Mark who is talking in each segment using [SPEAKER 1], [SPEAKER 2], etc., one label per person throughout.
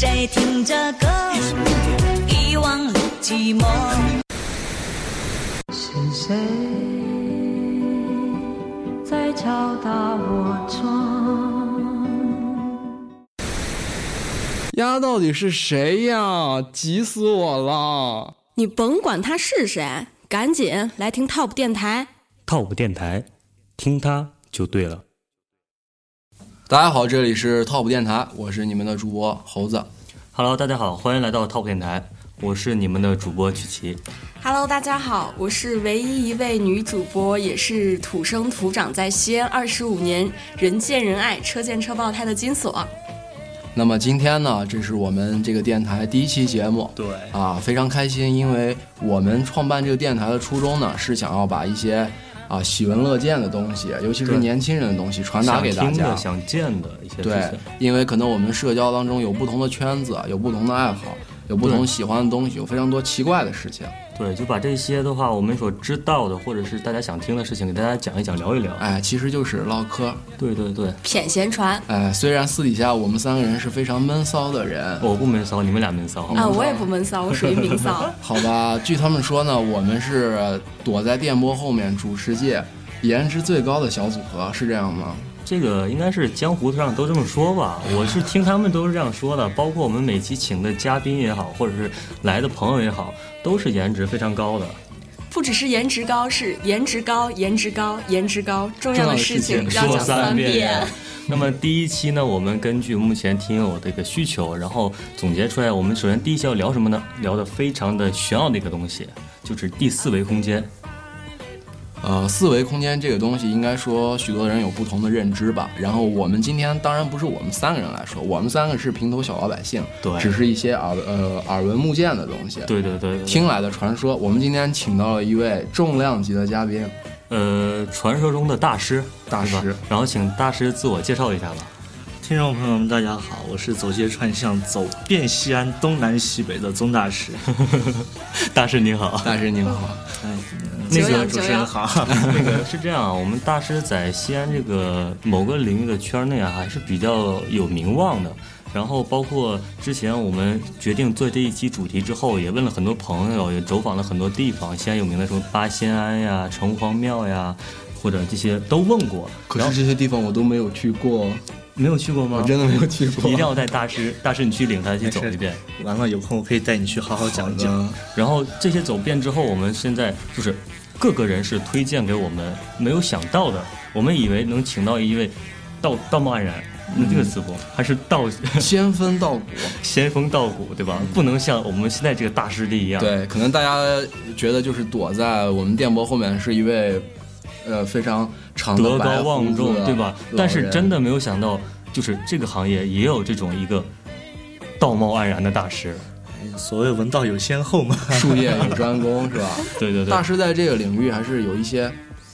[SPEAKER 1] 唱着歌，遗忘了寂寞。
[SPEAKER 2] 是谁在敲打我窗？
[SPEAKER 3] 丫到底是谁呀？急死我了！
[SPEAKER 4] 你甭管他是谁，赶紧来听 TOP 电台。
[SPEAKER 5] Top 电台，听它就对了。
[SPEAKER 3] 大家好，这里是 TOP 电台，我是你们的主播猴子。
[SPEAKER 5] Hello，大家好，欢迎来到 Top 电台，我是你们的主播曲奇。
[SPEAKER 4] Hello，大家好，我是唯一一位女主播，也是土生土长在西安二十五年，人见人爱，车见车爆胎的金锁。
[SPEAKER 3] 那么今天呢，这是我们这个电台第一期节目。
[SPEAKER 5] 对
[SPEAKER 3] 啊，非常开心，因为我们创办这个电台的初衷呢，是想要把一些啊喜闻乐见的东西，尤其是
[SPEAKER 5] 对
[SPEAKER 3] 年轻人的东西传达给大
[SPEAKER 5] 想听
[SPEAKER 3] 家
[SPEAKER 5] 的、。想见的一些事
[SPEAKER 3] 对
[SPEAKER 5] 情。，
[SPEAKER 3] 因为可能我们社交当中有不同的圈子，有不同的爱好，有不同
[SPEAKER 5] 对
[SPEAKER 3] 喜欢的东西，有非常多奇怪的事情。
[SPEAKER 5] 对，就把这些的话，我们所知道的，或者是大家想听的事情，给大家讲一讲，聊一聊。
[SPEAKER 3] 哎，其实就是唠嗑。
[SPEAKER 5] 对对对，
[SPEAKER 4] 舔闲传
[SPEAKER 3] 哎，虽然私底下我们三个人是非常闷骚的人，。
[SPEAKER 5] 哦我不闷骚，你们俩闷骚。好吗
[SPEAKER 4] 啊，我也不闷骚，我属于明骚
[SPEAKER 3] 好吧？ 据他们说呢，我们是躲在电波后面主世界，颜值最高的小组合，是这样吗？
[SPEAKER 5] 这个应该是江湖上都这么说吧，我是听他们都是这样说的，包括我们每期请的嘉宾也好，或者是来的朋友也好，都是颜值非常高的。
[SPEAKER 4] 不只是颜值高，是颜值高，颜值高，颜值高，重要的事情
[SPEAKER 3] 重
[SPEAKER 4] 要
[SPEAKER 5] 说
[SPEAKER 4] 讲
[SPEAKER 5] 三
[SPEAKER 4] 遍。。
[SPEAKER 5] 那么第一期呢，我们根据目前听友的一个需求，然后总结出来，我们首先第一期要聊什么呢？聊的非常的玄奥的一个东西，就是第四维空间。
[SPEAKER 3] 呃，四维空间这个东西，应该说许多人有不同的认知吧。然后我们今天当然不是我们三个人来说，我们三个是平头小老百姓，
[SPEAKER 5] 对
[SPEAKER 3] 只是一些耳呃耳闻目见的东西，
[SPEAKER 5] 对对对，对
[SPEAKER 3] 听来的传说。我们今天请到了一位重量级的嘉宾，
[SPEAKER 5] 呃，传说中的大师，
[SPEAKER 3] 大
[SPEAKER 5] 对吧
[SPEAKER 3] 师
[SPEAKER 5] 然后请大师自我介绍一下吧。
[SPEAKER 6] 听众朋友们，大家好，我是走街串巷、走遍西安东南西北的宗大师。
[SPEAKER 5] 大师你好。
[SPEAKER 3] 大师您好。
[SPEAKER 6] 哎，
[SPEAKER 4] 久
[SPEAKER 6] 那
[SPEAKER 4] 仰
[SPEAKER 6] 个主持人好，
[SPEAKER 5] 那个是这样啊，我们大师在西安这个某个领域的圈内啊，还是比较有名望的。然后包括之前我们决定做这一期主题之后，也问了很多朋友，也走访了很多地方，西安有名的什么八仙庵呀、城隍庙呀，或者这些都问过。
[SPEAKER 3] 可
[SPEAKER 5] 然后
[SPEAKER 3] 是这些地方我都没有去过，
[SPEAKER 5] 啊没有去过
[SPEAKER 3] 我
[SPEAKER 5] 吗？
[SPEAKER 3] 真的没有去过。
[SPEAKER 5] 一定要带大师，大师你去领他去
[SPEAKER 6] 没
[SPEAKER 5] 走
[SPEAKER 6] 事
[SPEAKER 5] 一遍。
[SPEAKER 6] 完了有空我可以带你去好好讲讲。
[SPEAKER 3] 嗯，
[SPEAKER 5] 然后这些走遍之后，我们现在就是各个人士推荐给我们没有想到的，我们以为能请到一位道道貌岸然，那这个词
[SPEAKER 3] 嗯
[SPEAKER 5] 不、还是道
[SPEAKER 3] 仙风道骨。
[SPEAKER 5] 仙风道骨对吧？不能像我们现在这个大师弟一样。
[SPEAKER 3] 对，可能大家觉得就是躲在我们电波后面是一位，呃，非常长的
[SPEAKER 5] 德
[SPEAKER 3] 白
[SPEAKER 5] 高
[SPEAKER 3] 胡
[SPEAKER 5] 望
[SPEAKER 3] 子啊
[SPEAKER 5] 重，对吧？但是真
[SPEAKER 3] 的
[SPEAKER 5] 的没有想到，就是这个行业也有这种一个道貌岸然的大师。
[SPEAKER 6] 所谓文道有先后 嘛，
[SPEAKER 3] 术业有专攻是吧？
[SPEAKER 5] 对对对，
[SPEAKER 3] 大师在这个领域还是有一些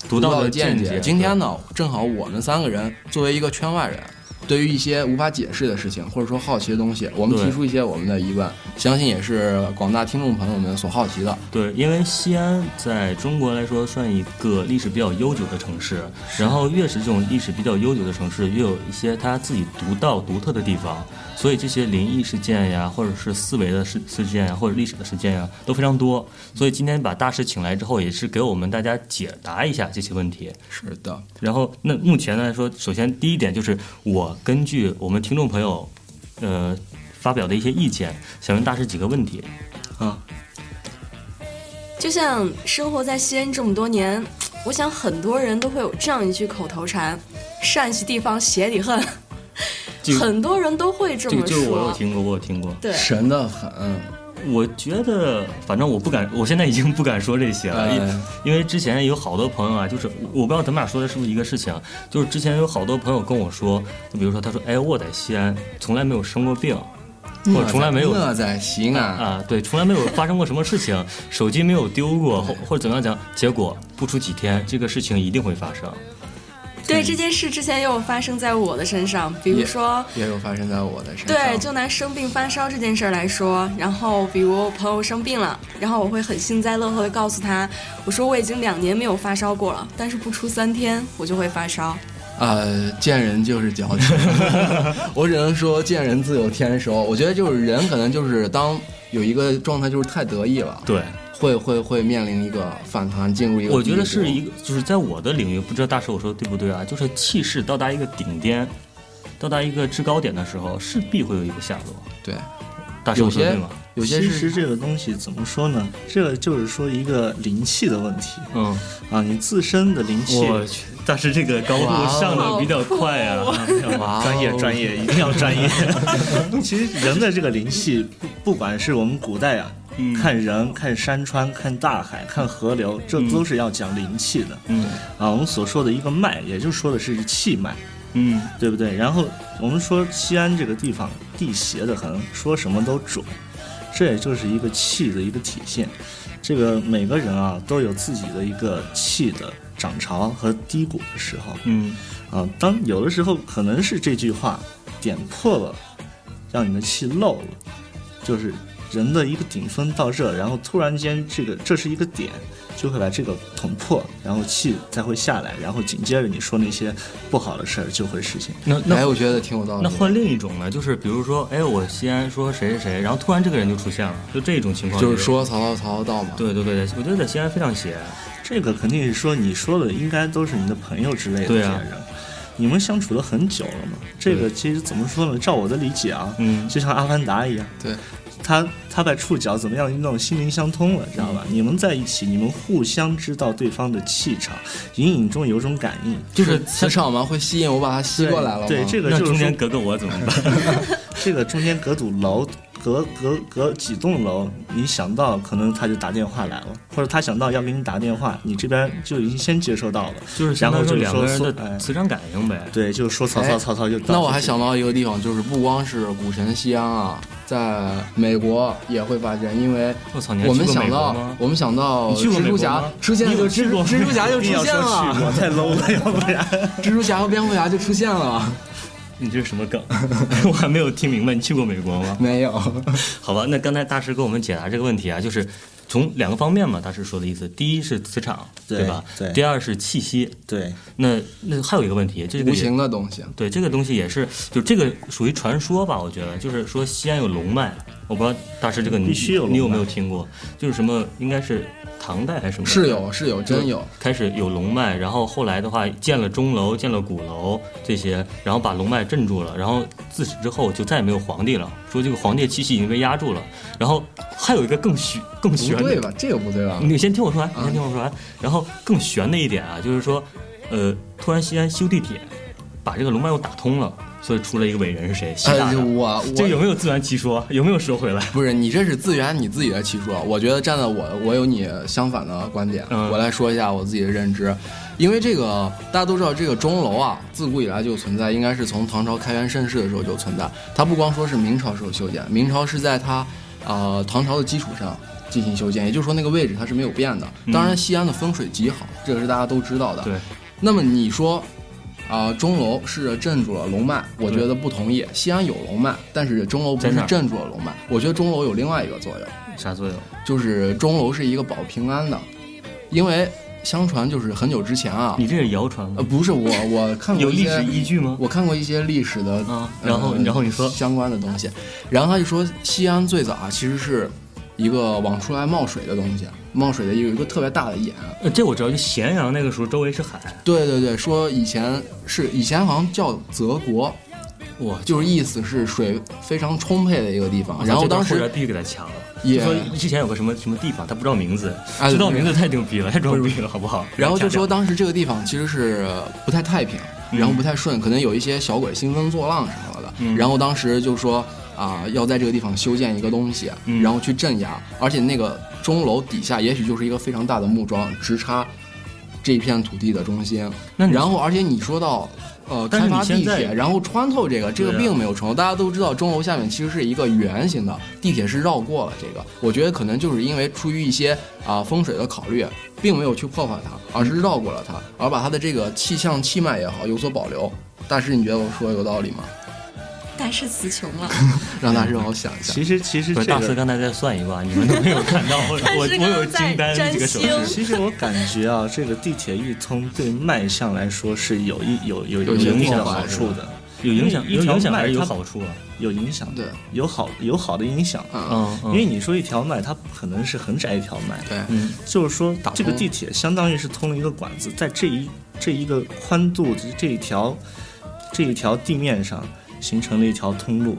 [SPEAKER 5] 独到
[SPEAKER 3] 的
[SPEAKER 5] 的
[SPEAKER 3] 见
[SPEAKER 5] 解。
[SPEAKER 3] 今天
[SPEAKER 5] 对
[SPEAKER 3] 呢，正好我们三个人作为一个圈外人，对于一些无法解释的事情或者说好奇的东西，我们
[SPEAKER 5] 对
[SPEAKER 3] 提出一些我们的疑问，相信也是广大听众朋友们所好奇的。
[SPEAKER 5] 对，因为西安在中国来说算一个历史比较悠久的城市，然后越是这种历史比较悠久的城市，越有一些它自己独到、独特的地方，所以这些灵异事件呀，或者是思维的事事件呀，或者历史的事件呀，都非常多。所以今天把大师请来之后，也是给我们大家解答一下这些问题。
[SPEAKER 3] 是的，
[SPEAKER 5] 然后，那目前来说，首先第一点就是我根据我们听众朋友，呃，发表的一些意见，想问大师几个问题。
[SPEAKER 4] 就像生活在西安这么多年，我想很多人都会有这样一句口头禅：“善其地方，鞋里 恨。”
[SPEAKER 5] 这个
[SPEAKER 4] 很多人都会这
[SPEAKER 5] 这个
[SPEAKER 4] 么
[SPEAKER 5] 就是我有
[SPEAKER 4] 说。
[SPEAKER 5] 听过，我有听过。
[SPEAKER 4] 对，
[SPEAKER 3] 神的很。
[SPEAKER 5] 我觉得，反正我不敢，我现在已经不敢说这些了，因、
[SPEAKER 3] 哎
[SPEAKER 5] 因为之前有好多朋友啊，就是我不知道咱们俩说的是不是一个事情啊，就是之前有好多朋友跟我说，就比如说他说，哎，我在西安从来没有生过病，或者从来没有
[SPEAKER 3] 我在西安。
[SPEAKER 5] 啊，对，从来没有发生过什么事情，手机没有 丢过，或或者怎么样讲，结果不出几天，这个事情一定会发生。嗯
[SPEAKER 4] 对这件事之前也有发生在我的身上，比如说。
[SPEAKER 3] 也有发生在我的身上。
[SPEAKER 4] 对，就拿生病发烧这件事儿来说，然后比如我朋友生病了，然后我会很幸灾乐祸的告诉他，我说我已经两年没有发烧过了，但是不出三天我就会发烧。
[SPEAKER 3] 呃，见人就是矫 情，我只能说见人自有天收。我觉得就是人可能就是当有一个状态就是太得意了，
[SPEAKER 5] 对，
[SPEAKER 3] 会会会面临一个反弹，进入一个
[SPEAKER 5] 我觉得
[SPEAKER 3] 低谷
[SPEAKER 5] 是一个，就是在我的领域，不知道大师我说的对不对啊？就是气势到达一个顶点，到达一个制高点的时候，势必会有一个下落。
[SPEAKER 3] 对，
[SPEAKER 5] 大师
[SPEAKER 3] 有
[SPEAKER 5] 我说的
[SPEAKER 3] 些
[SPEAKER 5] 对吗？
[SPEAKER 3] 有些
[SPEAKER 6] 其
[SPEAKER 3] 是
[SPEAKER 6] 实这个东西怎么说呢？这个就是说一个灵气的问题
[SPEAKER 5] 嗯，
[SPEAKER 6] 啊，你自身的灵气。
[SPEAKER 5] 我去，大师这个高度上的比较快啊，
[SPEAKER 3] 哇哦
[SPEAKER 6] 专业专业，一定要专 业。其实人的这个灵气，不不管是我们古代啊，
[SPEAKER 5] 嗯
[SPEAKER 6] 看人、看山川、看大海、看河流，这都是要讲灵气的、
[SPEAKER 5] 嗯
[SPEAKER 6] 啊。我们所说的一个脉，也就说的是气脉，
[SPEAKER 5] 嗯，
[SPEAKER 6] 对不对？然后我们说西安这个地方地邪的很，说什么都准，这也就是一个气的一个体现。这个每个人啊都有自己的一个气的涨潮和低谷的时候，
[SPEAKER 5] 嗯
[SPEAKER 6] 啊，当有的时候可能是这句话点破了，让你的气漏了，就是人的一个顶峰到这，然后突然间这个这是一个点，就会把这个捅破，然后气才会下来，然后紧接着你说那些不好的事儿就会实现。
[SPEAKER 5] 那那
[SPEAKER 3] 哎，我觉得挺有道理
[SPEAKER 5] 那
[SPEAKER 3] 的。
[SPEAKER 5] 换另一种呢，就是比如说，哎，我西安说谁谁谁，然后突然这个人就出现了，就这种情况
[SPEAKER 3] 就是
[SPEAKER 5] 有
[SPEAKER 3] 说曹操曹操到嘛，
[SPEAKER 5] 对对对，我觉得在西安非常邪。
[SPEAKER 6] 这个肯定是说你说的应该都是你的朋友之类的这
[SPEAKER 5] 对
[SPEAKER 6] 些
[SPEAKER 5] 啊
[SPEAKER 6] 人，你们相处了很久了嘛？这个其实怎么说呢？照我的理解啊，
[SPEAKER 5] 嗯
[SPEAKER 6] 就像《阿凡达》一样，
[SPEAKER 3] 对，
[SPEAKER 6] 他他把触角怎么样弄心灵相通了，知道吧？
[SPEAKER 5] 嗯
[SPEAKER 6] 你们在一起，你们互相知道对方的气场，隐隐中有种感应。
[SPEAKER 5] 就是
[SPEAKER 3] 磁场嘛会吸引我把他吸过来了嘛。
[SPEAKER 6] 对这个
[SPEAKER 5] 那
[SPEAKER 6] 就是
[SPEAKER 5] 中间
[SPEAKER 6] 说，
[SPEAKER 5] 隔个我怎么办？
[SPEAKER 6] 这个中间隔堵楼，隔隔隔几栋楼，你想到可能他就打电话来了，或者他想到要给你打电话，你这边就已经先接收到了，
[SPEAKER 5] 就是相
[SPEAKER 6] 然后
[SPEAKER 5] 当于
[SPEAKER 6] 就
[SPEAKER 5] 说两
[SPEAKER 6] 是
[SPEAKER 5] 个
[SPEAKER 6] 说
[SPEAKER 5] 人
[SPEAKER 6] 说
[SPEAKER 5] 的
[SPEAKER 6] 哎
[SPEAKER 5] 磁场感应呗。
[SPEAKER 6] 对，就说曹
[SPEAKER 3] 哎
[SPEAKER 6] 操，曹操就到。
[SPEAKER 3] 那我还想到一个地方，就是不光是古城西安啊，在美国也会发现，因为
[SPEAKER 5] 我操，你还
[SPEAKER 3] 我们
[SPEAKER 5] 去过
[SPEAKER 3] 想
[SPEAKER 5] 美国
[SPEAKER 3] 到
[SPEAKER 5] 吗？
[SPEAKER 3] 我们想到
[SPEAKER 5] 你去过
[SPEAKER 3] 蜘
[SPEAKER 5] 美
[SPEAKER 3] 蛛
[SPEAKER 5] 国
[SPEAKER 3] 侠
[SPEAKER 5] 吗
[SPEAKER 3] 出现了就蜘蛛蜘蛛侠 就出
[SPEAKER 6] 你要
[SPEAKER 3] 现
[SPEAKER 6] 说去
[SPEAKER 3] 了，
[SPEAKER 6] 过，太 low 了，要不然。
[SPEAKER 3] 蜘蛛侠和蝙蝠侠就出现了，
[SPEAKER 5] 你这是什么梗？ 我还没有听明白。你去过美国吗？
[SPEAKER 3] 没有，
[SPEAKER 5] 好吧，那刚才大师给我们解答这个问题啊，就是从两个方面嘛，大师说的意思，第一是磁场，
[SPEAKER 6] 对
[SPEAKER 5] 吧？
[SPEAKER 6] 对
[SPEAKER 5] 第二是气息。
[SPEAKER 6] 对，
[SPEAKER 5] 那那还有一个问题，这个
[SPEAKER 3] 无
[SPEAKER 5] 也
[SPEAKER 3] 形的东西。
[SPEAKER 5] 对这个东西也是，就这个属于传说吧，我觉得就是说西安有龙脉，我不知道大师这个你
[SPEAKER 6] 必须有龙脉
[SPEAKER 5] 你有没有听过？就是什么应该是唐代还是什么？
[SPEAKER 3] 是有是有，真有。
[SPEAKER 5] 开始有龙脉，然后后来的话建了钟楼、建了鼓楼这些，然后把龙脉镇住了，然后自此之后就再也没有皇帝了，说这个皇帝的气息已经被压住了。然后还有一个更玄、更
[SPEAKER 3] 不
[SPEAKER 5] 玄的
[SPEAKER 3] 对吧？这个不对吧？
[SPEAKER 5] 你先听我说完，你先听我说完。然后更玄的一点啊，就是说，呃，突然西安修地铁，把这个龙脉又打通了，所以出了一个伟人是谁？习大
[SPEAKER 3] 哎，
[SPEAKER 5] 大。
[SPEAKER 3] 就我
[SPEAKER 5] 这有
[SPEAKER 3] 我
[SPEAKER 5] 没有自圆其说？有没有说回来？
[SPEAKER 3] 不是你这是自圆你自己的奇说。我觉得站在我我有你相反的观点，
[SPEAKER 5] 嗯
[SPEAKER 3] 我来说一下我自己的认知。因为这个大家都知道，这个钟楼啊，自古以来就存在，应该是从唐朝开元盛世的时候就存在。它不光说是明朝时候修建，明朝是在它呃唐朝的基础上进行修建，也就是说那个位置它是没有变的。当然，西安的风水极好，这个是大家都知道的。
[SPEAKER 5] 对，
[SPEAKER 3] 那么你说，啊、钟楼是镇住了龙脉，我觉得不同意。西安有龙脉，但是钟楼不
[SPEAKER 5] 在
[SPEAKER 3] 是
[SPEAKER 5] 哪儿
[SPEAKER 3] 镇住了龙脉。我觉得钟楼有另外一个作用，
[SPEAKER 5] 啥作用？
[SPEAKER 3] 就是钟楼是一个保平安的，因为相传就是很久之前啊，
[SPEAKER 5] 你这是谣传
[SPEAKER 3] 呃，
[SPEAKER 5] 吗？
[SPEAKER 3] 不是我，我看过
[SPEAKER 5] 有
[SPEAKER 3] 一
[SPEAKER 5] 历
[SPEAKER 3] 些
[SPEAKER 5] 史依据吗？
[SPEAKER 3] 我看过一些历史的
[SPEAKER 5] 啊然后
[SPEAKER 3] 呃
[SPEAKER 5] 然后你说
[SPEAKER 3] 相关的东西，然后他就说西安最早啊其实是一个往出来冒水的东西，冒水的有一个特别大的眼，啊
[SPEAKER 5] 呃这我知道，就咸阳那个时候周围是海，
[SPEAKER 3] 对对对，说以前是以前好像叫泽国，
[SPEAKER 5] 哇，
[SPEAKER 3] 就是意思是水非常充沛的一个地方。
[SPEAKER 5] 我
[SPEAKER 3] 然后
[SPEAKER 5] 这段
[SPEAKER 3] 当
[SPEAKER 5] 后来
[SPEAKER 3] 时
[SPEAKER 5] 必须给他掐了。
[SPEAKER 3] 也
[SPEAKER 5] 就说之前有个什么什么地方，他不知道名字，
[SPEAKER 3] 哎
[SPEAKER 5] 知道
[SPEAKER 3] 对
[SPEAKER 5] 名字太牛逼了，太装逼了，好不好？
[SPEAKER 3] 然后就说
[SPEAKER 5] 掐掉
[SPEAKER 3] 当时这个地方其实是呃不太太平，
[SPEAKER 5] 嗯
[SPEAKER 3] 然后不太顺，可能有一些小鬼兴风作浪什么的。
[SPEAKER 5] 嗯
[SPEAKER 3] 然后当时就说啊、要在这个地方修建一个东西，
[SPEAKER 5] 嗯
[SPEAKER 3] 然后去镇压，而且那个钟楼底下也许就是一个非常大的木桩，直插这一片土地的中心。
[SPEAKER 5] 那你
[SPEAKER 3] 然后而且你说到。呃，
[SPEAKER 5] 但是
[SPEAKER 3] 开
[SPEAKER 5] 你
[SPEAKER 3] 发地
[SPEAKER 5] 现在
[SPEAKER 3] 铁，然后穿透这个，这个
[SPEAKER 5] 对啊
[SPEAKER 3] 并没有成功。大家都知道，钟楼下面其实是一个圆形的，地铁是绕过了这个。我觉得可能就是因为出于一些啊、风水的考虑，并没有去破坏它，而是绕过了它，而把它的这个气象气脉也好有所保留。大师，你觉得我说有道理吗？
[SPEAKER 4] 大才是词穷了。
[SPEAKER 3] 让大师好好想一下。
[SPEAKER 6] 其实其实
[SPEAKER 5] 不
[SPEAKER 6] 这
[SPEAKER 5] 是大师
[SPEAKER 6] 个，
[SPEAKER 5] 刚才在算一卦，你们都没有看到 我我
[SPEAKER 4] 大师刚
[SPEAKER 5] 我
[SPEAKER 4] 刚
[SPEAKER 5] 有惊呆了几个手
[SPEAKER 4] 在占
[SPEAKER 5] 势。
[SPEAKER 6] 其实我感觉啊，这个地铁一通对卖相来说是有一有有
[SPEAKER 3] 有
[SPEAKER 6] 一
[SPEAKER 3] 影
[SPEAKER 6] 定
[SPEAKER 3] 响
[SPEAKER 6] 的好处的，
[SPEAKER 5] 有影响，
[SPEAKER 6] 因为
[SPEAKER 5] 有
[SPEAKER 6] 一条
[SPEAKER 5] 影响还
[SPEAKER 6] 脉
[SPEAKER 5] 是有
[SPEAKER 6] 它
[SPEAKER 5] 好处啊？
[SPEAKER 6] 有影响，
[SPEAKER 3] 对，
[SPEAKER 6] 有好有好的影响。
[SPEAKER 3] 嗯，
[SPEAKER 5] 嗯，嗯
[SPEAKER 6] 因为你说一条脉，它不可能是很窄一条脉，
[SPEAKER 3] 对，
[SPEAKER 5] 嗯
[SPEAKER 6] 就是说
[SPEAKER 3] 打通
[SPEAKER 6] 这个地铁相当于是通了一个管子，在这一这一个宽度这一条这一条地面上形成了一条通路，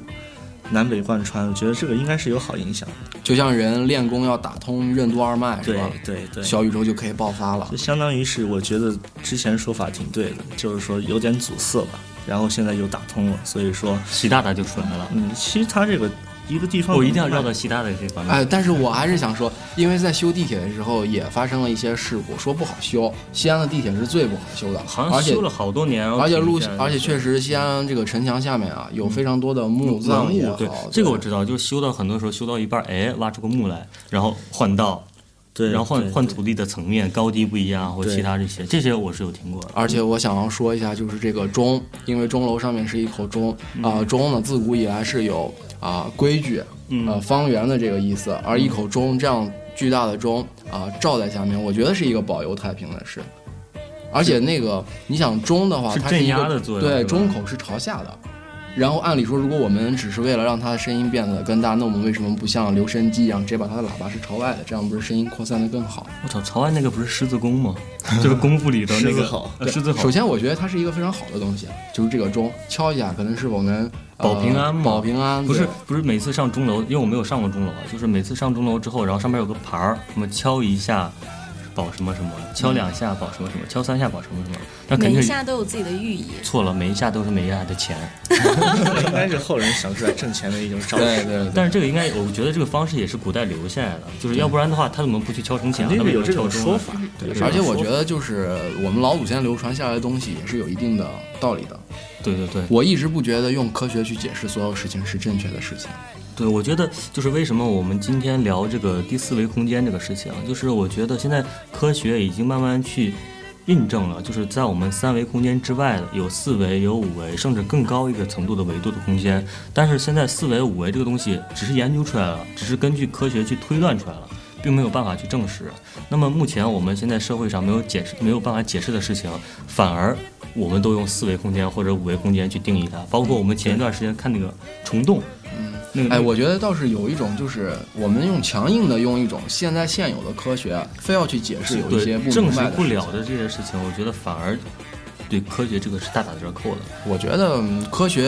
[SPEAKER 6] 南北贯穿。我觉得这个应该是有好影响的。
[SPEAKER 3] 就像人练功要打通任督二脉，是
[SPEAKER 6] 对
[SPEAKER 3] 吧？
[SPEAKER 6] 对对，
[SPEAKER 3] 小宇宙就可以爆发了
[SPEAKER 6] 就。相当于是我觉得之前说法挺对的，就是说有点阻塞吧，然后现在又打通了，所以说，
[SPEAKER 5] 习大大就出来了，
[SPEAKER 6] 嗯，其实它这个一个地方
[SPEAKER 5] 我一定要绕
[SPEAKER 6] 绕
[SPEAKER 5] 到习大大这方面。
[SPEAKER 3] 哎，但是我还是想说，因为在修地铁的时候也发生了一些事故，说不好修。西安的地铁是最不好修的，
[SPEAKER 5] 好
[SPEAKER 3] 而
[SPEAKER 5] 像
[SPEAKER 3] 且
[SPEAKER 5] 修了好多年，
[SPEAKER 3] 而且路
[SPEAKER 5] 停不下，来
[SPEAKER 3] 而且确实西安这个城墙下面啊，有非常多的墓葬也好，
[SPEAKER 5] 嗯对，这个我知道，就修到很多时候修到一半，哎，挖出个墓来，然后换道，
[SPEAKER 6] 对，
[SPEAKER 5] 然后换
[SPEAKER 6] 对
[SPEAKER 5] 换土地的层面高低不一样，或者
[SPEAKER 6] 对
[SPEAKER 5] 其他这些，这些我是有听过的。
[SPEAKER 3] 而且我想要说一下，就是这个钟，因为钟楼上面是一口钟
[SPEAKER 5] 嗯
[SPEAKER 3] 啊、钟呢自古以来是有啊、规矩，
[SPEAKER 5] 嗯
[SPEAKER 3] 呃方圆的这个意思，而一口钟这样巨大的钟啊、罩在下面，我觉得是一个保佑太平的事。而且那个你想钟的话，
[SPEAKER 5] 是
[SPEAKER 3] 它一个
[SPEAKER 5] 镇压的作用
[SPEAKER 3] 对，
[SPEAKER 5] 是吧
[SPEAKER 3] 钟口是朝下的。然后按理说，如果我们只是为了让它的声音变得更大，那我们为什么不像留声机一样直接把它的喇叭是朝外的？这样不是声音扩散的更好？
[SPEAKER 5] 我操，朝外那个不是狮子宫吗？就是功夫里的那
[SPEAKER 6] 狮子
[SPEAKER 5] 个
[SPEAKER 6] 吼
[SPEAKER 5] 呃狮子吼
[SPEAKER 3] 首。先，我觉得它是一个非常好的东西，就是这个钟敲一下，可能是否能、呃
[SPEAKER 5] 保平安吗
[SPEAKER 3] 保平安
[SPEAKER 5] 不是
[SPEAKER 3] 对
[SPEAKER 5] 不是，每次上钟楼，因为我没有上过钟楼啊，就是每次上钟楼之后，然后上面有个牌儿，什么敲一下保什么什么，
[SPEAKER 6] 嗯
[SPEAKER 5] 敲两下保什么什么，敲三下保什么什么，那 肯
[SPEAKER 4] 每
[SPEAKER 5] 定
[SPEAKER 4] 一
[SPEAKER 5] 是
[SPEAKER 4] 下都有自己的寓意。
[SPEAKER 5] 错了，每一下都是每一下的钱。
[SPEAKER 6] 这应该是后人想出来挣钱的一种招
[SPEAKER 3] 对
[SPEAKER 6] 式。
[SPEAKER 3] 对对，
[SPEAKER 5] 但是这个应该，我觉得这个方式也是古代留下来的，就是要不然的话，他怎么不去敲城墙？
[SPEAKER 6] 肯定
[SPEAKER 5] 他为
[SPEAKER 6] 是
[SPEAKER 5] 什么
[SPEAKER 6] 有这种
[SPEAKER 5] 敲钟呢
[SPEAKER 6] 说法，
[SPEAKER 5] 对
[SPEAKER 6] 有这
[SPEAKER 5] 吧
[SPEAKER 6] 种
[SPEAKER 3] 而且我
[SPEAKER 6] 说
[SPEAKER 3] 觉
[SPEAKER 6] 法
[SPEAKER 3] 得就是我们老祖先流传下来的东西也是有一定的道理的。
[SPEAKER 5] 对对对
[SPEAKER 3] 我一直不觉得用科学去解释所有事情是正确的事情。
[SPEAKER 5] 对，我觉得就是为什么我们今天聊这个第四维空间这个事情，啊就是我觉得现在科学已经慢慢去印证了，就是在我们三维空间之外的有四维、有五维，甚至更高一个程度的维度的空间。但是现在四维、五维这个东西只是研究出来了，只是根据科学去推断出来了。并没有办法去证实。那么目前我们现在社会上没有解释、没有办法解释的事情，反而我们都用四维空间或者五维空间去定义它。包括我们前一段时间看那个虫洞，嗯，那个
[SPEAKER 3] 哎，我觉得倒是有一种，就是我们用强硬的用一种现在现有的科学，非要去解释有一
[SPEAKER 5] 对
[SPEAKER 3] 些不
[SPEAKER 5] 证
[SPEAKER 3] 明
[SPEAKER 5] 实
[SPEAKER 3] 白的
[SPEAKER 5] 不
[SPEAKER 3] 事
[SPEAKER 5] 了
[SPEAKER 3] 情
[SPEAKER 5] 的这些事情，我觉得反而对科学这个是大打折扣的。
[SPEAKER 3] 我觉得嗯科学，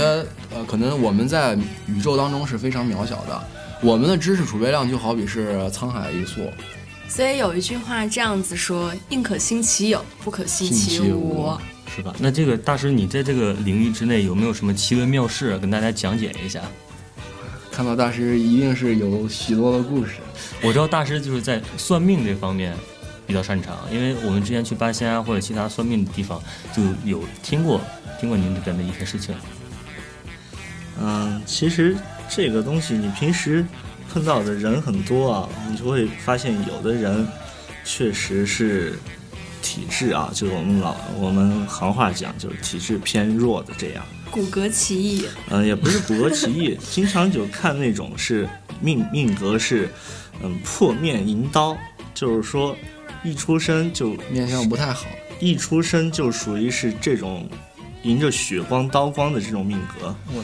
[SPEAKER 3] 呃，可能我们在宇宙当中是非常渺小的，我们的知识储备量就好比是沧海一粟。
[SPEAKER 4] 所以有一句话这样子说：“宁可信其有，不可信其
[SPEAKER 3] 信其
[SPEAKER 4] 无
[SPEAKER 3] 无。
[SPEAKER 5] 是吧？那这个大师，你在这个领域之内有没有什么奇闻妙事啊跟大家讲解一下？
[SPEAKER 3] 看到大师一定是有许多的故事。
[SPEAKER 5] 我知道大师就是在算命这方面比较擅长，因为我们之前去八仙啊或者其他算命的地方就有听过听过您这边的一些事情。
[SPEAKER 6] 嗯，其实这个东西你平时碰到的人很多啊，你就会发现有的人确实是体质啊，就是我们老我们行话讲，就是体质偏弱的这样。
[SPEAKER 4] 骨骼奇异，
[SPEAKER 6] 嗯，也不是骨骼奇异，经常就看那种是命命格是嗯破面银刀，就是说一出生就
[SPEAKER 3] 面相不太好，
[SPEAKER 6] 一出生就属于是这种迎着血光刀光的这种命格。
[SPEAKER 5] 我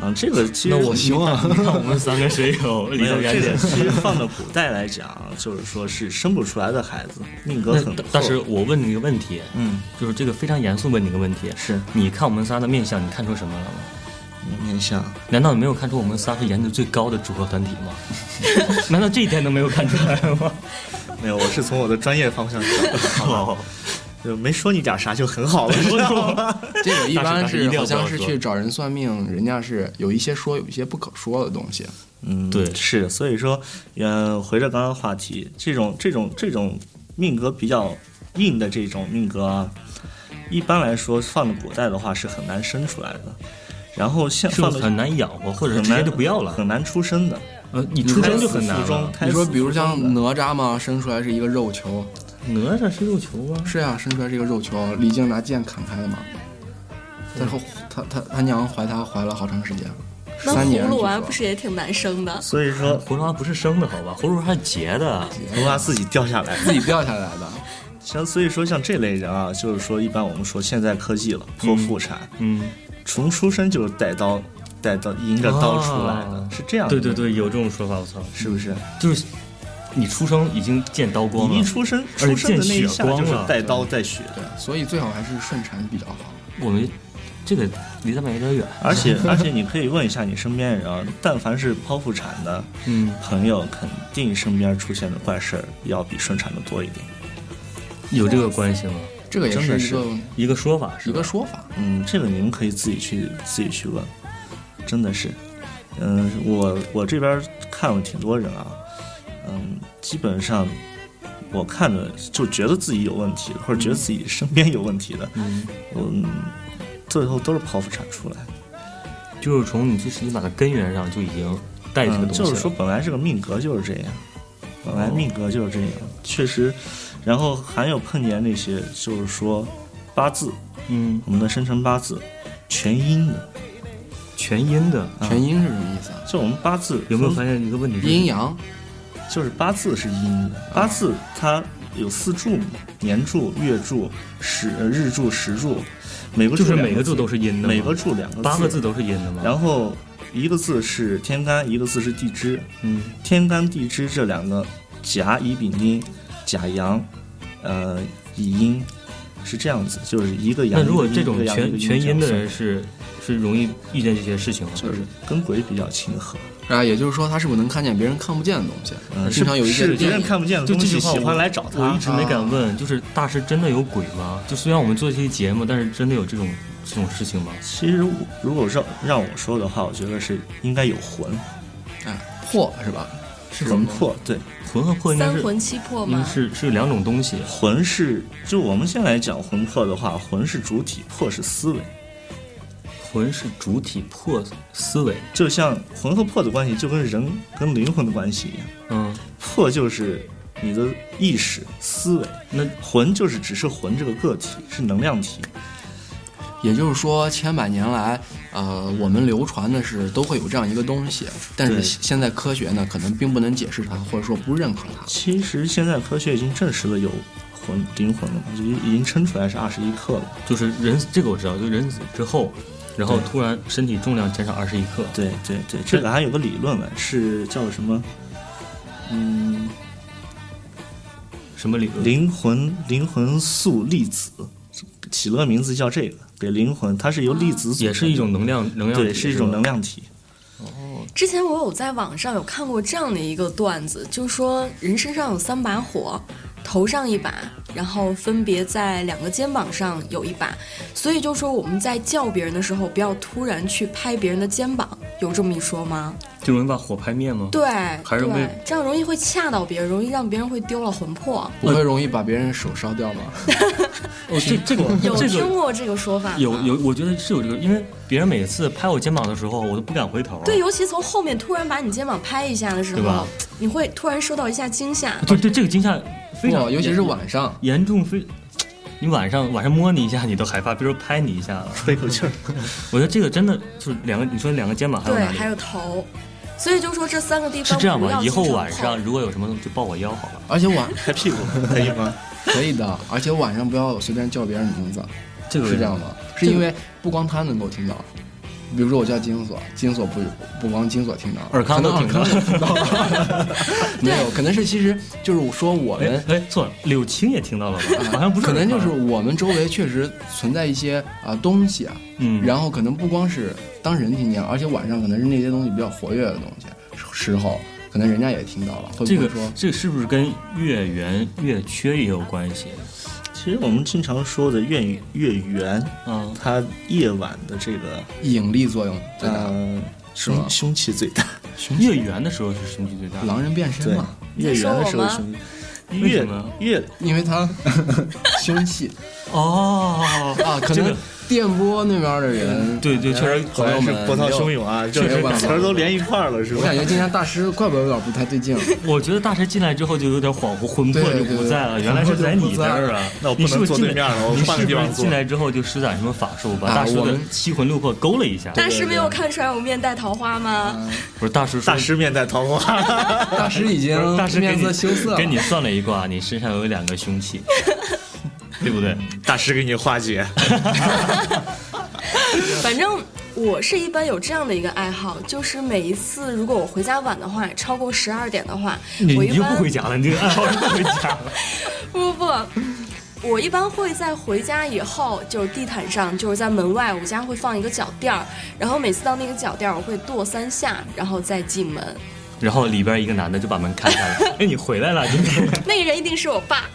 [SPEAKER 6] 嗯，这个其实
[SPEAKER 5] 那我
[SPEAKER 6] 希
[SPEAKER 5] 望
[SPEAKER 6] 望。
[SPEAKER 5] 你看 我们三个谁 有离
[SPEAKER 6] 没
[SPEAKER 5] 得
[SPEAKER 6] 有
[SPEAKER 5] 远
[SPEAKER 6] 这个，
[SPEAKER 5] 点？
[SPEAKER 6] 其实放到古代来讲，就是说是生不出来的孩子，命格
[SPEAKER 5] 那
[SPEAKER 6] 很
[SPEAKER 5] 大
[SPEAKER 6] 厚。
[SPEAKER 5] 大师，我问你一个问题，
[SPEAKER 6] 嗯，
[SPEAKER 5] 就是这个非常严肃问你一个问题，
[SPEAKER 6] 是
[SPEAKER 5] 你看我们仨的面相，你看出什么了吗？
[SPEAKER 6] 面相，
[SPEAKER 5] 难道你没有看出我们仨是颜值最高的组合团体吗？ 难道这一点都没有看出来吗？
[SPEAKER 6] 没有，我是从我的专业方向 讲，
[SPEAKER 5] 好，
[SPEAKER 6] 就没说你点啥就 很好了，知道吗？
[SPEAKER 3] 这个一
[SPEAKER 5] 大
[SPEAKER 3] 般
[SPEAKER 5] 师一
[SPEAKER 3] 是
[SPEAKER 5] 定要
[SPEAKER 3] 好
[SPEAKER 5] 不要
[SPEAKER 3] 像是
[SPEAKER 5] 说
[SPEAKER 3] 去找人算命，人家是有一些说，有一些不可说的东西。
[SPEAKER 6] 嗯，
[SPEAKER 5] 对
[SPEAKER 6] 是，所以说，嗯，回到刚刚话题，这种这种这种命格比较硬的这种命格啊，一般来说放到古代的话是很难生出来的，然后像
[SPEAKER 5] 是不
[SPEAKER 6] 放
[SPEAKER 5] 是
[SPEAKER 6] 到
[SPEAKER 5] 很难养活，或者是
[SPEAKER 6] 很
[SPEAKER 5] 直接
[SPEAKER 6] 难
[SPEAKER 5] 就不要了？
[SPEAKER 6] 很难出生的，
[SPEAKER 5] 呃，你出生就很难
[SPEAKER 6] 胎死腹
[SPEAKER 5] 了
[SPEAKER 6] 中。
[SPEAKER 3] 你说，比如
[SPEAKER 6] 胎死腹中
[SPEAKER 3] 像
[SPEAKER 6] 的
[SPEAKER 3] 哪吒嘛，生出来是一个肉球，啊
[SPEAKER 5] 哪吒是肉球吗？啊
[SPEAKER 3] 是呀、生出来是一个肉球，李靖拿剑砍开的嘛。他后他他他娘怀他怀了好长时间，
[SPEAKER 4] 那
[SPEAKER 3] 三年
[SPEAKER 4] 葫
[SPEAKER 3] 据
[SPEAKER 4] 芦
[SPEAKER 3] 说。
[SPEAKER 4] 娃不是也挺难生的？
[SPEAKER 6] 所以说
[SPEAKER 5] 葫芦娃不是生的好吧？葫芦娃是结的，
[SPEAKER 6] 葫芦娃自己掉下来。
[SPEAKER 3] 自己掉下来的，
[SPEAKER 6] 像所以说像这类人啊，就是说一般我们说现在科技了，剖腹产，
[SPEAKER 5] 嗯，
[SPEAKER 6] 从出生就是带刀，带刀迎着刀出来的，
[SPEAKER 5] 哦
[SPEAKER 6] 是这样的。
[SPEAKER 5] 对对，对，有这种说法，我操，
[SPEAKER 6] 是不是？
[SPEAKER 5] 就是你出生已经见刀光
[SPEAKER 6] 你一
[SPEAKER 5] 了。
[SPEAKER 6] 出生
[SPEAKER 5] 而且
[SPEAKER 6] 出生的那一
[SPEAKER 5] 见血
[SPEAKER 6] 下
[SPEAKER 5] 光
[SPEAKER 6] 就是
[SPEAKER 5] 了
[SPEAKER 6] 带刀带血，
[SPEAKER 3] 对，所以最好还是顺产比较好。
[SPEAKER 5] 我们这个离咱们有点远，
[SPEAKER 6] 而且而且你可以问一下你身边人啊，但凡是剖腹产的
[SPEAKER 5] 嗯，
[SPEAKER 6] 朋友，肯定身边出现的怪事儿要比顺产的多一点。
[SPEAKER 5] 有这个关系吗？
[SPEAKER 3] 这个也
[SPEAKER 6] 真的
[SPEAKER 3] 是一
[SPEAKER 6] 是
[SPEAKER 3] 个
[SPEAKER 5] 一个说法是
[SPEAKER 3] 一
[SPEAKER 5] 吧
[SPEAKER 3] 个说法，
[SPEAKER 6] 嗯，这个你们可以自己去自己去问，真的是。嗯，我我这边看了挺多人啊，嗯，基本上我看着就觉得自己有问题，或者觉得自己身边有问题的，
[SPEAKER 5] 嗯，
[SPEAKER 6] 嗯，最后都是剖腹产出来。
[SPEAKER 5] 就是从你最起码的根源上就已经带这个
[SPEAKER 6] 嗯，
[SPEAKER 5] 东西了。哦
[SPEAKER 6] 就是说，本来这个命格就是这样，本来命格就是这样，确实。然后还有碰见那些，就是说八字，
[SPEAKER 5] 嗯，
[SPEAKER 6] 我们的生辰八字全阴的，
[SPEAKER 5] 全阴的，
[SPEAKER 6] 嗯
[SPEAKER 3] 全阴是什么意思啊？
[SPEAKER 6] 就我们八字
[SPEAKER 5] 有没有发
[SPEAKER 6] 分
[SPEAKER 5] 现一个问题？
[SPEAKER 3] 阴，阳
[SPEAKER 6] 就是八字是阴
[SPEAKER 5] 哦
[SPEAKER 6] 的，八字它有四柱嘛，年柱、月柱、时呃日柱、时柱，每个
[SPEAKER 5] 就
[SPEAKER 6] 柱
[SPEAKER 5] 是
[SPEAKER 6] 两
[SPEAKER 5] 每个
[SPEAKER 6] 字
[SPEAKER 5] 柱都是阴的吗，
[SPEAKER 6] 每个柱两个字
[SPEAKER 5] 八个字，都是阴的吗？
[SPEAKER 6] 然后一个字是天干，一个字是地支，
[SPEAKER 5] 嗯，
[SPEAKER 6] 天干地支这两个甲乙丙丁，甲阳，呃乙阴，是这样子，就是一个阳。
[SPEAKER 5] 那如果这
[SPEAKER 6] 一
[SPEAKER 5] 种
[SPEAKER 6] 个阳一个
[SPEAKER 5] 全全阴的人
[SPEAKER 6] 这样
[SPEAKER 5] 是是容易遇见这些事情吗？
[SPEAKER 6] 算就是跟鬼比较亲和，
[SPEAKER 3] 啊，也就是说他是不是能看见别人看不见的东西？
[SPEAKER 6] 嗯，
[SPEAKER 3] 经常有一些
[SPEAKER 6] 是别
[SPEAKER 3] 电
[SPEAKER 6] 人
[SPEAKER 3] 影
[SPEAKER 6] 看不见的
[SPEAKER 5] 就
[SPEAKER 6] 东
[SPEAKER 5] 这句
[SPEAKER 6] 西
[SPEAKER 5] 话
[SPEAKER 6] 喜
[SPEAKER 5] 我
[SPEAKER 6] 欢来找
[SPEAKER 5] 我
[SPEAKER 6] 他啊
[SPEAKER 5] 一。直没敢问，就是大师真的有鬼吗？就虽然我们做这期节目，但是真的有这种这种事情吗？
[SPEAKER 6] 其实我如果让让我说的话，我觉得是应该有魂，
[SPEAKER 3] 哎，魄是吧？是
[SPEAKER 6] 魂魄。对，
[SPEAKER 5] 魂和魄应该
[SPEAKER 4] 三
[SPEAKER 5] 是
[SPEAKER 4] 魂七魄
[SPEAKER 5] 应该
[SPEAKER 4] 嘛，
[SPEAKER 5] 是是两种东西。
[SPEAKER 6] 魂是就我们先来讲魂魄的话，魂是主体，魄是思维。
[SPEAKER 5] 魂是主体，魄思维。
[SPEAKER 6] 就像魂和魄的关系，就跟人跟灵魂的关系一样。
[SPEAKER 5] 嗯，
[SPEAKER 6] 魄就是你的意识、思维，
[SPEAKER 5] 那
[SPEAKER 6] 魂就是只是魂这个个体，是能量体。
[SPEAKER 3] 也就是说，千百年来，呃，我们流传的是都会有这样一个东西，但是
[SPEAKER 6] 对
[SPEAKER 3] 现在科学呢，可能并不能解释它，或者说不认可它。
[SPEAKER 6] 其实现在科学已经证实了有魂、灵魂了，已已经称出来是二十一克了。
[SPEAKER 5] 就是人，这个我知道，就人死之后，然后突然身体重量减少二十一克。
[SPEAKER 6] 对对对，这个还有个理论呢，是叫什么？嗯，
[SPEAKER 5] 什么理论？
[SPEAKER 6] 灵魂灵魂素粒子，起了个名字叫这个，给灵魂，它是由粒子组成的
[SPEAKER 5] 也是一种能量，能量
[SPEAKER 6] 对，
[SPEAKER 5] 体
[SPEAKER 6] 啊是一种
[SPEAKER 5] 吧
[SPEAKER 6] 能量体。
[SPEAKER 4] 之前我有在网上有看过这样的一个段子，就说人身上有三把火，头上一把，然后分别在两个肩膀上有一把，所以就说我们在叫别人的时候，不要突然去拍别人的肩膀，有这么一说吗？
[SPEAKER 5] 就容易把火拍灭吗？
[SPEAKER 4] 对，
[SPEAKER 5] 还是
[SPEAKER 4] 对
[SPEAKER 5] 为，
[SPEAKER 4] 这样容易会掐到别人，容易让别人会丢了魂魄。
[SPEAKER 6] 呃
[SPEAKER 3] 不会容易把别人手烧掉吗？
[SPEAKER 5] 哦，这这个
[SPEAKER 4] 有
[SPEAKER 5] 这
[SPEAKER 4] 听
[SPEAKER 5] 个
[SPEAKER 4] 过这个说法吗？
[SPEAKER 5] 有有，我觉得是有这个，因为别人每次拍我肩膀的时候，我都不敢回头。
[SPEAKER 4] 对，尤其从后面突然把你肩膀拍一下的时
[SPEAKER 5] 对
[SPEAKER 4] 候
[SPEAKER 5] 吧，
[SPEAKER 4] 你会突然受到一下惊吓。
[SPEAKER 5] 对对，这个惊吓非常
[SPEAKER 3] 不，，尤其是
[SPEAKER 5] 严
[SPEAKER 3] 晚上，
[SPEAKER 5] 严重非。你晚上晚上摸你一下你都害怕，别说拍你一下了。
[SPEAKER 6] 吹口气儿，
[SPEAKER 5] 我觉得这个真的就是两个，你说两个肩膀还有
[SPEAKER 4] 对，
[SPEAKER 5] 哪里
[SPEAKER 4] 还？有头，所以就说这三个地
[SPEAKER 5] 是
[SPEAKER 4] 方
[SPEAKER 5] 这样
[SPEAKER 4] 不
[SPEAKER 5] 吧
[SPEAKER 4] 要，
[SPEAKER 5] 以
[SPEAKER 4] 经
[SPEAKER 5] 后
[SPEAKER 4] 常
[SPEAKER 5] 晚
[SPEAKER 4] 碰
[SPEAKER 5] 上如果有什么就抱我腰好了。
[SPEAKER 3] 而且晚
[SPEAKER 6] 拍屁股 可以吗？
[SPEAKER 3] 可以的，而且晚上不要随便叫别人名字，
[SPEAKER 5] 这个
[SPEAKER 3] 是这样吗？是因为不光他能够听到，比如说我叫金锁，金锁不不光金锁听到，
[SPEAKER 5] 尔康
[SPEAKER 3] 可能
[SPEAKER 5] 都
[SPEAKER 3] 尔康
[SPEAKER 5] 听到
[SPEAKER 3] 也听到了， 没有，可能是其实就是说我
[SPEAKER 5] 哎
[SPEAKER 3] 们。
[SPEAKER 5] 哎，错了，柳青也听到了吧？好像不是
[SPEAKER 3] 可
[SPEAKER 5] 尔康，
[SPEAKER 3] 能就是我们周围确实存在一些啊、东西啊，
[SPEAKER 5] 嗯，
[SPEAKER 3] 然后可能不光是当人听见，而且晚上可能是那些东西比较活跃的东西时候，可能人家也听到了，会
[SPEAKER 5] 这
[SPEAKER 3] 不会
[SPEAKER 5] 个
[SPEAKER 3] 说、
[SPEAKER 5] 这个是不是跟月圆月缺也有关系？
[SPEAKER 6] 其实我们经常说的月圆月圆，
[SPEAKER 5] 嗯，
[SPEAKER 6] 它夜晚的这个
[SPEAKER 3] 引力作用最大？
[SPEAKER 6] 呃
[SPEAKER 3] 是吗
[SPEAKER 6] 凶凶器最大。
[SPEAKER 5] 月圆的时候是凶器最大。
[SPEAKER 3] 狼人变身
[SPEAKER 6] 对
[SPEAKER 3] 嘛，，
[SPEAKER 6] 月圆的时候
[SPEAKER 4] 你在说
[SPEAKER 6] 凶器。
[SPEAKER 5] 为什
[SPEAKER 6] 月
[SPEAKER 5] 么
[SPEAKER 6] 月
[SPEAKER 3] 因为他 凶器
[SPEAKER 5] 哦
[SPEAKER 3] 啊，可
[SPEAKER 5] 这
[SPEAKER 3] 能
[SPEAKER 5] 个
[SPEAKER 3] 电波那边的人，哎
[SPEAKER 5] 对对，确实
[SPEAKER 3] 朋友
[SPEAKER 6] 是
[SPEAKER 3] 们
[SPEAKER 6] 波涛
[SPEAKER 3] 没有
[SPEAKER 6] 汹涌啊，就
[SPEAKER 3] 确实没
[SPEAKER 6] 是
[SPEAKER 3] 有
[SPEAKER 6] 词儿都连一块儿了，是吧？
[SPEAKER 3] 我感觉今天大师怪不得有点不太对劲 了。
[SPEAKER 5] 我觉得大师进来之后就有点恍惚，魂魄
[SPEAKER 3] 对
[SPEAKER 5] 就
[SPEAKER 3] 对
[SPEAKER 5] 不
[SPEAKER 3] 对
[SPEAKER 5] 在了，原来是在你那儿啊。
[SPEAKER 6] 那我不
[SPEAKER 5] 你是
[SPEAKER 6] 能
[SPEAKER 5] 是
[SPEAKER 6] 坐
[SPEAKER 5] 进来
[SPEAKER 6] 对面了，我
[SPEAKER 5] 你是
[SPEAKER 6] 换个
[SPEAKER 5] 不
[SPEAKER 6] 地
[SPEAKER 5] 是
[SPEAKER 6] 方坐
[SPEAKER 5] 进。来之后就施展什么法术，把
[SPEAKER 3] 啊
[SPEAKER 5] 大师
[SPEAKER 3] 我
[SPEAKER 5] 的
[SPEAKER 3] 们
[SPEAKER 5] 七魂六魄勾了一下？
[SPEAKER 4] 大师没有看出来我面带桃花吗？
[SPEAKER 5] 不是大师说
[SPEAKER 6] 大师面带桃 花，
[SPEAKER 3] 大师已经
[SPEAKER 5] 大师给
[SPEAKER 3] 面
[SPEAKER 5] 你
[SPEAKER 3] 色羞涩了，啊
[SPEAKER 5] 给你算了一卦，你身上有两个凶器，对不对？
[SPEAKER 6] 大师给你化 解。
[SPEAKER 4] 反正我是一般有这样的一个爱好，就是每一次如果我回家晚的话，超过十二点的话，
[SPEAKER 5] 你
[SPEAKER 4] 我
[SPEAKER 5] 你
[SPEAKER 4] 一
[SPEAKER 5] 就不
[SPEAKER 4] 般
[SPEAKER 5] 回家了，你这个爱好是不回家了。
[SPEAKER 4] 不不不，我一般会在回家以后，就是地毯上，就是在门外，我家会放一个脚垫儿，然后每次到那个脚垫儿，我会跺三下，然后再进门。
[SPEAKER 5] 然后里边一个男的就把门开开了，哎，你回来了，今天
[SPEAKER 4] 那个人一定是我爸。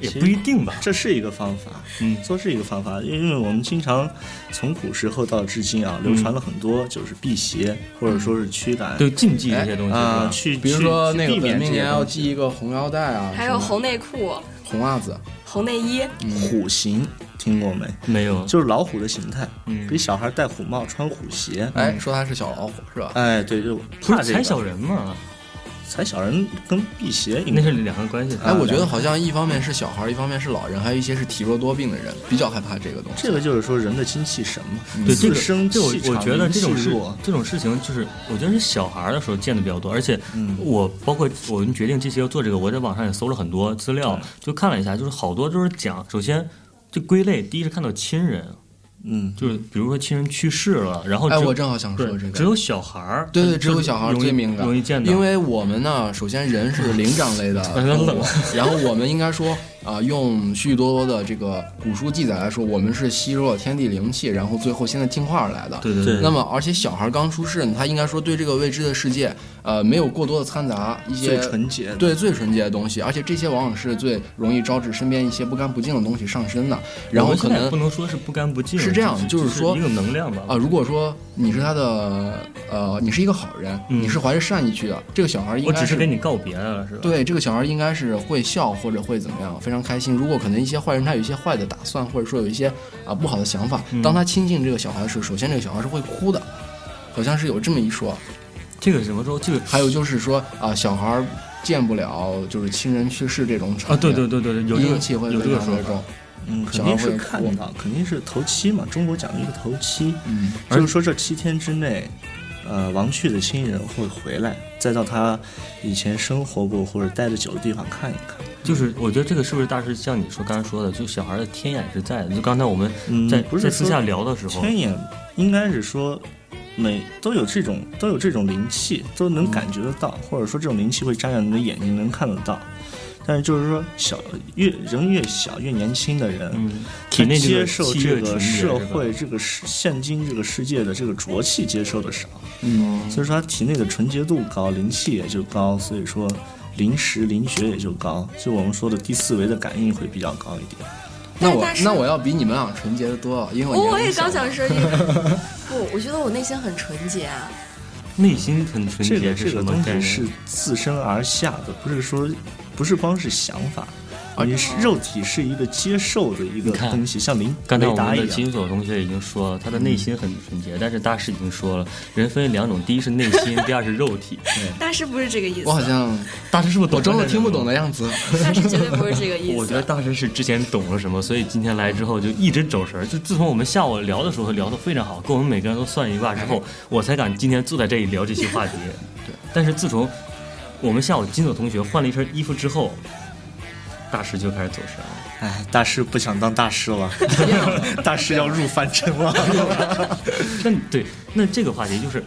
[SPEAKER 5] 也不一定吧？
[SPEAKER 6] 这是一个方法，
[SPEAKER 5] 嗯
[SPEAKER 6] 做是一个方法，因为我们经常从古时候到至今啊，
[SPEAKER 3] 嗯
[SPEAKER 6] 流传了很多就是辟邪或者说是驱赶，
[SPEAKER 5] 对禁忌这些东西，
[SPEAKER 6] 啊，
[SPEAKER 5] 是吧
[SPEAKER 6] 去
[SPEAKER 3] 比如说
[SPEAKER 6] 去
[SPEAKER 3] 那个
[SPEAKER 6] 去避
[SPEAKER 3] 本
[SPEAKER 6] 免这
[SPEAKER 3] 命
[SPEAKER 6] 些
[SPEAKER 3] 年要
[SPEAKER 6] 东西
[SPEAKER 3] 系一个红腰带
[SPEAKER 5] 嗯
[SPEAKER 3] 啊，
[SPEAKER 4] 还
[SPEAKER 3] 什
[SPEAKER 4] 有
[SPEAKER 3] 么
[SPEAKER 4] 红内裤、
[SPEAKER 3] 红袜子，
[SPEAKER 4] 红内衣，
[SPEAKER 6] 虎形，听过没？
[SPEAKER 5] 没有，
[SPEAKER 6] 就是老虎的形态，
[SPEAKER 5] 嗯
[SPEAKER 6] 给小孩戴虎帽、穿虎鞋。
[SPEAKER 3] 哎，说他是小老虎是吧？
[SPEAKER 6] 哎，对，就
[SPEAKER 5] 不
[SPEAKER 6] 怕
[SPEAKER 5] 是
[SPEAKER 6] 这个
[SPEAKER 5] 踩小人嘛？
[SPEAKER 6] 踩小人跟辟邪应
[SPEAKER 5] 那
[SPEAKER 6] 该
[SPEAKER 5] 是两个关系。
[SPEAKER 3] 哎，我觉得好像一方面是小孩，一方面是老人，还有一些是体弱多病的人，比较害怕这个东西。
[SPEAKER 6] 这个就是说人的精气神嘛，
[SPEAKER 5] 对这
[SPEAKER 6] 自
[SPEAKER 5] 个，
[SPEAKER 6] 身
[SPEAKER 5] 这我
[SPEAKER 6] 气
[SPEAKER 5] 我
[SPEAKER 6] 场
[SPEAKER 5] 觉得这种
[SPEAKER 6] 气
[SPEAKER 5] 事
[SPEAKER 6] 弱，
[SPEAKER 5] 这种事情就是，我觉得是小孩儿的时候见的比较多，而且
[SPEAKER 6] 嗯
[SPEAKER 5] 我包括我们决定这期要做这个，我在网上也搜了很多资料，就看了一下，就是好多就是讲，首先就归类，第一是看到亲人，
[SPEAKER 6] 嗯，
[SPEAKER 5] 就是比如说亲人去世了，然后
[SPEAKER 3] 哎，
[SPEAKER 5] 只
[SPEAKER 3] 我正好想
[SPEAKER 5] 对
[SPEAKER 3] 说这个，
[SPEAKER 5] 只有小孩儿，
[SPEAKER 3] 对对，
[SPEAKER 5] 就
[SPEAKER 3] 只有小孩儿
[SPEAKER 5] 容易
[SPEAKER 3] 最敏感，
[SPEAKER 5] 容易见到，
[SPEAKER 3] 因为我们呢，首先人是灵长类的
[SPEAKER 5] 有点
[SPEAKER 3] 动
[SPEAKER 5] 冷
[SPEAKER 3] 物， 然后我们应该说啊、用许许多多的这个古书记载来说，我们是吸收了天地灵气，然后最后现在进化而来的。
[SPEAKER 5] 对对
[SPEAKER 6] 对
[SPEAKER 3] 那么，而且小孩儿刚出世，他应该说对这个未知的世界，呃，没有过多的掺杂一些
[SPEAKER 6] 最纯洁的。
[SPEAKER 3] 对最纯洁的东西，而且这些往往是最容易招致身边一些不干不净的东西上身的。然后
[SPEAKER 5] 我们
[SPEAKER 3] 可
[SPEAKER 5] 现在
[SPEAKER 3] 能
[SPEAKER 5] 不能说是不干不净，
[SPEAKER 3] 是这样
[SPEAKER 5] 就
[SPEAKER 3] 就是
[SPEAKER 5] 只
[SPEAKER 3] 说
[SPEAKER 5] 一个能量吧
[SPEAKER 3] 啊、。如果说你是他的呃，你是一个好人，
[SPEAKER 5] 嗯
[SPEAKER 3] 你是怀着善意去的，这个小孩儿应
[SPEAKER 5] 我
[SPEAKER 3] 该
[SPEAKER 5] 只是跟你告别了，是吧？
[SPEAKER 3] 对这个小孩儿应该是会笑或者会怎么样，非常开心。如果可能一些坏人他有一些坏的打算，或者说有一些啊、不好的想法，
[SPEAKER 5] 嗯
[SPEAKER 3] 当他亲近这个小孩的时候，首先这个小孩是会哭的，好像是有这么一说。
[SPEAKER 5] 这个什么时候？这个
[SPEAKER 3] 还有就是说啊、小孩儿见不了就是亲人去世这种场
[SPEAKER 5] 啊，
[SPEAKER 3] 面
[SPEAKER 5] 对对对对，有这
[SPEAKER 3] 阴
[SPEAKER 5] 个
[SPEAKER 3] 气会
[SPEAKER 5] 有这
[SPEAKER 3] 非
[SPEAKER 5] 个
[SPEAKER 3] 常
[SPEAKER 5] 说
[SPEAKER 3] 的
[SPEAKER 5] 法
[SPEAKER 3] 重。
[SPEAKER 6] 嗯，肯
[SPEAKER 3] 小孩
[SPEAKER 6] 定是
[SPEAKER 3] 会
[SPEAKER 6] 看
[SPEAKER 3] 哭
[SPEAKER 6] 到，肯定是头七嘛。中国讲究一个头七，
[SPEAKER 3] 嗯，
[SPEAKER 6] 就是说这七天之内，呃，亡去的亲人会回来，再到他以前生活过或者待的久的地方看一看。
[SPEAKER 5] 就是我觉得这个是不是大师像你说刚才说的，就小孩的天眼是在的。就刚才我们
[SPEAKER 6] 嗯
[SPEAKER 5] 在、
[SPEAKER 6] 不是
[SPEAKER 5] 在私
[SPEAKER 6] 说
[SPEAKER 5] 下聊的时候，
[SPEAKER 6] 天眼应该是说，每都有这种都有这种灵气，都能感觉得到，或者说这种灵气会沾染你的眼睛，能看得到。但是就是说小，越人越小越年轻的人，
[SPEAKER 5] 嗯，体
[SPEAKER 6] 他
[SPEAKER 5] 内
[SPEAKER 6] 接
[SPEAKER 5] 个
[SPEAKER 6] 受
[SPEAKER 5] 气
[SPEAKER 6] 这
[SPEAKER 5] 越
[SPEAKER 6] 个
[SPEAKER 5] 纯洁
[SPEAKER 6] 社
[SPEAKER 5] 是吧
[SPEAKER 6] 会、这个世现今这个世界的这个浊气接受的少，
[SPEAKER 3] 嗯，
[SPEAKER 6] 所以说他体内的纯洁度高，灵气也就高，所以说灵识、灵觉也就高，就我们说的第四维的感应会比较高一点。
[SPEAKER 3] 那我
[SPEAKER 4] 但是
[SPEAKER 3] 那我要比你们俩纯洁的多，因为
[SPEAKER 4] 哦
[SPEAKER 3] 我
[SPEAKER 4] 我
[SPEAKER 3] 年
[SPEAKER 4] 也
[SPEAKER 3] 龄小
[SPEAKER 4] 刚想说 这个，不，我觉得我内心很纯洁啊。
[SPEAKER 5] 内心很纯
[SPEAKER 6] 这个
[SPEAKER 5] 洁
[SPEAKER 6] 这
[SPEAKER 5] 是
[SPEAKER 6] 个
[SPEAKER 5] 什么
[SPEAKER 6] 东
[SPEAKER 5] 概
[SPEAKER 6] 西
[SPEAKER 5] 念？
[SPEAKER 6] 是自身而下的，不是说不是光是想法，你是肉体是一个接受的一个
[SPEAKER 5] 啊你看
[SPEAKER 6] 东西，像灵
[SPEAKER 5] 刚才我
[SPEAKER 6] 雷达
[SPEAKER 5] 们的
[SPEAKER 6] 一
[SPEAKER 5] 金
[SPEAKER 6] 样。
[SPEAKER 5] 锁同学已经说了，他的内心很纯洁，但是大师已经说了，人分为两种，第一是内心，第二是肉体。
[SPEAKER 4] 大师不是这个意
[SPEAKER 3] 我好
[SPEAKER 4] 思，
[SPEAKER 3] 像
[SPEAKER 5] 大师是不是懂
[SPEAKER 3] 我装
[SPEAKER 5] 了
[SPEAKER 3] 作听不懂的？样子。
[SPEAKER 4] 大师绝对不是这个意思。
[SPEAKER 5] 我觉得大师是之前懂了什么，所以今天来之后就一直走神儿。就自从我们下午聊的时候聊得非常好，跟我们每个人都算一卦之后，我才敢今天坐在这里聊这些话题。
[SPEAKER 3] 对，
[SPEAKER 5] 但是自从我们下午金锁同学换了一身衣服之后，大师就开始走神了。
[SPEAKER 6] 哎，大师不想当大师 了，大师要入凡尘了。
[SPEAKER 5] 那对，那这个话题就是。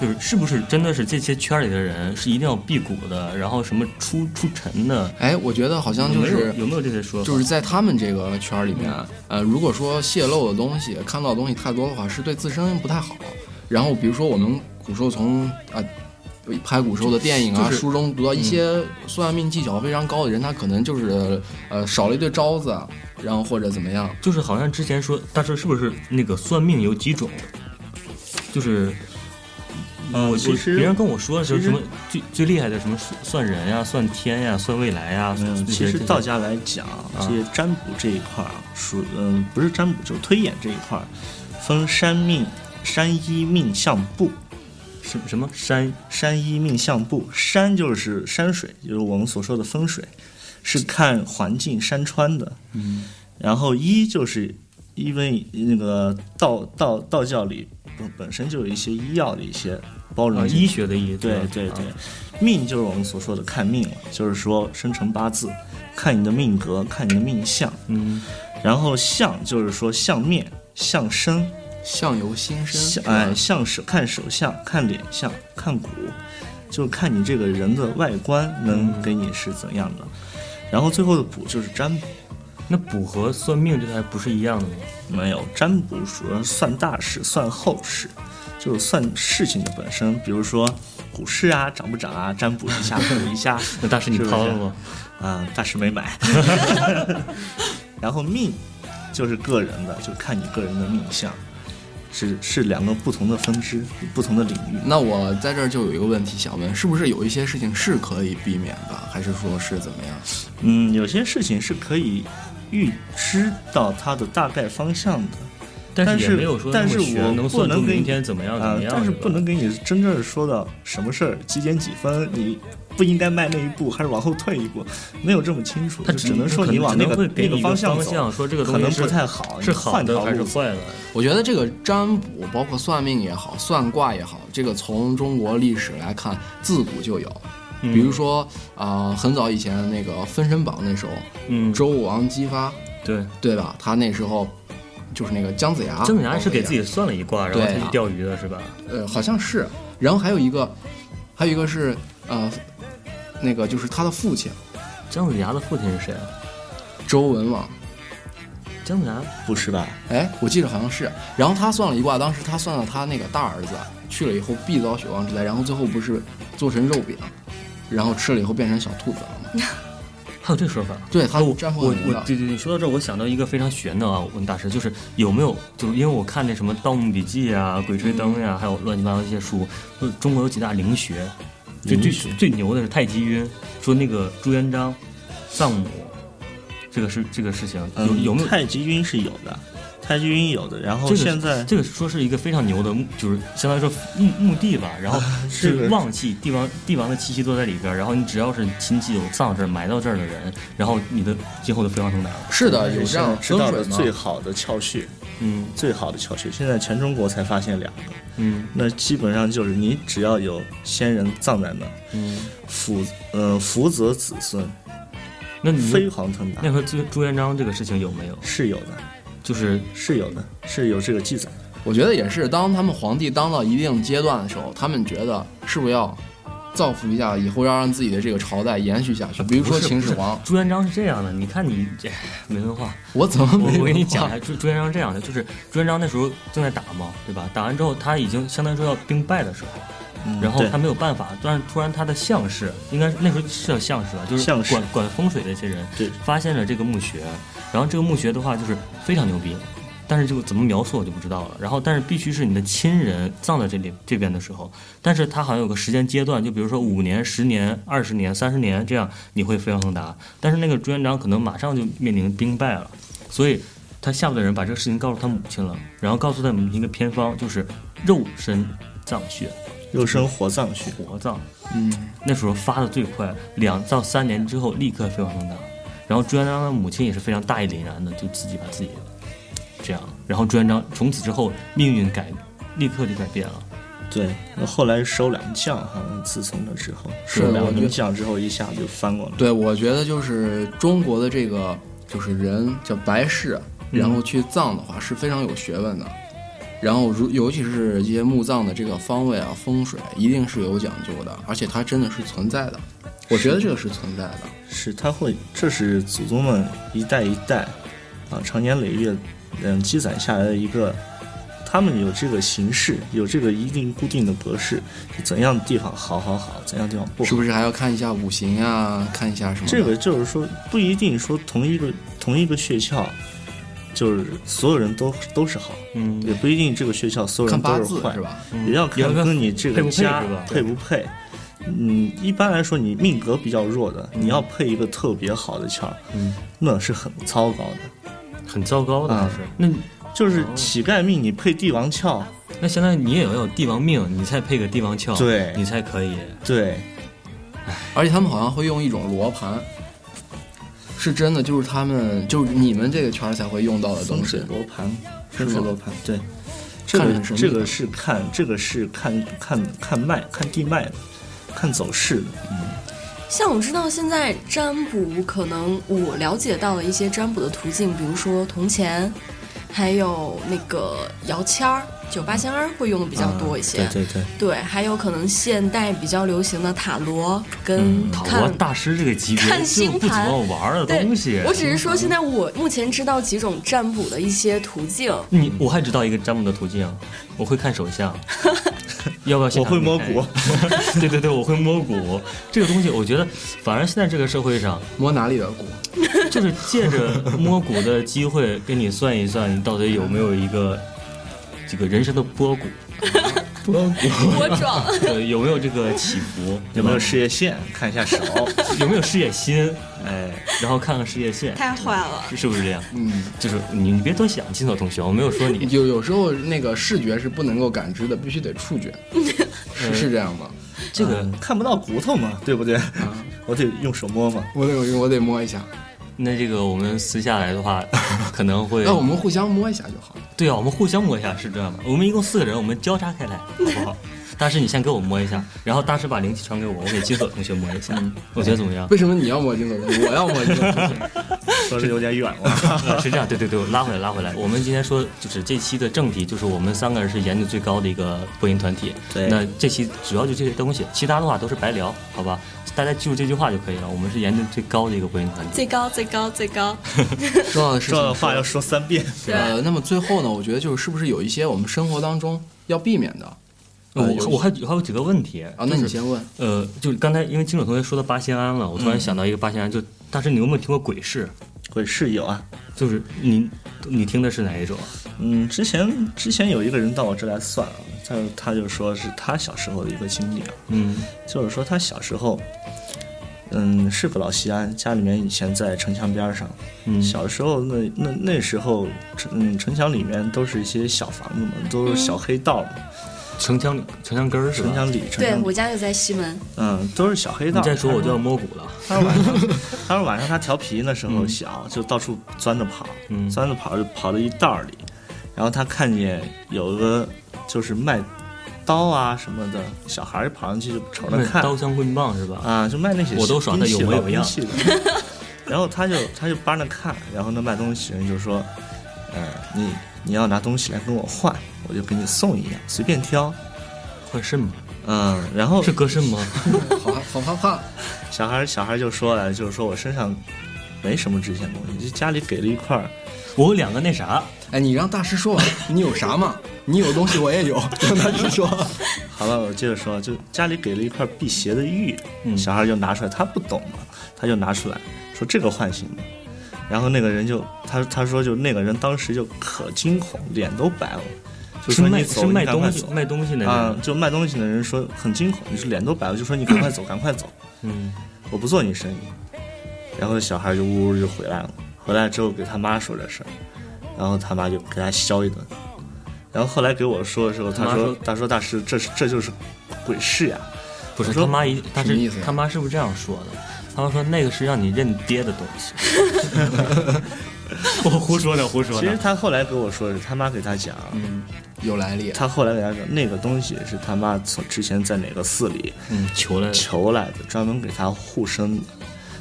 [SPEAKER 5] 就是是不是真的是这些圈里的人是一定要辟谷的，然后什么出出尘的，
[SPEAKER 3] 哎，我觉得好像就
[SPEAKER 5] 有没有
[SPEAKER 3] 是
[SPEAKER 5] 有没有这些说法？
[SPEAKER 3] 就是在他们这个圈儿里面，呃，如果说泄露的东西、看到的东西太多的话，是对自身不太好。然后比如说我们古时候从啊、拍古时候的电影啊、
[SPEAKER 5] 就是嗯
[SPEAKER 3] 书中读到一些算命技巧非常高的人，他可能就是呃少了一对招子，然后或者怎么样。
[SPEAKER 5] 就是好像之前说，大师是不是那个算命有几种？就是
[SPEAKER 6] 嗯
[SPEAKER 5] 我
[SPEAKER 6] 其
[SPEAKER 5] 我
[SPEAKER 6] 实
[SPEAKER 5] 呃别人跟我说的时候，
[SPEAKER 6] 其
[SPEAKER 5] 什
[SPEAKER 6] 实
[SPEAKER 5] 么最最厉害的什么算算人呀、算天呀、算未来呀，
[SPEAKER 6] 嗯，
[SPEAKER 5] 这
[SPEAKER 6] 其
[SPEAKER 5] 些
[SPEAKER 6] 实
[SPEAKER 5] 这
[SPEAKER 6] 道
[SPEAKER 5] 些
[SPEAKER 6] 家来讲，
[SPEAKER 5] 啊
[SPEAKER 6] 这些占卜这一块儿属嗯不是占卜，就是推演这一块儿，分山命、山医命相部。
[SPEAKER 5] 什么什么山
[SPEAKER 6] 山医命相部，山就是山水，就是我们所说的风水，是看环境山川的。嗯，然后医就是因为那个道道道教里本本身就有一些医药的一些包容
[SPEAKER 5] 啊，
[SPEAKER 6] 进去、
[SPEAKER 5] 医学的医，
[SPEAKER 6] 嗯对
[SPEAKER 5] 吧
[SPEAKER 6] 对对
[SPEAKER 5] 啊，
[SPEAKER 6] 命就是我们所说的看命了，就是说生辰八字，看你的命格，看你的命相，
[SPEAKER 5] 嗯，
[SPEAKER 6] 然后相就是说相面、相身、
[SPEAKER 3] 相由
[SPEAKER 5] 啊
[SPEAKER 3] 心生，是
[SPEAKER 6] 相
[SPEAKER 3] 吧
[SPEAKER 6] 哎，相手看手相，看脸相，看骨，就是看你这个人的外观
[SPEAKER 5] 嗯
[SPEAKER 6] 能给你是怎样的。然后最后的卜就是占卜，
[SPEAKER 5] 那卜和算命这个还不是一样的吗？
[SPEAKER 6] 没有占卜主要是算大事、算后事，就是算事情的本身，比如说股市啊涨不涨啊，占卜一下卜一下。
[SPEAKER 5] 那大师你
[SPEAKER 6] 是不是
[SPEAKER 5] 掏了吗？
[SPEAKER 6] 啊、大师 没买。然后命就是个人的，就看你个人的命相，是是两个不同的分支、不同的领域。
[SPEAKER 3] 那我在这儿就有一个问题想问，是不是有一些事情是可以避免的，还是说是怎么样？
[SPEAKER 6] 嗯，有些事情是可以预知到它的大概方向的，
[SPEAKER 5] 但
[SPEAKER 6] 但
[SPEAKER 5] 也
[SPEAKER 6] 是
[SPEAKER 5] 没有说那
[SPEAKER 6] 但
[SPEAKER 5] 么
[SPEAKER 6] 是
[SPEAKER 5] 玄
[SPEAKER 6] 我
[SPEAKER 5] 能
[SPEAKER 6] 不
[SPEAKER 5] 算出
[SPEAKER 6] 能给
[SPEAKER 5] 明
[SPEAKER 6] 你
[SPEAKER 5] 天怎么样怎
[SPEAKER 6] 啊、
[SPEAKER 5] 么样，
[SPEAKER 6] 但是
[SPEAKER 5] 吧
[SPEAKER 6] 不能给你真正说到什么事儿几点几分，你不应该迈那一步，还是往后退一步，没有这么清楚，
[SPEAKER 5] 他
[SPEAKER 6] 就只能说你往那
[SPEAKER 5] 可能
[SPEAKER 6] 个
[SPEAKER 5] 会给
[SPEAKER 6] 那
[SPEAKER 5] 你一
[SPEAKER 6] 方
[SPEAKER 5] 向
[SPEAKER 6] 向
[SPEAKER 5] 走，
[SPEAKER 6] 走，
[SPEAKER 5] 说这个东
[SPEAKER 6] 可
[SPEAKER 5] 西
[SPEAKER 6] 能
[SPEAKER 5] 是
[SPEAKER 6] 不太好，
[SPEAKER 5] 是
[SPEAKER 6] 你
[SPEAKER 5] 好
[SPEAKER 6] 换
[SPEAKER 5] 的
[SPEAKER 6] 条
[SPEAKER 5] 还是
[SPEAKER 6] 路
[SPEAKER 5] 坏的？
[SPEAKER 3] 我觉得这个占卜，包括算命也好，算卦也好，这个从中国历史来看，自古就有。
[SPEAKER 5] 嗯
[SPEAKER 3] 比如说，啊，很早以前那个分身榜那时候，
[SPEAKER 5] 嗯，
[SPEAKER 3] 周武王姬发，
[SPEAKER 5] 对，
[SPEAKER 6] 啊
[SPEAKER 3] 对吧？他那时候就是那个姜子牙，
[SPEAKER 5] 姜子牙是给
[SPEAKER 3] 包括
[SPEAKER 5] 自己算了一卦，然后
[SPEAKER 3] 对
[SPEAKER 5] 他去
[SPEAKER 3] 啊
[SPEAKER 5] 钓鱼的是吧？
[SPEAKER 3] 一样，呃，好像是。然后还有一个，还有一个是呃，那个就是他的父亲
[SPEAKER 5] 姜子牙的父亲是谁啊？
[SPEAKER 3] 周文王，
[SPEAKER 5] 姜子牙
[SPEAKER 6] 不是吧？
[SPEAKER 3] 哎，我记得好像是。然后他算了一卦，当时他算了他那个大儿子去了以后必遭血光之灾，然后最后不是做成肉饼，然后吃了以后变成小兔子了吗？
[SPEAKER 5] 还有这个说法？
[SPEAKER 3] 对他
[SPEAKER 5] 我
[SPEAKER 3] 占卜
[SPEAKER 5] 我
[SPEAKER 3] 很灵
[SPEAKER 5] 我
[SPEAKER 3] 的，
[SPEAKER 5] 对对对，说到这儿，我想到一个非常玄的啊，我问大师，就是有没有，就是因为我看那什么《盗墓笔记》啊、《鬼吹灯》呀，还有乱七八糟一些书，说中国有几大灵学，最最最牛的是太极晕，说那个朱元璋、丧母，这个是这个事情有
[SPEAKER 6] 嗯
[SPEAKER 5] 有没有？
[SPEAKER 6] 太极晕是有的，太极晕有的，然后
[SPEAKER 5] 这个
[SPEAKER 6] 现在
[SPEAKER 5] 这个说是一个非常牛的墓，就是相当于说墓墓地吧，然后
[SPEAKER 6] 这
[SPEAKER 5] 是
[SPEAKER 6] 个
[SPEAKER 5] 旺气，帝王帝王的气息都在里边儿，然后你只要是亲戚有丧事儿埋到这儿的人，然后你的今后的飞黄腾达了。
[SPEAKER 3] 是的，有
[SPEAKER 6] 是
[SPEAKER 3] 这
[SPEAKER 6] 现
[SPEAKER 3] 样
[SPEAKER 6] 在知道
[SPEAKER 3] 分
[SPEAKER 6] 的
[SPEAKER 3] 水吗
[SPEAKER 6] 最好的窍穴，
[SPEAKER 5] 嗯
[SPEAKER 6] 最好的窍穴，现在全中国才发现两个。
[SPEAKER 5] 嗯
[SPEAKER 6] 那基本上就是你只要有先人葬在那儿，
[SPEAKER 5] 嗯，
[SPEAKER 6] 福呃福泽子孙，
[SPEAKER 5] 那你
[SPEAKER 6] 飞黄腾达
[SPEAKER 5] 嗯那和朱朱元璋这个事情有没有？
[SPEAKER 6] 是有的，
[SPEAKER 5] 就是
[SPEAKER 6] 是有的，是有这个记载的。
[SPEAKER 3] 我觉得也是，当他们皇帝当到一定阶段的时候，他们觉得是不是要造福一下，以后要让自己的这个朝代延续下啊去。比如说
[SPEAKER 5] 不是
[SPEAKER 3] 秦始
[SPEAKER 5] 不是
[SPEAKER 3] 皇，
[SPEAKER 5] 朱元璋是这样的，你看你这没文化，
[SPEAKER 3] 我怎么没
[SPEAKER 5] 我我给你
[SPEAKER 3] 文化
[SPEAKER 5] 讲一下，朱朱元璋这样的，就是朱元璋那时候正在打嘛，对吧？打完之后他已经相当于说要兵败的时候，
[SPEAKER 6] 嗯
[SPEAKER 5] 然后
[SPEAKER 6] 对
[SPEAKER 5] 他没有办法，但是突然他的相士，应该是那时候是叫相士吧，就是
[SPEAKER 6] 相士
[SPEAKER 5] 管管风水的一些人，
[SPEAKER 6] 对
[SPEAKER 5] 发现了这个墓穴，然后这个墓穴的话就是非常牛逼，但是就怎么描述我就不知道了。然后但是必须是你的亲人葬在这里这边的时候，但是它好像有个时间阶段，就比如说五年、十年、二十年、三十年这样，你会飞黄腾达。但是那个朱元璋可能马上就面临兵败了，所以他下部的人把这个事情告诉他母亲了，然后告诉他母亲一个偏方，就是肉身葬穴。
[SPEAKER 6] 肉身火葬穴，
[SPEAKER 5] 火葬，
[SPEAKER 3] 嗯，
[SPEAKER 5] 那时候发的最快，两到三年之后立刻飞黄腾达。然后朱元璋的母亲也是非常大义凛然的，就自己把自己这样。然后朱元璋从此之后命运改，立刻就改变了。
[SPEAKER 6] 对。那后来收两将，好像自从那之后，
[SPEAKER 3] 是
[SPEAKER 5] 啊
[SPEAKER 6] 收
[SPEAKER 3] 的我
[SPEAKER 6] 两
[SPEAKER 3] 觉
[SPEAKER 6] 名
[SPEAKER 3] 得
[SPEAKER 6] 将之后，一下就翻过来。
[SPEAKER 3] 对，我觉得就是中国的这个就是人叫白事，
[SPEAKER 5] 嗯
[SPEAKER 3] 然后去葬的话是非常有学问的。然后如尤其是一些墓葬的这个方位啊、风水，一定是有讲究的，而且它真的是存在的。我觉得这个是存在的。
[SPEAKER 6] 是它会，这是祖宗们一代一代啊，长年累月，嗯，积攒下来的一个，他们有这个形式，有这个一定固定的格式，是怎样的地方好好好，怎样地方不好，
[SPEAKER 3] 是不是还要看一下五行啊，看一下什么的？
[SPEAKER 6] 这个就是说不一定说同一个同一个穴窍，就是所有人都都是好，
[SPEAKER 5] 嗯
[SPEAKER 6] 也不一定这个学校所有
[SPEAKER 3] 看
[SPEAKER 6] 人
[SPEAKER 3] 八
[SPEAKER 6] 都
[SPEAKER 3] 字
[SPEAKER 6] 坏，
[SPEAKER 3] 是？吧？
[SPEAKER 6] 也要
[SPEAKER 5] 也要
[SPEAKER 6] 看
[SPEAKER 5] 看
[SPEAKER 6] 跟你这
[SPEAKER 5] 配
[SPEAKER 6] 个
[SPEAKER 5] 不配
[SPEAKER 6] 家
[SPEAKER 5] 是吧
[SPEAKER 6] 配不配。嗯，一般来说，你命格比较弱的，你要配一个特别好的签儿，
[SPEAKER 5] 嗯，
[SPEAKER 6] 那是很糟糕的。
[SPEAKER 5] 很糟糕的，
[SPEAKER 6] 啊
[SPEAKER 5] 还是哦那
[SPEAKER 6] 就是乞丐命，你配帝王窍，
[SPEAKER 5] 那相当于你也要有帝王命，你才配个帝王窍，
[SPEAKER 6] 对
[SPEAKER 5] 你才可以。
[SPEAKER 6] 对，
[SPEAKER 3] 而且他们好像会用一种罗盘，是真的，就是他们就是你们这个圈儿才会用到
[SPEAKER 5] 哦
[SPEAKER 3] 的
[SPEAKER 6] 风
[SPEAKER 3] 东
[SPEAKER 6] 水
[SPEAKER 3] 西。
[SPEAKER 6] 罗盘，
[SPEAKER 3] 是
[SPEAKER 6] 风水
[SPEAKER 3] 吗
[SPEAKER 6] 罗盘，对，这
[SPEAKER 3] 看着
[SPEAKER 6] 个
[SPEAKER 3] 很神秘
[SPEAKER 6] 这个是看这个是看看看脉，看地脉的，看走势的。
[SPEAKER 4] 像我知道现在占卜，可能我了解到了一些占卜的途径，比如说铜钱，还有那个摇签儿、九八香儿会用的比
[SPEAKER 5] 啊
[SPEAKER 4] 较多一些。
[SPEAKER 6] 对对对，
[SPEAKER 4] 对还有可能现代比较流行的塔罗跟
[SPEAKER 5] 嗯，塔
[SPEAKER 4] 看、
[SPEAKER 5] 罗大师这个级别
[SPEAKER 4] 看
[SPEAKER 5] 就
[SPEAKER 4] 星
[SPEAKER 5] 不怎
[SPEAKER 4] 盘
[SPEAKER 5] 么玩儿的
[SPEAKER 4] 对
[SPEAKER 5] 东西。嗯
[SPEAKER 4] 我只是说，现在我目前知道几种占卜的一些途径。
[SPEAKER 5] 你我还知道一个占卜的途径，啊我会看手相，要不要现场
[SPEAKER 6] 我会摸
[SPEAKER 5] 比
[SPEAKER 6] 骨，
[SPEAKER 5] 开？ 对对对，我会摸骨。这个东西，我觉得，反而现在这个社会上，
[SPEAKER 3] 摸哪里的骨？
[SPEAKER 5] 就是借着摸骨的机会，跟你算一算，你到底有没有一个这个人生的波谷，波谷，
[SPEAKER 4] 我撞，
[SPEAKER 5] 呃，有没有这个起伏，对
[SPEAKER 6] 有没
[SPEAKER 5] 吧
[SPEAKER 6] 有？事业线？看一下手，
[SPEAKER 5] 有没有事业心？
[SPEAKER 6] 哎，
[SPEAKER 5] 然后看看事业线，
[SPEAKER 4] 太坏了。
[SPEAKER 5] 是是不是这样？
[SPEAKER 3] 嗯，
[SPEAKER 5] 就是你，你别多想，金锁同学，我没有说你。
[SPEAKER 3] 有有时候那个视觉是不能够感知的，必须得触觉，是是这样吗？
[SPEAKER 5] 这个
[SPEAKER 6] 嗯看不到骨头嘛，对不对？
[SPEAKER 5] 啊
[SPEAKER 6] 我得用手摸嘛。
[SPEAKER 3] 我得我得摸一下，
[SPEAKER 5] 那这个我们私下来的话， 可能会
[SPEAKER 3] 那我们互相摸一下就好。
[SPEAKER 5] 对啊，我们互相摸一下，是这样的。我们一共四个人，我们交叉开来，好不 好？大师，你先给我摸一下，然后大师把灵气传给我，我给金锁同学摸一下，
[SPEAKER 3] 嗯
[SPEAKER 5] 我觉得怎么
[SPEAKER 6] 啊
[SPEAKER 5] 样？
[SPEAKER 3] 为什么你要摸金锁同学，我要摸金锁同 学？
[SPEAKER 6] 说的有点远了。
[SPEAKER 5] 呃是这样，对对对，我拉回来拉回来。我们今天说，就是这期的正题，就是我们三个人是研究最高的一个播音团体。
[SPEAKER 6] 对
[SPEAKER 5] 那这期主要就这些东西，其他的话都是白聊，好吧？大家记住这句话就可以了。我们是研究最高的一个播音团 体。
[SPEAKER 4] 最高最高最高，
[SPEAKER 3] 重要的事
[SPEAKER 6] 重要的
[SPEAKER 3] 情。
[SPEAKER 6] 话要说三 遍。
[SPEAKER 3] 呃，那么最后呢，我觉得就是是不是有一些我们生活当中要避免的？呃有一些
[SPEAKER 5] 我我还还有几个问题啊
[SPEAKER 3] 啊，那你先问。
[SPEAKER 5] 呃，就是刚才因为金总同学说到八仙庵了，我突然想到一个八仙庵，就大师你有没有听过鬼市？
[SPEAKER 6] 鬼市有啊，
[SPEAKER 5] 就是你你听的是哪一种？
[SPEAKER 6] 嗯，之前之前有一个人到我这来算啊，他他就说是他小时候的一个经历啊，
[SPEAKER 5] 嗯
[SPEAKER 6] 就是说他小时候，嗯，是不老西安，家里面以前在城墙边上，
[SPEAKER 5] 嗯，
[SPEAKER 6] 小时候那那那时候，城嗯，城墙里面都是一些小房子嘛，都是
[SPEAKER 4] 嗯
[SPEAKER 6] 小黑道嘛，
[SPEAKER 5] 城墙城墙根儿是吧？
[SPEAKER 6] 城墙里，城
[SPEAKER 4] 对
[SPEAKER 6] 墙
[SPEAKER 4] 我
[SPEAKER 6] 里，
[SPEAKER 4] 家就在西门，
[SPEAKER 6] 嗯，都是小黑道。
[SPEAKER 5] 你再说我就要
[SPEAKER 6] 他
[SPEAKER 5] 摸骨了。
[SPEAKER 6] 他晚上，他说晚上他调皮，那时候
[SPEAKER 5] 嗯
[SPEAKER 6] 小，就到处钻着跑，
[SPEAKER 5] 嗯
[SPEAKER 6] 钻着跑就跑到一道儿里，然后他看见有个就是卖刀啊什么的小孩儿跑上去就瞅着
[SPEAKER 5] 那
[SPEAKER 6] 看，
[SPEAKER 5] 刀枪棍棒是吧？
[SPEAKER 6] 啊，就卖那些
[SPEAKER 5] 我都耍得有模有样
[SPEAKER 6] 兵器的。 然后他就他就扒着看，然后那卖东西人就说：“呃，你你要拿东西来跟我换，我就给你送一样，随便挑。
[SPEAKER 5] 换肾吗？”
[SPEAKER 6] 嗯，然后
[SPEAKER 5] 是割肾吗？
[SPEAKER 3] 好啊好怕怕，
[SPEAKER 6] 小孩小孩就说了，就是说我身上没什么值钱东西，就家里给了一块儿
[SPEAKER 5] 我有两个那啥，
[SPEAKER 3] 哎，你让大师说完，你有啥嘛？你有东西我也有，让大师说。
[SPEAKER 6] 好吧，我接着说，就家里给了一块辟邪的玉，
[SPEAKER 5] 嗯
[SPEAKER 6] 小孩就拿出来，他不懂嘛，他就拿出来说这个换行吗？然后那个人就他他说就那个人当时就可惊恐，脸都白了，就是说
[SPEAKER 5] 卖
[SPEAKER 6] 你
[SPEAKER 5] 是
[SPEAKER 6] 走，
[SPEAKER 5] 卖
[SPEAKER 6] 你赶快
[SPEAKER 5] 东西
[SPEAKER 6] 走
[SPEAKER 5] 卖东西那
[SPEAKER 6] 啊
[SPEAKER 5] 个。！
[SPEAKER 6] 就卖东西的人说很惊恐，就是脸都白了，就说你赶快走， 赶快走，
[SPEAKER 5] 嗯，
[SPEAKER 6] 我不做你生意。然后小孩就呜呜就回来了，回来之后给他妈说这事儿，然后他妈就给他削一顿。然后后来给我说的时候，
[SPEAKER 5] 他
[SPEAKER 6] 他
[SPEAKER 5] 妈
[SPEAKER 6] 说
[SPEAKER 5] 说：“
[SPEAKER 6] 他说大师，这是这就是鬼市呀。
[SPEAKER 5] 不是
[SPEAKER 6] 我说
[SPEAKER 5] 他妈一，他
[SPEAKER 3] 什么意
[SPEAKER 5] 是
[SPEAKER 3] 思呀
[SPEAKER 5] 他妈是不是这样说的？他妈说那个是让你认爹的东 西。 我胡说的，胡”说
[SPEAKER 6] 其实
[SPEAKER 5] 的。
[SPEAKER 6] 他后来给我说的是他妈给他讲，
[SPEAKER 5] 嗯
[SPEAKER 3] 有来历，啊
[SPEAKER 6] 他后来给他讲那个东西是他妈从之前在哪个寺里
[SPEAKER 5] 嗯，求来的。
[SPEAKER 6] 求来的，专门给他护身的。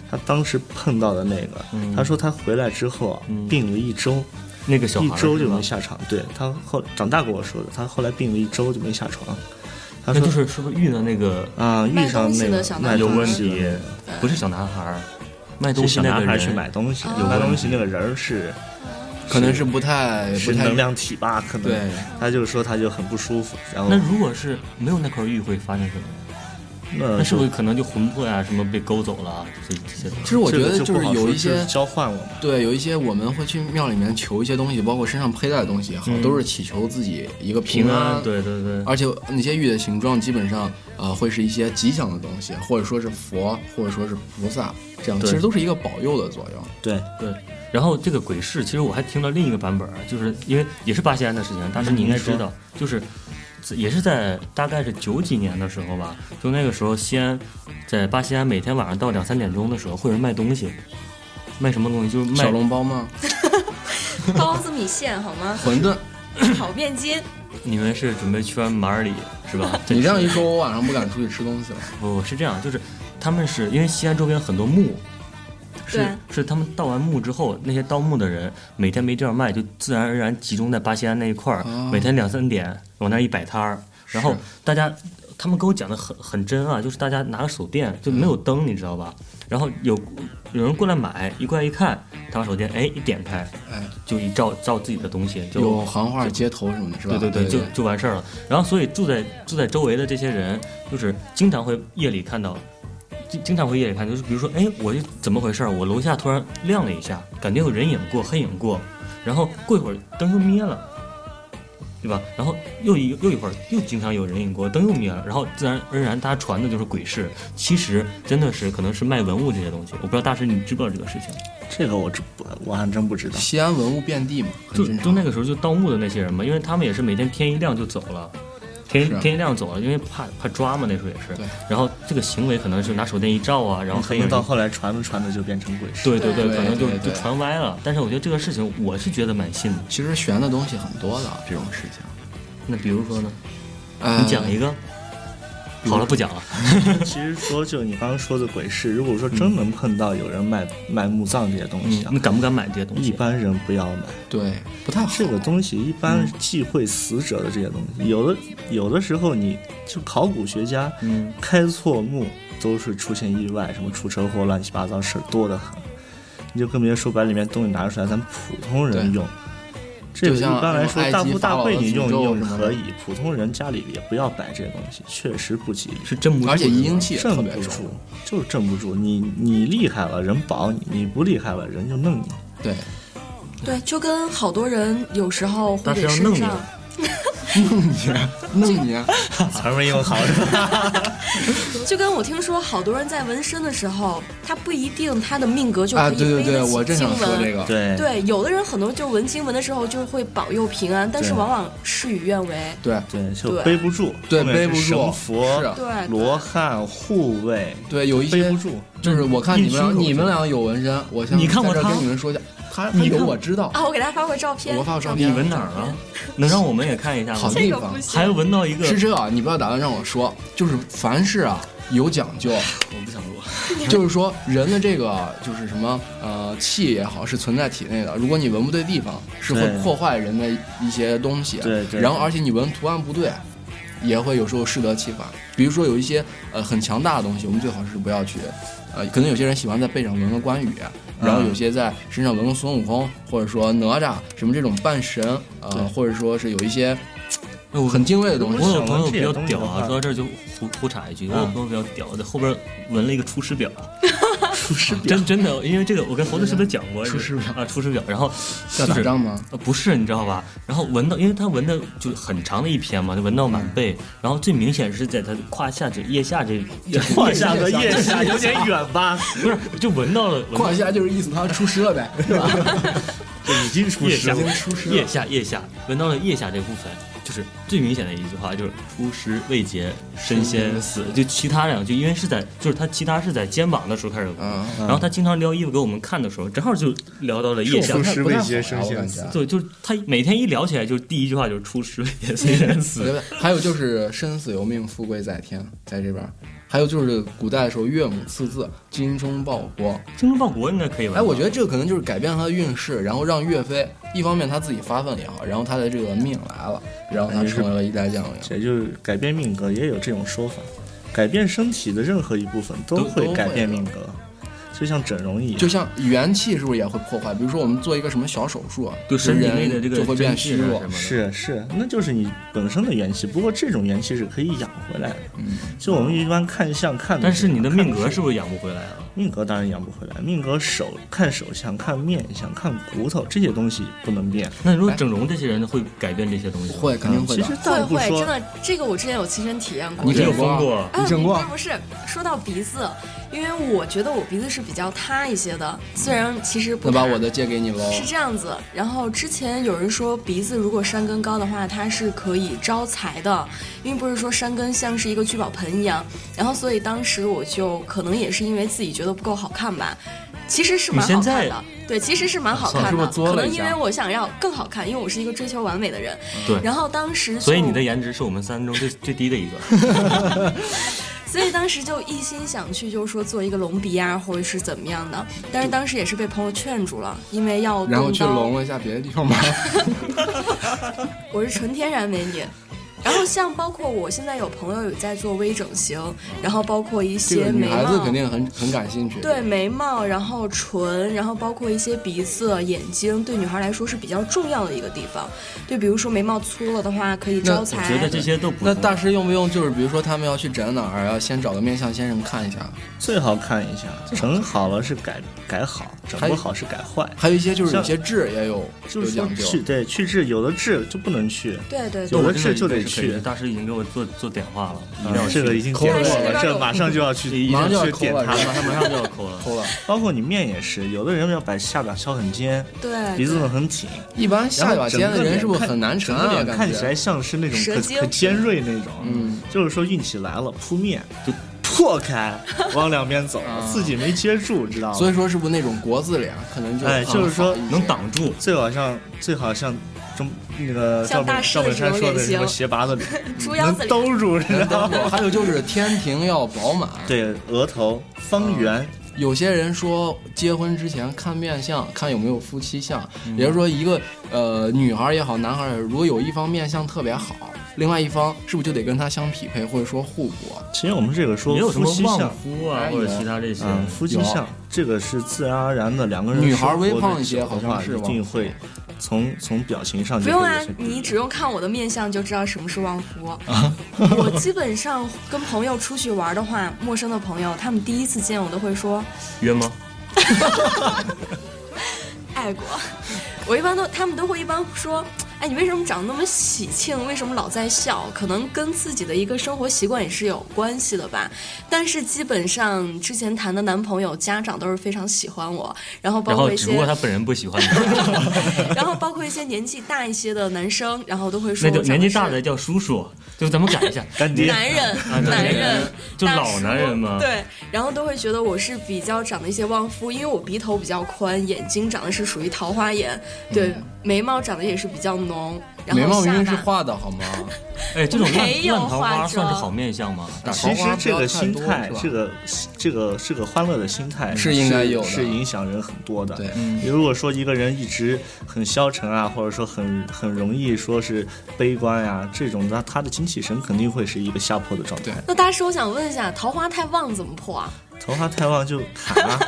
[SPEAKER 6] 他当时碰到的那个，
[SPEAKER 5] 嗯
[SPEAKER 6] 他说他回来之后啊
[SPEAKER 5] 嗯
[SPEAKER 6] 病了一周，
[SPEAKER 5] 那个小
[SPEAKER 6] 一
[SPEAKER 5] 孩儿
[SPEAKER 6] 周就是
[SPEAKER 5] 吧
[SPEAKER 6] 没下床。对他后长大跟我说的，他后来病了一周就没下床。他
[SPEAKER 5] 那
[SPEAKER 6] 说哎
[SPEAKER 5] 就是是不是遇到那个
[SPEAKER 6] 啊、遇
[SPEAKER 4] 卖东
[SPEAKER 6] 上那
[SPEAKER 4] 西的
[SPEAKER 6] 个
[SPEAKER 4] 小男孩
[SPEAKER 6] 卖
[SPEAKER 5] 有
[SPEAKER 6] 东
[SPEAKER 5] 问
[SPEAKER 6] 西
[SPEAKER 5] 题
[SPEAKER 6] 的那个，
[SPEAKER 5] 不是小男孩儿，卖
[SPEAKER 6] 就
[SPEAKER 5] 东西
[SPEAKER 6] 哎小
[SPEAKER 5] 那个
[SPEAKER 6] 男
[SPEAKER 5] 人
[SPEAKER 6] 孩去买东西，
[SPEAKER 4] 哦
[SPEAKER 6] 有卖东西那个人儿是
[SPEAKER 3] 可能是不太不
[SPEAKER 6] 是
[SPEAKER 3] 太
[SPEAKER 6] 能量体吧？可能
[SPEAKER 3] 对。
[SPEAKER 6] 他就说他就很不舒服，然后
[SPEAKER 5] 那如果是没有那块玉会发生什么？
[SPEAKER 6] 那
[SPEAKER 5] 那是不
[SPEAKER 6] 就是
[SPEAKER 5] 可能就魂魄呀、什么被勾走了啊？这这些东
[SPEAKER 3] 其
[SPEAKER 5] 西
[SPEAKER 3] 实我觉
[SPEAKER 6] 这个
[SPEAKER 3] 得
[SPEAKER 6] 就
[SPEAKER 3] 就是
[SPEAKER 6] 不好
[SPEAKER 3] 有
[SPEAKER 6] 说
[SPEAKER 3] 一些
[SPEAKER 6] 交换了嘛，
[SPEAKER 3] 对，有一些我们会去庙里面求一些东西，包括身上佩戴的东西也好，都是祈求自己一个
[SPEAKER 5] 嗯平
[SPEAKER 3] 安。
[SPEAKER 6] 啊
[SPEAKER 5] 安，，嗯对对对，
[SPEAKER 3] 而且那些玉的形状基本上呃会是一些吉祥的东西，或者说是佛，或者说是菩萨，这样
[SPEAKER 5] 对
[SPEAKER 3] 其实都是一个保佑的作用。
[SPEAKER 6] 对，
[SPEAKER 5] 对，然后这个鬼市，其实我还听到另一个版本儿，啊就是因为也是巴西安的事情，当时你应该知道，
[SPEAKER 6] 嗯
[SPEAKER 5] 就是也是在大概是九几年的时候吧，就那个时候西安，在巴西安每天晚上到两三点钟的时候，会有人卖东西，卖什么东西？就是卖
[SPEAKER 3] 小笼包 吗？
[SPEAKER 4] 包子、米线好 吗？
[SPEAKER 3] 馄饨？
[SPEAKER 4] 炒面筋，
[SPEAKER 5] 你们是准备去完马尔里 是吧？
[SPEAKER 3] 你这样一说，我晚上不敢出去吃东西了。
[SPEAKER 5] 不是这样，就是他们是因为西安周边很多墓，
[SPEAKER 4] 对
[SPEAKER 5] 是是他们盗完墓之后，那些盗墓的人每天没地儿卖，就自然而然集中在巴西安那一块儿，
[SPEAKER 3] 哦
[SPEAKER 5] 每天两三点往那儿一摆摊儿，然后
[SPEAKER 3] 是
[SPEAKER 5] 大家他们跟我讲的很很真啊，就是大家拿个手电就没有灯，
[SPEAKER 3] 嗯
[SPEAKER 5] 你知道吧？然后有有人过来买，一过来一看，他把手电哎一点开，
[SPEAKER 3] 哎，
[SPEAKER 5] 就一照照自己的东西，就
[SPEAKER 3] 有行话、街头什么的，是吧？
[SPEAKER 5] 对
[SPEAKER 3] 对
[SPEAKER 5] 对，就就完事儿了。然后所以住在住在周围的这些人，就是经常会夜里看到，经经常会夜里看，就是比如说，哎，我就怎么回事儿？我楼下突然亮了一下，感觉有人影过，黑影过，然后过一会儿灯又灭了。对吧？然后又一又一会儿又经常有人影过，灯又灭了，然后自然而然大家传的就是鬼市，其实真的是可能是卖文物这些东西。我不知道大师你知不知道这个事情？
[SPEAKER 6] 这个我知不我还真不知道。
[SPEAKER 3] 西安文物遍地嘛，很
[SPEAKER 5] 就
[SPEAKER 3] 正常。
[SPEAKER 5] 就那个时候就盗墓的那些人嘛，因为他们也是每天天一亮就走了，天
[SPEAKER 3] 是啊
[SPEAKER 5] 天一亮走了，因为怕怕抓嘛，那时候也是
[SPEAKER 3] 对。
[SPEAKER 5] 然后这个行为可能是拿手电一照啊，然后
[SPEAKER 6] 可
[SPEAKER 5] 黑
[SPEAKER 6] 能
[SPEAKER 5] 影
[SPEAKER 6] 到后来传着传着就变成鬼市，
[SPEAKER 5] 对对对，
[SPEAKER 3] 对
[SPEAKER 5] 可能就
[SPEAKER 3] 对对
[SPEAKER 5] 就传歪了。但是我觉得这个事情我是觉得蛮信的。
[SPEAKER 3] 其实悬的东西很多的这种事情。
[SPEAKER 5] 那比如说呢，
[SPEAKER 3] 呃，
[SPEAKER 5] 你讲一个。
[SPEAKER 3] 如哎
[SPEAKER 5] 好了，不讲了。
[SPEAKER 6] 其实说就你刚刚说的鬼市，如果说真能碰到有人卖卖墓葬这些东西
[SPEAKER 5] 嗯
[SPEAKER 6] 啊，
[SPEAKER 5] 你敢不敢买这些东
[SPEAKER 6] 一
[SPEAKER 5] 西？
[SPEAKER 6] 般人不要买。
[SPEAKER 3] 对，不太好。
[SPEAKER 6] 这个东西一般忌讳死者的这些东
[SPEAKER 3] 嗯
[SPEAKER 6] 西，有的有的时候你就考古学家
[SPEAKER 5] 嗯，
[SPEAKER 6] 开错墓都是出现意外，什么出车祸、乱七八糟事儿多得很。你就更别说把里面东西拿出来，咱普通人
[SPEAKER 3] 对
[SPEAKER 6] 用。这个
[SPEAKER 3] 就
[SPEAKER 6] 一
[SPEAKER 3] 像
[SPEAKER 6] 般来
[SPEAKER 3] 什么
[SPEAKER 6] 说，
[SPEAKER 3] 埃
[SPEAKER 6] 大
[SPEAKER 3] 及
[SPEAKER 6] 富
[SPEAKER 3] 法
[SPEAKER 6] 大
[SPEAKER 3] 老
[SPEAKER 6] 贵
[SPEAKER 3] 的
[SPEAKER 6] 你
[SPEAKER 3] 诅
[SPEAKER 6] 用一
[SPEAKER 3] 咒
[SPEAKER 6] 用
[SPEAKER 3] 什么的
[SPEAKER 6] 可以，普通人家里也不要摆这些东西，确实不吉利。
[SPEAKER 5] 是真不住
[SPEAKER 3] 而且
[SPEAKER 5] 是吧
[SPEAKER 3] 阴气也特
[SPEAKER 6] 镇
[SPEAKER 3] 别
[SPEAKER 6] 不
[SPEAKER 3] 重。
[SPEAKER 6] 住，就是镇不住。你你厉害了，人保你；你不厉害了，人就弄你。
[SPEAKER 3] 对，
[SPEAKER 4] 对，就跟好多人有时候会
[SPEAKER 5] 但是
[SPEAKER 4] 给
[SPEAKER 5] 要
[SPEAKER 4] 身
[SPEAKER 5] 弄你
[SPEAKER 4] 上，
[SPEAKER 3] 弄你啊！
[SPEAKER 6] 词儿没用好是吧？
[SPEAKER 4] 就跟我听说好多人在纹身的时候，他不一定他的命格就可
[SPEAKER 3] 啊，
[SPEAKER 4] 以
[SPEAKER 3] 对对
[SPEAKER 4] 背
[SPEAKER 3] 对，
[SPEAKER 4] 得起
[SPEAKER 3] 我正想
[SPEAKER 4] 经
[SPEAKER 3] 说
[SPEAKER 4] 文
[SPEAKER 3] 这个。
[SPEAKER 6] 对
[SPEAKER 4] 对，有的人很多就是纹经文的时候就会保佑平安，但是
[SPEAKER 6] 对
[SPEAKER 4] 往往事与愿违。
[SPEAKER 3] 对
[SPEAKER 6] 对，就
[SPEAKER 4] 对
[SPEAKER 6] 背不住。
[SPEAKER 3] 对
[SPEAKER 6] 后面
[SPEAKER 3] 背不
[SPEAKER 6] 是
[SPEAKER 3] 住
[SPEAKER 6] 神佛
[SPEAKER 3] 是啊、
[SPEAKER 4] 对
[SPEAKER 6] 罗汉、护卫，
[SPEAKER 3] 对，有一
[SPEAKER 6] 背
[SPEAKER 3] 些
[SPEAKER 6] 不住。
[SPEAKER 3] 就是我看你们
[SPEAKER 6] 一
[SPEAKER 3] 俩，
[SPEAKER 6] 听就
[SPEAKER 3] 你们俩有纹身，我想
[SPEAKER 5] 你看过
[SPEAKER 3] 在这儿
[SPEAKER 5] 他
[SPEAKER 3] 跟你们说一下，
[SPEAKER 6] 啊
[SPEAKER 3] 他他
[SPEAKER 5] 你看
[SPEAKER 3] 有我知道，
[SPEAKER 4] 啊，我给大家发过照片，
[SPEAKER 3] 我发过照
[SPEAKER 5] 你
[SPEAKER 3] 片
[SPEAKER 5] 闻哪儿了？能让我们也看一下
[SPEAKER 3] 好
[SPEAKER 5] 吗？
[SPEAKER 3] 地
[SPEAKER 4] 这个
[SPEAKER 3] 方
[SPEAKER 4] 不行，
[SPEAKER 5] 还闻到一个，
[SPEAKER 3] 是这啊，你不要打断让我说，就是凡事啊有讲究，
[SPEAKER 5] 我不想录。啊
[SPEAKER 3] 就是说人的这个就是什么呃气也好，是存在体内的。如果你闻不对地方，是会
[SPEAKER 6] 对
[SPEAKER 3] 破坏人的一些东西。
[SPEAKER 6] 对对
[SPEAKER 3] 然后而且你闻图案不对，也会有时候适得其反。啊比如说有一些呃很强大的东西，我们最好是不要去。呃，可能有些人喜欢在背上纹个关羽，然后有些在身上纹个孙悟空，或者说哪吒什么这种半神，呃
[SPEAKER 6] 对，
[SPEAKER 3] 或者说是有一些
[SPEAKER 5] 哎我
[SPEAKER 3] 很敬畏的东西。
[SPEAKER 5] 我有朋友
[SPEAKER 6] 这
[SPEAKER 5] 比
[SPEAKER 6] 些
[SPEAKER 5] 较
[SPEAKER 6] 东西
[SPEAKER 5] 屌
[SPEAKER 6] 的
[SPEAKER 5] 啊，
[SPEAKER 6] 话
[SPEAKER 5] 说到这儿就胡胡插一句，我有
[SPEAKER 6] 啊
[SPEAKER 5] 朋友比较屌，在后边纹了一个《出师 表》啊
[SPEAKER 6] 出师表
[SPEAKER 5] 真真的，因为这个我跟猴子师傅讲过，
[SPEAKER 3] 出师表
[SPEAKER 5] 啊，《出师表》，然后
[SPEAKER 3] 要
[SPEAKER 5] 就
[SPEAKER 3] 打
[SPEAKER 5] 是
[SPEAKER 3] 仗吗？
[SPEAKER 5] 呃不是，你知道吧？然后闻到，因为他闻的就是很长的一篇嘛，就闻到满
[SPEAKER 6] 嗯
[SPEAKER 5] 背，然后最明显是在他胯下这腋下这，
[SPEAKER 6] 胯下和腋下有点远吧？
[SPEAKER 5] 不是就闻到了，闻到
[SPEAKER 3] 胯下就是意思他出师了 呗，是吧？
[SPEAKER 6] 已经出
[SPEAKER 5] 腋
[SPEAKER 6] 师
[SPEAKER 5] 下
[SPEAKER 6] 了，
[SPEAKER 5] 腋下腋下闻到了腋下这部分，就是最明显的一句话，就是“出师未捷身
[SPEAKER 3] 嗯
[SPEAKER 5] 先死”。就其他两句，因为是在就是他其他是在肩膀的时候开始闻，
[SPEAKER 3] 嗯
[SPEAKER 5] 然后他经常撩衣服给我们看的时候，正好就聊到了腋下
[SPEAKER 6] 出。师未捷
[SPEAKER 3] 不太
[SPEAKER 6] 身
[SPEAKER 3] 好啊我
[SPEAKER 6] 先
[SPEAKER 3] 感
[SPEAKER 6] 死
[SPEAKER 3] 觉。
[SPEAKER 5] 对，就是他每天一聊起来，就是第一句话就是“出师未捷身先
[SPEAKER 3] 对
[SPEAKER 5] 死
[SPEAKER 3] 不对？还有就是生死由命，富贵在天，在这边儿。还有就是古代的时候，岳母刺字，精忠报国。”。
[SPEAKER 5] 精忠报国应该可以吧？
[SPEAKER 3] 哎，我觉得这个可能就是改变他的运势，然后让岳飞一方面他自己发奋也好，然后他的这个命来了，然
[SPEAKER 5] 哎
[SPEAKER 3] 后他成为了一代将领。
[SPEAKER 6] 这就是改变命格，也有这种说法。改变身体的任何一部分都
[SPEAKER 5] 都
[SPEAKER 6] 会
[SPEAKER 5] 都
[SPEAKER 6] 改
[SPEAKER 3] 会
[SPEAKER 6] 变
[SPEAKER 3] 的
[SPEAKER 6] 命格，就像整容一样，
[SPEAKER 3] 就像元气是不是也会破坏？比如说我们做一个什么小手术啊，
[SPEAKER 5] 就身体内的
[SPEAKER 3] 人
[SPEAKER 5] 这个
[SPEAKER 3] 就会变
[SPEAKER 5] 真气
[SPEAKER 3] 虚
[SPEAKER 5] 啊
[SPEAKER 3] 弱
[SPEAKER 5] 什么。的
[SPEAKER 6] 是是，那就是你本身的元气。不过这种元气是可以养回来的。
[SPEAKER 3] 嗯
[SPEAKER 6] 就我们一般看相看，
[SPEAKER 5] 但是你的命格是不是养不回来啊？
[SPEAKER 6] 命格当然养不回来，命格手看手相、看面相、看骨头这些东西不能变。啊
[SPEAKER 5] 那如果整容这些人会改变这些东西吗？
[SPEAKER 3] 会肯定会
[SPEAKER 5] 啊
[SPEAKER 6] 其实
[SPEAKER 3] 的。
[SPEAKER 6] 倒
[SPEAKER 4] 会
[SPEAKER 6] 也不
[SPEAKER 4] 会，真
[SPEAKER 6] 说，
[SPEAKER 4] 的，这个我之前有亲身体验过。
[SPEAKER 3] 你
[SPEAKER 5] 你有
[SPEAKER 3] 整过啊
[SPEAKER 5] 疯过？
[SPEAKER 4] 啊，
[SPEAKER 3] 整
[SPEAKER 4] 不
[SPEAKER 3] 过
[SPEAKER 4] 是不是，说到鼻子，因为我觉得我鼻子是比较塌一些的，虽然其实不
[SPEAKER 3] 那把
[SPEAKER 4] 塌
[SPEAKER 3] 我的借给你喽。
[SPEAKER 4] 是这样子，然后之前有人说鼻子如果山根高的话，它是可以招财的，因为不是说山根像是一个聚宝盆一样。然后所以当时我就可能也是因为自己觉得不够好看吧，其实是蛮
[SPEAKER 5] 你
[SPEAKER 4] 好
[SPEAKER 5] 现在
[SPEAKER 4] 看的，对，其实是蛮好
[SPEAKER 3] 我操
[SPEAKER 4] 看
[SPEAKER 3] 是不
[SPEAKER 4] 的。
[SPEAKER 3] 是作
[SPEAKER 4] 可
[SPEAKER 3] 了
[SPEAKER 4] 能
[SPEAKER 3] 一下嗯
[SPEAKER 4] 因为我想要更好看，因为我是一个追求完美的人。
[SPEAKER 5] 对
[SPEAKER 4] 然后当时就
[SPEAKER 5] 所以你的颜值是我们三中最最低的 一个。
[SPEAKER 4] 所以当时就一心想去，就是说做一个隆鼻啊，或者是怎么样的。但是当时也是被朋友劝住了，因为要
[SPEAKER 3] 然后
[SPEAKER 4] 动
[SPEAKER 3] 去
[SPEAKER 4] 刀
[SPEAKER 3] 隆了一下别的地方吗？
[SPEAKER 4] 我是纯天然美女。然后像包括我现在有朋友有在做微整形，然后包括一
[SPEAKER 3] 这个
[SPEAKER 4] 些
[SPEAKER 3] 女
[SPEAKER 4] 眉
[SPEAKER 3] 孩子
[SPEAKER 4] 毛，
[SPEAKER 3] 肯定很很感兴趣。
[SPEAKER 4] 对眉毛，然后唇，然后包括一些鼻子、眼睛，对女孩来说是比较重要的一个地方。就比如说眉毛粗了的话，可以招
[SPEAKER 5] 我觉得
[SPEAKER 4] 财。
[SPEAKER 5] 这些都不
[SPEAKER 3] 那大师用不用就是比如说他们要去诊哪儿啊，先找个面相先生看一下？
[SPEAKER 6] 最好看一下，整好了是改改好，整
[SPEAKER 3] 还
[SPEAKER 6] 不
[SPEAKER 3] 有
[SPEAKER 6] 好是改坏。
[SPEAKER 3] 还有一些就是有
[SPEAKER 6] 像
[SPEAKER 3] 些痣也有
[SPEAKER 6] 就
[SPEAKER 3] 有
[SPEAKER 6] 是说
[SPEAKER 3] 讲究。
[SPEAKER 6] 去对去痣，有的痣就不能去，
[SPEAKER 4] 对对
[SPEAKER 5] 那
[SPEAKER 4] 对，
[SPEAKER 6] 有
[SPEAKER 5] 我
[SPEAKER 6] 的
[SPEAKER 5] 真
[SPEAKER 6] 痣
[SPEAKER 5] 的
[SPEAKER 6] 就得
[SPEAKER 5] 是可以
[SPEAKER 6] 去
[SPEAKER 5] 大师已经给我做做点化了，一定
[SPEAKER 6] 啊
[SPEAKER 5] 要
[SPEAKER 6] 这个
[SPEAKER 5] 去
[SPEAKER 6] 已经
[SPEAKER 3] 抠
[SPEAKER 6] 点
[SPEAKER 3] 了
[SPEAKER 6] 过
[SPEAKER 4] 但
[SPEAKER 6] 了，
[SPEAKER 4] 是
[SPEAKER 6] 这马上就要去，一
[SPEAKER 3] 马上
[SPEAKER 6] 定
[SPEAKER 3] 就要
[SPEAKER 6] 去
[SPEAKER 3] 抠
[SPEAKER 6] 点
[SPEAKER 3] 了
[SPEAKER 6] 它
[SPEAKER 3] 是吧
[SPEAKER 5] 马
[SPEAKER 6] 了。
[SPEAKER 5] 上马上就要抠了。
[SPEAKER 3] 抠了，
[SPEAKER 6] 包括你面也是，有的人要把下巴削很尖，
[SPEAKER 4] 哎对
[SPEAKER 6] 鼻子弄很挺，
[SPEAKER 3] 一般
[SPEAKER 6] 然
[SPEAKER 3] 下
[SPEAKER 6] 后
[SPEAKER 3] 巴
[SPEAKER 6] 整
[SPEAKER 3] 尖的
[SPEAKER 6] 个
[SPEAKER 3] 人
[SPEAKER 6] 脸
[SPEAKER 3] 是不是
[SPEAKER 6] 看
[SPEAKER 3] 很难
[SPEAKER 6] 整
[SPEAKER 3] 缠
[SPEAKER 6] 个
[SPEAKER 3] 啊？
[SPEAKER 6] 脸
[SPEAKER 3] 感
[SPEAKER 6] 看
[SPEAKER 3] 觉
[SPEAKER 6] 起来像是那种
[SPEAKER 4] 蛇精
[SPEAKER 6] 可可尖锐那种，
[SPEAKER 3] 嗯，
[SPEAKER 6] 就是说运气来了扑面
[SPEAKER 5] 就
[SPEAKER 6] 破开，往两边走
[SPEAKER 3] 啊，
[SPEAKER 6] 自己没接住，知道吗？
[SPEAKER 3] 所以说是不是那种国字脸可能就
[SPEAKER 6] 哎就是说
[SPEAKER 5] 能挡 住，
[SPEAKER 6] 最好像最好像中那个赵
[SPEAKER 4] 像
[SPEAKER 6] 本
[SPEAKER 4] 大师
[SPEAKER 6] 赵
[SPEAKER 4] 的
[SPEAKER 6] 本山
[SPEAKER 4] 这种
[SPEAKER 6] 说的
[SPEAKER 4] 脸
[SPEAKER 6] 什
[SPEAKER 4] 型
[SPEAKER 6] 么斜拔的脸，
[SPEAKER 4] 猪腰子脸，
[SPEAKER 6] 能兜住，知 道
[SPEAKER 3] 挡住。
[SPEAKER 6] 吗？
[SPEAKER 3] 还有就是天庭要饱满。
[SPEAKER 6] 对，额头方圆，
[SPEAKER 3] 有些人说结婚之前看面相，看有没有夫妻相，
[SPEAKER 6] 嗯
[SPEAKER 3] 也就是说一个呃女孩也好，男孩也好，如果有一方面相特别好，另外一方是不是就得跟他相匹配，或者说互补？啊
[SPEAKER 6] 其实我们这个说
[SPEAKER 5] 也有什
[SPEAKER 6] 夫
[SPEAKER 5] 么
[SPEAKER 6] 妻
[SPEAKER 5] 旺
[SPEAKER 6] 相，
[SPEAKER 5] 夫啊
[SPEAKER 3] 哎，
[SPEAKER 5] 或者其他这些。
[SPEAKER 6] 嗯，夫妻
[SPEAKER 3] 有啊
[SPEAKER 6] 相这个是自然而然的，两个人
[SPEAKER 3] 女孩
[SPEAKER 6] 生活
[SPEAKER 3] 微
[SPEAKER 6] 得
[SPEAKER 3] 胖一些
[SPEAKER 6] 久的
[SPEAKER 3] 好像
[SPEAKER 6] 话
[SPEAKER 3] 是
[SPEAKER 6] 一
[SPEAKER 3] 吧
[SPEAKER 6] 定会从从表情上就
[SPEAKER 4] 不用
[SPEAKER 6] 会
[SPEAKER 4] 啊
[SPEAKER 6] 有些，不一
[SPEAKER 4] 你
[SPEAKER 6] 样
[SPEAKER 4] 只用看我的面相就知道什么是旺夫。
[SPEAKER 5] 啊
[SPEAKER 4] 我基本上跟朋友出去玩的话，陌生的朋友，他们第一次见我都会说
[SPEAKER 5] 约吗？
[SPEAKER 4] 爱过。 我一般都，他们都会一般说，哎，你为什么长得那么喜庆？为什么老在笑？可能跟自己的一个生活习惯也是有关系的吧。但是基本上之前谈的男朋友，家长都是非常喜欢我，然后包
[SPEAKER 5] 然后
[SPEAKER 4] 括一
[SPEAKER 5] 只
[SPEAKER 4] 些
[SPEAKER 5] 不，过他本人不喜欢你，
[SPEAKER 4] 然后包括一些年纪大一些的男生，然后都会说
[SPEAKER 5] 那
[SPEAKER 4] 我
[SPEAKER 5] 就
[SPEAKER 4] 长
[SPEAKER 5] 年
[SPEAKER 4] 得
[SPEAKER 5] 纪
[SPEAKER 4] 是
[SPEAKER 5] 大的叫叔叔，就咱们改一 下。
[SPEAKER 6] 干爹
[SPEAKER 4] 男人，
[SPEAKER 5] 啊
[SPEAKER 4] 男
[SPEAKER 5] 对
[SPEAKER 4] 人，
[SPEAKER 5] 就
[SPEAKER 4] 大
[SPEAKER 5] 老
[SPEAKER 4] 叔
[SPEAKER 5] 男人嘛
[SPEAKER 4] 对，然后都会觉得我是比较长的一些旺夫，因为我鼻头比较宽，眼睛长得是属于桃花眼，对，眉毛长得也是比较浓，然
[SPEAKER 3] 眉
[SPEAKER 4] 后
[SPEAKER 3] 毛明
[SPEAKER 4] 下
[SPEAKER 3] 明是
[SPEAKER 4] 巴。
[SPEAKER 3] 画的好吗？
[SPEAKER 5] 哎，这种烂
[SPEAKER 4] 没有
[SPEAKER 5] 烂桃
[SPEAKER 4] 化
[SPEAKER 5] 花
[SPEAKER 4] 妆
[SPEAKER 5] 算是好面相吗？
[SPEAKER 3] 打
[SPEAKER 6] 其
[SPEAKER 3] 桃
[SPEAKER 6] 实
[SPEAKER 3] 花不
[SPEAKER 6] 这
[SPEAKER 3] 要
[SPEAKER 6] 个
[SPEAKER 3] 看
[SPEAKER 6] 心
[SPEAKER 3] 多
[SPEAKER 6] 态
[SPEAKER 3] 是，吧
[SPEAKER 6] 这个这个这个欢乐的心态
[SPEAKER 3] 是应该有的
[SPEAKER 6] 是影响人很多的。
[SPEAKER 3] 对，
[SPEAKER 6] 你如果说一个人一直很消沉啊，或者说很很容易说是悲观呀、这种那他的精气神肯定会是一个下坡的状态。
[SPEAKER 3] 对
[SPEAKER 4] 那大师，我想问一下，桃花太旺怎么破啊？
[SPEAKER 6] 桃花太旺就卡、 啊，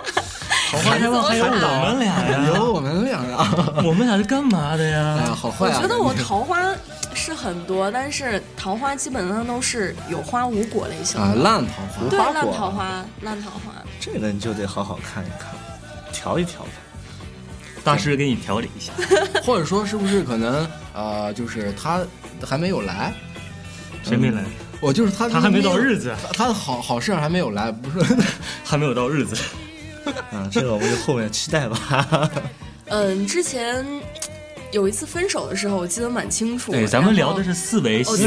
[SPEAKER 5] 桃花太旺还有我们俩呀，
[SPEAKER 3] 有我们俩啊！
[SPEAKER 5] 我们俩是干嘛的
[SPEAKER 3] 哎
[SPEAKER 5] 呀
[SPEAKER 3] 呀，？好坏
[SPEAKER 4] 我
[SPEAKER 3] 啊！
[SPEAKER 4] 觉 得我
[SPEAKER 3] 感
[SPEAKER 4] 桃花是很多，但是桃花基本上都是有花无果类型
[SPEAKER 3] 啊，
[SPEAKER 4] 的，
[SPEAKER 3] 烂桃花
[SPEAKER 4] 对，
[SPEAKER 6] 花
[SPEAKER 4] 烂
[SPEAKER 6] 果啊
[SPEAKER 4] 桃花，烂桃花。
[SPEAKER 6] 这个你就得好好看一看，调一调吧。
[SPEAKER 5] 大师给你调理一下，
[SPEAKER 3] 或者说是不是可能呃，就是他还没有来，
[SPEAKER 5] 谁没来？
[SPEAKER 3] 我就是他，
[SPEAKER 5] 他还没到日子，
[SPEAKER 3] 他，他的好好事儿还没有来，不是？
[SPEAKER 5] 还没有到 日子。
[SPEAKER 6] 嗯，这个我们就后面期待吧。
[SPEAKER 4] 嗯，之前有一次分手的时候，我记得蛮清楚。
[SPEAKER 5] 对，哎咱们
[SPEAKER 4] 然
[SPEAKER 5] 聊
[SPEAKER 4] 后
[SPEAKER 5] 的是四维
[SPEAKER 4] 哦
[SPEAKER 5] 西，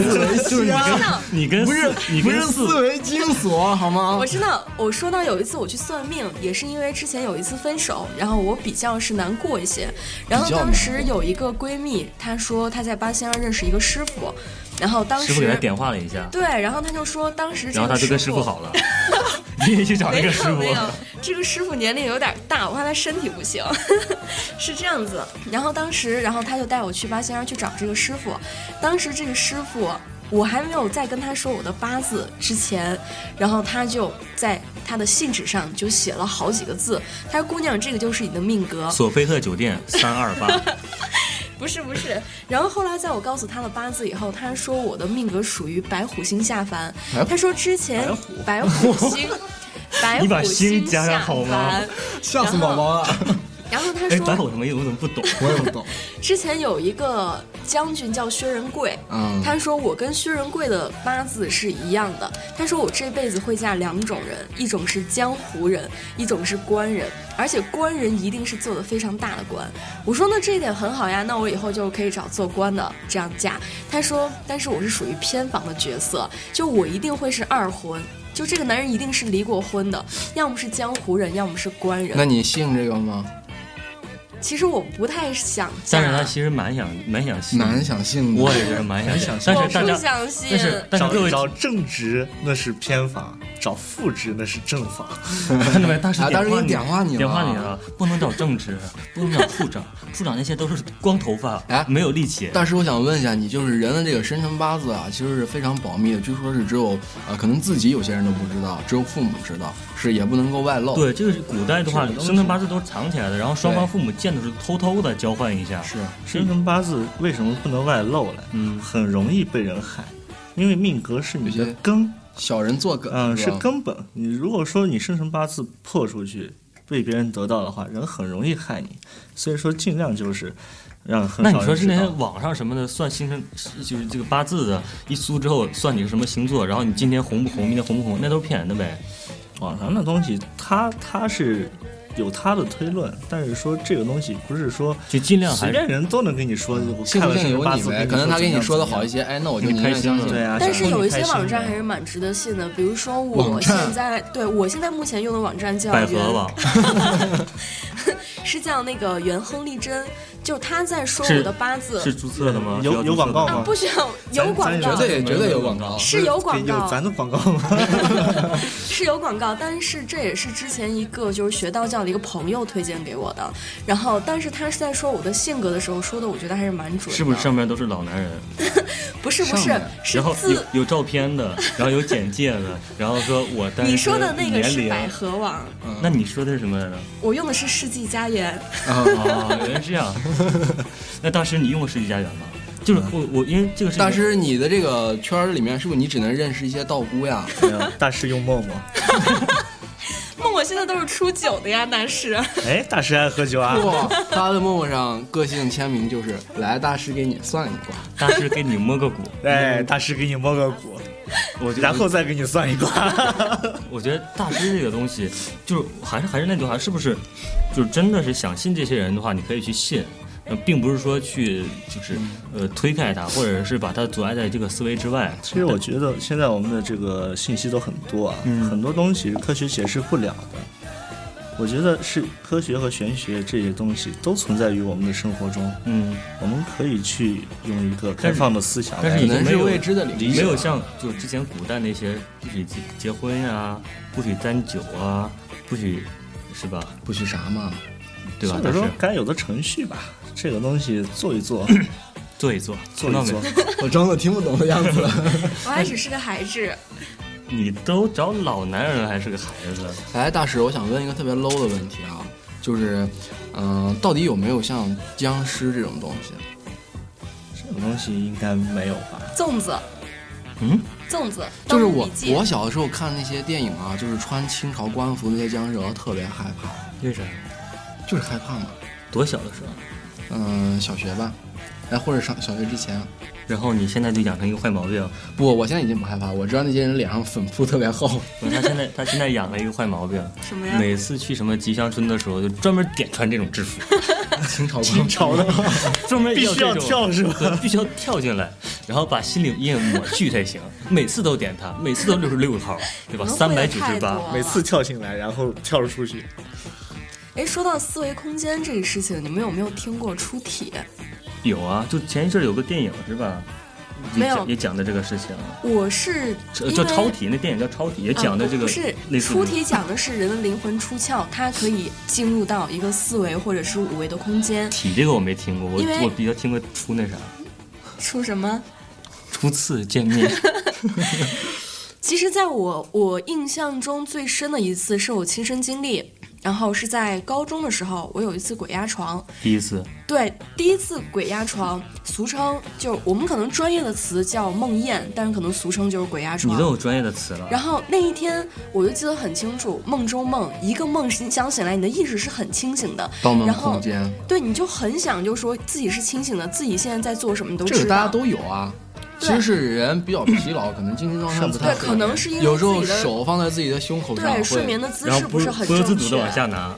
[SPEAKER 5] 就是
[SPEAKER 4] 真
[SPEAKER 5] 你跟
[SPEAKER 4] 的，
[SPEAKER 5] 你跟
[SPEAKER 3] 啊不是
[SPEAKER 5] 四，你
[SPEAKER 3] 不
[SPEAKER 5] 跟
[SPEAKER 3] 是
[SPEAKER 5] 四
[SPEAKER 3] 四维金锁好
[SPEAKER 5] 哦
[SPEAKER 3] 吗
[SPEAKER 4] 我？知道，我说到有一次我去算命，也是因为之前有一次分手，然后我比较是难过一些。然后
[SPEAKER 3] 比较难
[SPEAKER 4] 当
[SPEAKER 3] 过
[SPEAKER 4] 时有一个闺蜜，她说她在八仙儿认识一个师傅，然后当
[SPEAKER 5] 师傅给他
[SPEAKER 4] 时
[SPEAKER 5] 点化了一下，
[SPEAKER 4] 对，然后她就说当时这
[SPEAKER 5] 然后
[SPEAKER 4] 个
[SPEAKER 5] 他就跟
[SPEAKER 4] 师
[SPEAKER 5] 师
[SPEAKER 4] 傅
[SPEAKER 5] 傅好了。 你也去找一
[SPEAKER 4] 没
[SPEAKER 5] 个
[SPEAKER 4] 有
[SPEAKER 5] 师傅
[SPEAKER 4] 没，有，这个师傅年龄有点大，我怕他身体不行， 是这样子。然后当时，然后他就带我去八仙山去找这个师傅。当时这个师傅我还没有在跟他说我的八字之前，然后他就在他的信纸上就写了好几个字，他说：“姑娘，这个就是你的命格。”
[SPEAKER 5] 索菲特酒店三二 八，
[SPEAKER 4] 不是不是，然后后来在我告诉他的八字以后，他说我的命格属于白虎星下凡
[SPEAKER 3] 白。虎
[SPEAKER 4] 他说之前
[SPEAKER 6] 白虎
[SPEAKER 4] 白虎 星，白
[SPEAKER 5] 你把
[SPEAKER 4] 虎
[SPEAKER 5] 星
[SPEAKER 4] 星
[SPEAKER 5] 加
[SPEAKER 4] 下凡，
[SPEAKER 5] 上好吗
[SPEAKER 3] 吓死宝宝了！
[SPEAKER 4] 然后他
[SPEAKER 5] 哎，
[SPEAKER 4] 说
[SPEAKER 5] 白虎什么意思？我怎么不懂？
[SPEAKER 3] 我也不懂，
[SPEAKER 4] 之前有一个将军叫薛仁贵，
[SPEAKER 3] 嗯，
[SPEAKER 4] 他说我跟薛仁贵的八字是一样的。他说我这辈子会嫁两种人，一种是江湖人，一种是官人，而且官人一定是做的非常大的官。我说那这一点很好呀，那我以后就可以找做官的这样嫁。他说，但是我是属于偏房的角色，就我一定会是二婚。就这个男人一定是离过婚的，要么是江湖人，要么是官
[SPEAKER 3] 那
[SPEAKER 4] 人。
[SPEAKER 3] 你信这个吗？
[SPEAKER 4] 其实我不太想嫁，
[SPEAKER 5] 但是他其实蛮想
[SPEAKER 3] 啊
[SPEAKER 5] 蛮想信，
[SPEAKER 3] 蛮想信的。
[SPEAKER 5] 我也是蛮想信，但
[SPEAKER 4] 我
[SPEAKER 5] 是大
[SPEAKER 4] 不
[SPEAKER 5] 家，
[SPEAKER 4] 想信
[SPEAKER 5] 但。是但是
[SPEAKER 6] 找
[SPEAKER 5] 各位
[SPEAKER 6] 找正职那是偏房，找副职那是正房。
[SPEAKER 5] 看到没？大师
[SPEAKER 3] 啊大师
[SPEAKER 5] 化
[SPEAKER 3] 给你点化你了
[SPEAKER 5] 点化你了，不能找正职，不能找处长，处长那些都是光头发，
[SPEAKER 3] 哎
[SPEAKER 5] 没有力气。
[SPEAKER 3] 但是我想问一下你，就是人的这个生辰八字啊，其实是非常保密的，据说是只有呃，可能自己有些人都不知道，只有父母知道，是也不能够外露。，
[SPEAKER 5] 对，这个是古代的话
[SPEAKER 6] 哦是，的啊
[SPEAKER 5] 生辰八字都是藏起来的，然后双方
[SPEAKER 3] 对
[SPEAKER 5] 父母见的时候偷偷的交换一下。
[SPEAKER 3] 是
[SPEAKER 6] 生辰八字为什么不能外露呢？
[SPEAKER 5] 嗯
[SPEAKER 6] 很容易被人害，因为命格是你
[SPEAKER 3] 有些
[SPEAKER 6] 的根，
[SPEAKER 3] 小人作梗，
[SPEAKER 5] 呃
[SPEAKER 6] 嗯，是
[SPEAKER 3] 吧
[SPEAKER 6] 根本。你如果说你生辰八字破出去，被别人得到的话，人很容易害你。所以说，尽量就是让很
[SPEAKER 5] 那
[SPEAKER 6] 少
[SPEAKER 5] 你说
[SPEAKER 6] 人
[SPEAKER 5] 是
[SPEAKER 6] 知
[SPEAKER 5] 那些
[SPEAKER 6] 道。
[SPEAKER 5] 网上什么的算星辰，就是这个八字的，一搜之后算你是什么星座，然后你今天红不红，明天红不红，那都是骗人的呗。
[SPEAKER 6] 网上的东西，它它是有它的推论，但是说这个东西不是说
[SPEAKER 5] 就尽量还
[SPEAKER 6] 随
[SPEAKER 5] 是
[SPEAKER 6] 便人都能跟你说，我
[SPEAKER 3] 信
[SPEAKER 6] 看
[SPEAKER 3] 不
[SPEAKER 6] 了
[SPEAKER 3] 信
[SPEAKER 6] 生辰
[SPEAKER 3] 由
[SPEAKER 6] 八
[SPEAKER 3] 你
[SPEAKER 6] 字
[SPEAKER 3] 呗，可能他
[SPEAKER 6] 跟
[SPEAKER 3] 跟
[SPEAKER 6] 你
[SPEAKER 3] 你说的
[SPEAKER 6] 的
[SPEAKER 3] 好一。些，哎，那我就
[SPEAKER 5] 你
[SPEAKER 3] 宁愿
[SPEAKER 5] 开心
[SPEAKER 3] 相
[SPEAKER 5] 了
[SPEAKER 3] 信。
[SPEAKER 6] 对啊，
[SPEAKER 4] 但
[SPEAKER 6] 想
[SPEAKER 4] 是
[SPEAKER 6] 说
[SPEAKER 4] 有
[SPEAKER 6] 你
[SPEAKER 4] 一些
[SPEAKER 6] 开心
[SPEAKER 4] 网站
[SPEAKER 6] 呗
[SPEAKER 4] 还是蛮值得信的，比如说
[SPEAKER 3] 网
[SPEAKER 4] 我
[SPEAKER 3] 站
[SPEAKER 4] 现在对我现在目前用的网站叫
[SPEAKER 5] 百
[SPEAKER 4] 原
[SPEAKER 5] 合网，
[SPEAKER 4] 是叫那个袁亨利珍，就是他在说
[SPEAKER 5] 是
[SPEAKER 4] 我的八字
[SPEAKER 5] 是注册的吗？
[SPEAKER 6] 有
[SPEAKER 5] 是要注
[SPEAKER 6] 有
[SPEAKER 5] 册
[SPEAKER 6] 广
[SPEAKER 5] 的
[SPEAKER 6] 告
[SPEAKER 5] 吗
[SPEAKER 6] 吗
[SPEAKER 4] 啊，不需要
[SPEAKER 6] 咱
[SPEAKER 4] 有广
[SPEAKER 6] 咱
[SPEAKER 4] 告
[SPEAKER 3] 绝，对
[SPEAKER 5] 啊没
[SPEAKER 3] 绝
[SPEAKER 5] 有
[SPEAKER 3] 对有
[SPEAKER 5] 没有
[SPEAKER 3] 广告，
[SPEAKER 4] 是有广
[SPEAKER 6] 有
[SPEAKER 4] 告，
[SPEAKER 6] 咱的广告吗？
[SPEAKER 4] 是有广告，但是这也是之前一个就是学道教的一个朋友推荐给我的，然后但是他是在说我的性格的时候说的，我觉得还是蛮准的，
[SPEAKER 5] 是不是上面都是老男人？
[SPEAKER 4] 不是不
[SPEAKER 3] 上
[SPEAKER 4] 是
[SPEAKER 3] 面
[SPEAKER 4] 是
[SPEAKER 5] 然后
[SPEAKER 4] 字，
[SPEAKER 5] 有有照片的，然后有简介的，然后说我单身
[SPEAKER 4] 你说的那个
[SPEAKER 5] 呃年
[SPEAKER 4] 是
[SPEAKER 5] 龄啊
[SPEAKER 4] 百合网，
[SPEAKER 5] 那你说的是什么来着？
[SPEAKER 4] 我用的是世纪佳缘。
[SPEAKER 5] 啊，原来是这样。那当时你用过世纪佳缘吗？就是我我因为这个事情，
[SPEAKER 3] 大师，你的这个圈儿里面，是不是你只能认识一些道姑 呀？
[SPEAKER 6] 没有， 大师用陌陌。
[SPEAKER 4] 那我现在都是初九的呀，那是。
[SPEAKER 6] 哎，大师爱喝酒啊
[SPEAKER 3] 不，他的陌陌上个性签名就是“来，大师给你算一卦
[SPEAKER 5] 大师给你摸个骨，
[SPEAKER 6] 哎，大师给你摸个骨，
[SPEAKER 5] 我觉得
[SPEAKER 6] 然后再给你算一 卦。
[SPEAKER 5] 我觉得大师这个东西，就是还是还是那句话，是不是就是真的是想信这些人的话，你可以去信。呃并不是说去就是呃推开他，或者是把他阻碍在这个思维之外。
[SPEAKER 6] 其实我觉得现在我们的这个信息都很多啊，很多东西是科学解释不了的。我觉得是科学和玄学这些东西都存在于我们的生活中，
[SPEAKER 5] 嗯，
[SPEAKER 6] 我们可以去用一个开放的思想来。
[SPEAKER 5] 但是已
[SPEAKER 3] 可
[SPEAKER 5] 经
[SPEAKER 3] 能
[SPEAKER 5] 没
[SPEAKER 3] 是
[SPEAKER 5] 有
[SPEAKER 3] 未知的领域啊
[SPEAKER 5] 没有
[SPEAKER 3] 了
[SPEAKER 5] 像就是之前古代那些不许结结婚呀、不许沾酒啊，不许是吧？”，
[SPEAKER 3] 不许啥嘛？
[SPEAKER 5] 对吧？
[SPEAKER 6] 或
[SPEAKER 5] 大
[SPEAKER 6] 者
[SPEAKER 5] 师
[SPEAKER 6] 说该有的程序吧，这个东西做一做，
[SPEAKER 5] 做一做，
[SPEAKER 6] 做
[SPEAKER 5] 到
[SPEAKER 6] 一
[SPEAKER 5] 没
[SPEAKER 6] 做？。
[SPEAKER 3] 我装的听不懂的样子 了。
[SPEAKER 4] 我还只是个孩子，
[SPEAKER 5] 你都找老男人了，还是个孩子？
[SPEAKER 3] 来，大师，我想问一个特别 low 的问题啊，就是，嗯、到底有没有像僵尸这种东西？
[SPEAKER 6] 这种东西应该没有吧？
[SPEAKER 4] 粽子，
[SPEAKER 5] 嗯，
[SPEAKER 4] 粽子，
[SPEAKER 3] 就是
[SPEAKER 4] 盗墓
[SPEAKER 3] 我
[SPEAKER 4] 笔记
[SPEAKER 3] 我小的时候看那些电影啊，就是穿清朝官服的那些僵尸，我特别害怕，
[SPEAKER 5] 为啥？
[SPEAKER 3] 就是害怕嘛。
[SPEAKER 5] 多小的时候？
[SPEAKER 3] 嗯、小学吧，哎，或者上小学之前啊。
[SPEAKER 5] 然后你现在就养成一个坏毛病，
[SPEAKER 3] 不，我现在已经不害怕，我知道那些人脸上粉扑特别厚。
[SPEAKER 5] 不是他现在 他现在养了一个坏毛病，
[SPEAKER 4] 什么呀
[SPEAKER 5] 每次去什么吉祥村的时候，就专门点穿这种制服，
[SPEAKER 3] 清朝
[SPEAKER 6] 清
[SPEAKER 3] 官服，
[SPEAKER 6] 朝的
[SPEAKER 5] 专门
[SPEAKER 6] 必须要
[SPEAKER 5] 这种
[SPEAKER 6] 跳是吧？
[SPEAKER 5] 对必须要跳进来，然后把心理阴影抹去才行。每次都点他，每次都六十六号，对吧？
[SPEAKER 4] 可能
[SPEAKER 5] 三
[SPEAKER 4] 会
[SPEAKER 5] 百
[SPEAKER 4] 有啊
[SPEAKER 5] 九
[SPEAKER 4] 太
[SPEAKER 5] 十
[SPEAKER 4] 多
[SPEAKER 5] 八，
[SPEAKER 4] 了
[SPEAKER 6] 每次跳进来，然后跳出去。
[SPEAKER 4] 哎，说到思维空间这个事情，你们有没有听过出体？
[SPEAKER 5] 有啊。就前一阵儿有个电影是吧？
[SPEAKER 4] 没
[SPEAKER 5] 也
[SPEAKER 4] 有
[SPEAKER 5] 讲也讲的这个事情，
[SPEAKER 4] 我是
[SPEAKER 5] 这
[SPEAKER 4] 因
[SPEAKER 5] 叫
[SPEAKER 4] 为
[SPEAKER 5] 超体，那电影叫超体，也讲的这
[SPEAKER 4] 啊、不
[SPEAKER 5] 个
[SPEAKER 4] 不是
[SPEAKER 5] 类似
[SPEAKER 4] 出
[SPEAKER 5] 这种
[SPEAKER 4] 体讲的是人的灵魂出窍，它可以进入到一个四维或者是五维的空间。
[SPEAKER 5] 体这个我没听过，我
[SPEAKER 4] 因为
[SPEAKER 5] 我比较听过出那啥，
[SPEAKER 4] 出什么？
[SPEAKER 5] 初次 见面，
[SPEAKER 4] 其实，在我我印象中最深的一次是我亲身经历，然后是在高中的时候，我有一次鬼压床，
[SPEAKER 5] 第一次
[SPEAKER 4] 对，第一次鬼压床，俗称就是我们可能专业的词叫梦魇，但是可能俗称就是鬼压
[SPEAKER 5] 你
[SPEAKER 4] 床。
[SPEAKER 5] 都有专业的词了。
[SPEAKER 4] 然后那一天我就记得很清楚，梦中梦，一个梦是你想醒来，你的意识是很清醒的，
[SPEAKER 3] 盗梦
[SPEAKER 4] 然后
[SPEAKER 3] 空间，
[SPEAKER 4] 对，你就很想就说自己是清醒的，自己现在在做什么你都知
[SPEAKER 3] 这
[SPEAKER 4] 道。
[SPEAKER 3] 个大家都有啊。其
[SPEAKER 4] 对
[SPEAKER 3] 实是人比较疲劳，可能精神状态不太
[SPEAKER 4] 对，
[SPEAKER 3] 好，
[SPEAKER 4] 可能是因为
[SPEAKER 3] 有时候
[SPEAKER 4] 自己的
[SPEAKER 3] 手放在自己的胸口上，
[SPEAKER 4] 对
[SPEAKER 3] 会
[SPEAKER 4] 睡眠的姿
[SPEAKER 5] 然
[SPEAKER 4] 势
[SPEAKER 5] 后不
[SPEAKER 4] 是很
[SPEAKER 5] 不由自
[SPEAKER 4] 正
[SPEAKER 5] 主
[SPEAKER 4] 确
[SPEAKER 5] 的。往下拿，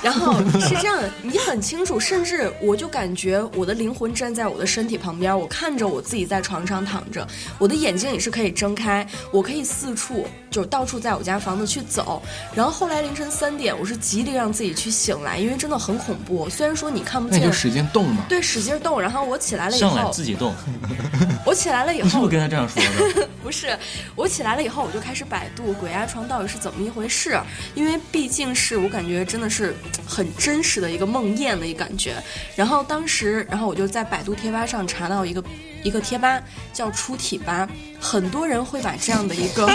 [SPEAKER 4] 然后是这样，你很清楚，甚至我就感觉我的灵魂站在我的身体旁边，我看着我自己在床上躺着，我的眼睛也是可以睁开，我可以四处就到处在我家房子去走。然后后来凌晨三点，我是极力让自己去醒来，因为真的很恐怖。虽然说你看不
[SPEAKER 3] 那你
[SPEAKER 4] 见
[SPEAKER 3] 就，使劲动嘛。
[SPEAKER 4] 对，使劲动。然后我起来了以
[SPEAKER 5] 上来
[SPEAKER 4] 后，
[SPEAKER 5] 自己动，
[SPEAKER 4] 我起来了以
[SPEAKER 5] 你是不
[SPEAKER 4] 后
[SPEAKER 5] 是，跟他这样说的？
[SPEAKER 4] 不是，我起来了以后，我就开始百度鬼压床到底是怎么一回事，因为毕竟是我感觉真的是很真实的一个梦魇的一个感觉。然后当时，然后我就在百度贴吧上查到一个一个贴吧叫“出体吧”，很多人会把这样的一个，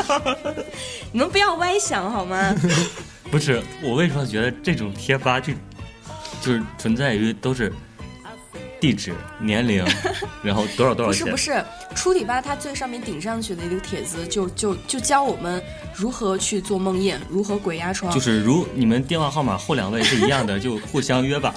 [SPEAKER 4] 你们不要歪想好 吗？
[SPEAKER 5] 不是，我为什么觉得这种贴吧就就是存在于都是地址、年龄，然后多少多少
[SPEAKER 4] 不是
[SPEAKER 5] 钱？
[SPEAKER 4] 不是，出体吧它最上面顶上去的一个帖子，就就就教我们如何去做梦魇，如何鬼压床，
[SPEAKER 5] 就是如你们电话号码后两位是一样的，就互相 约吧。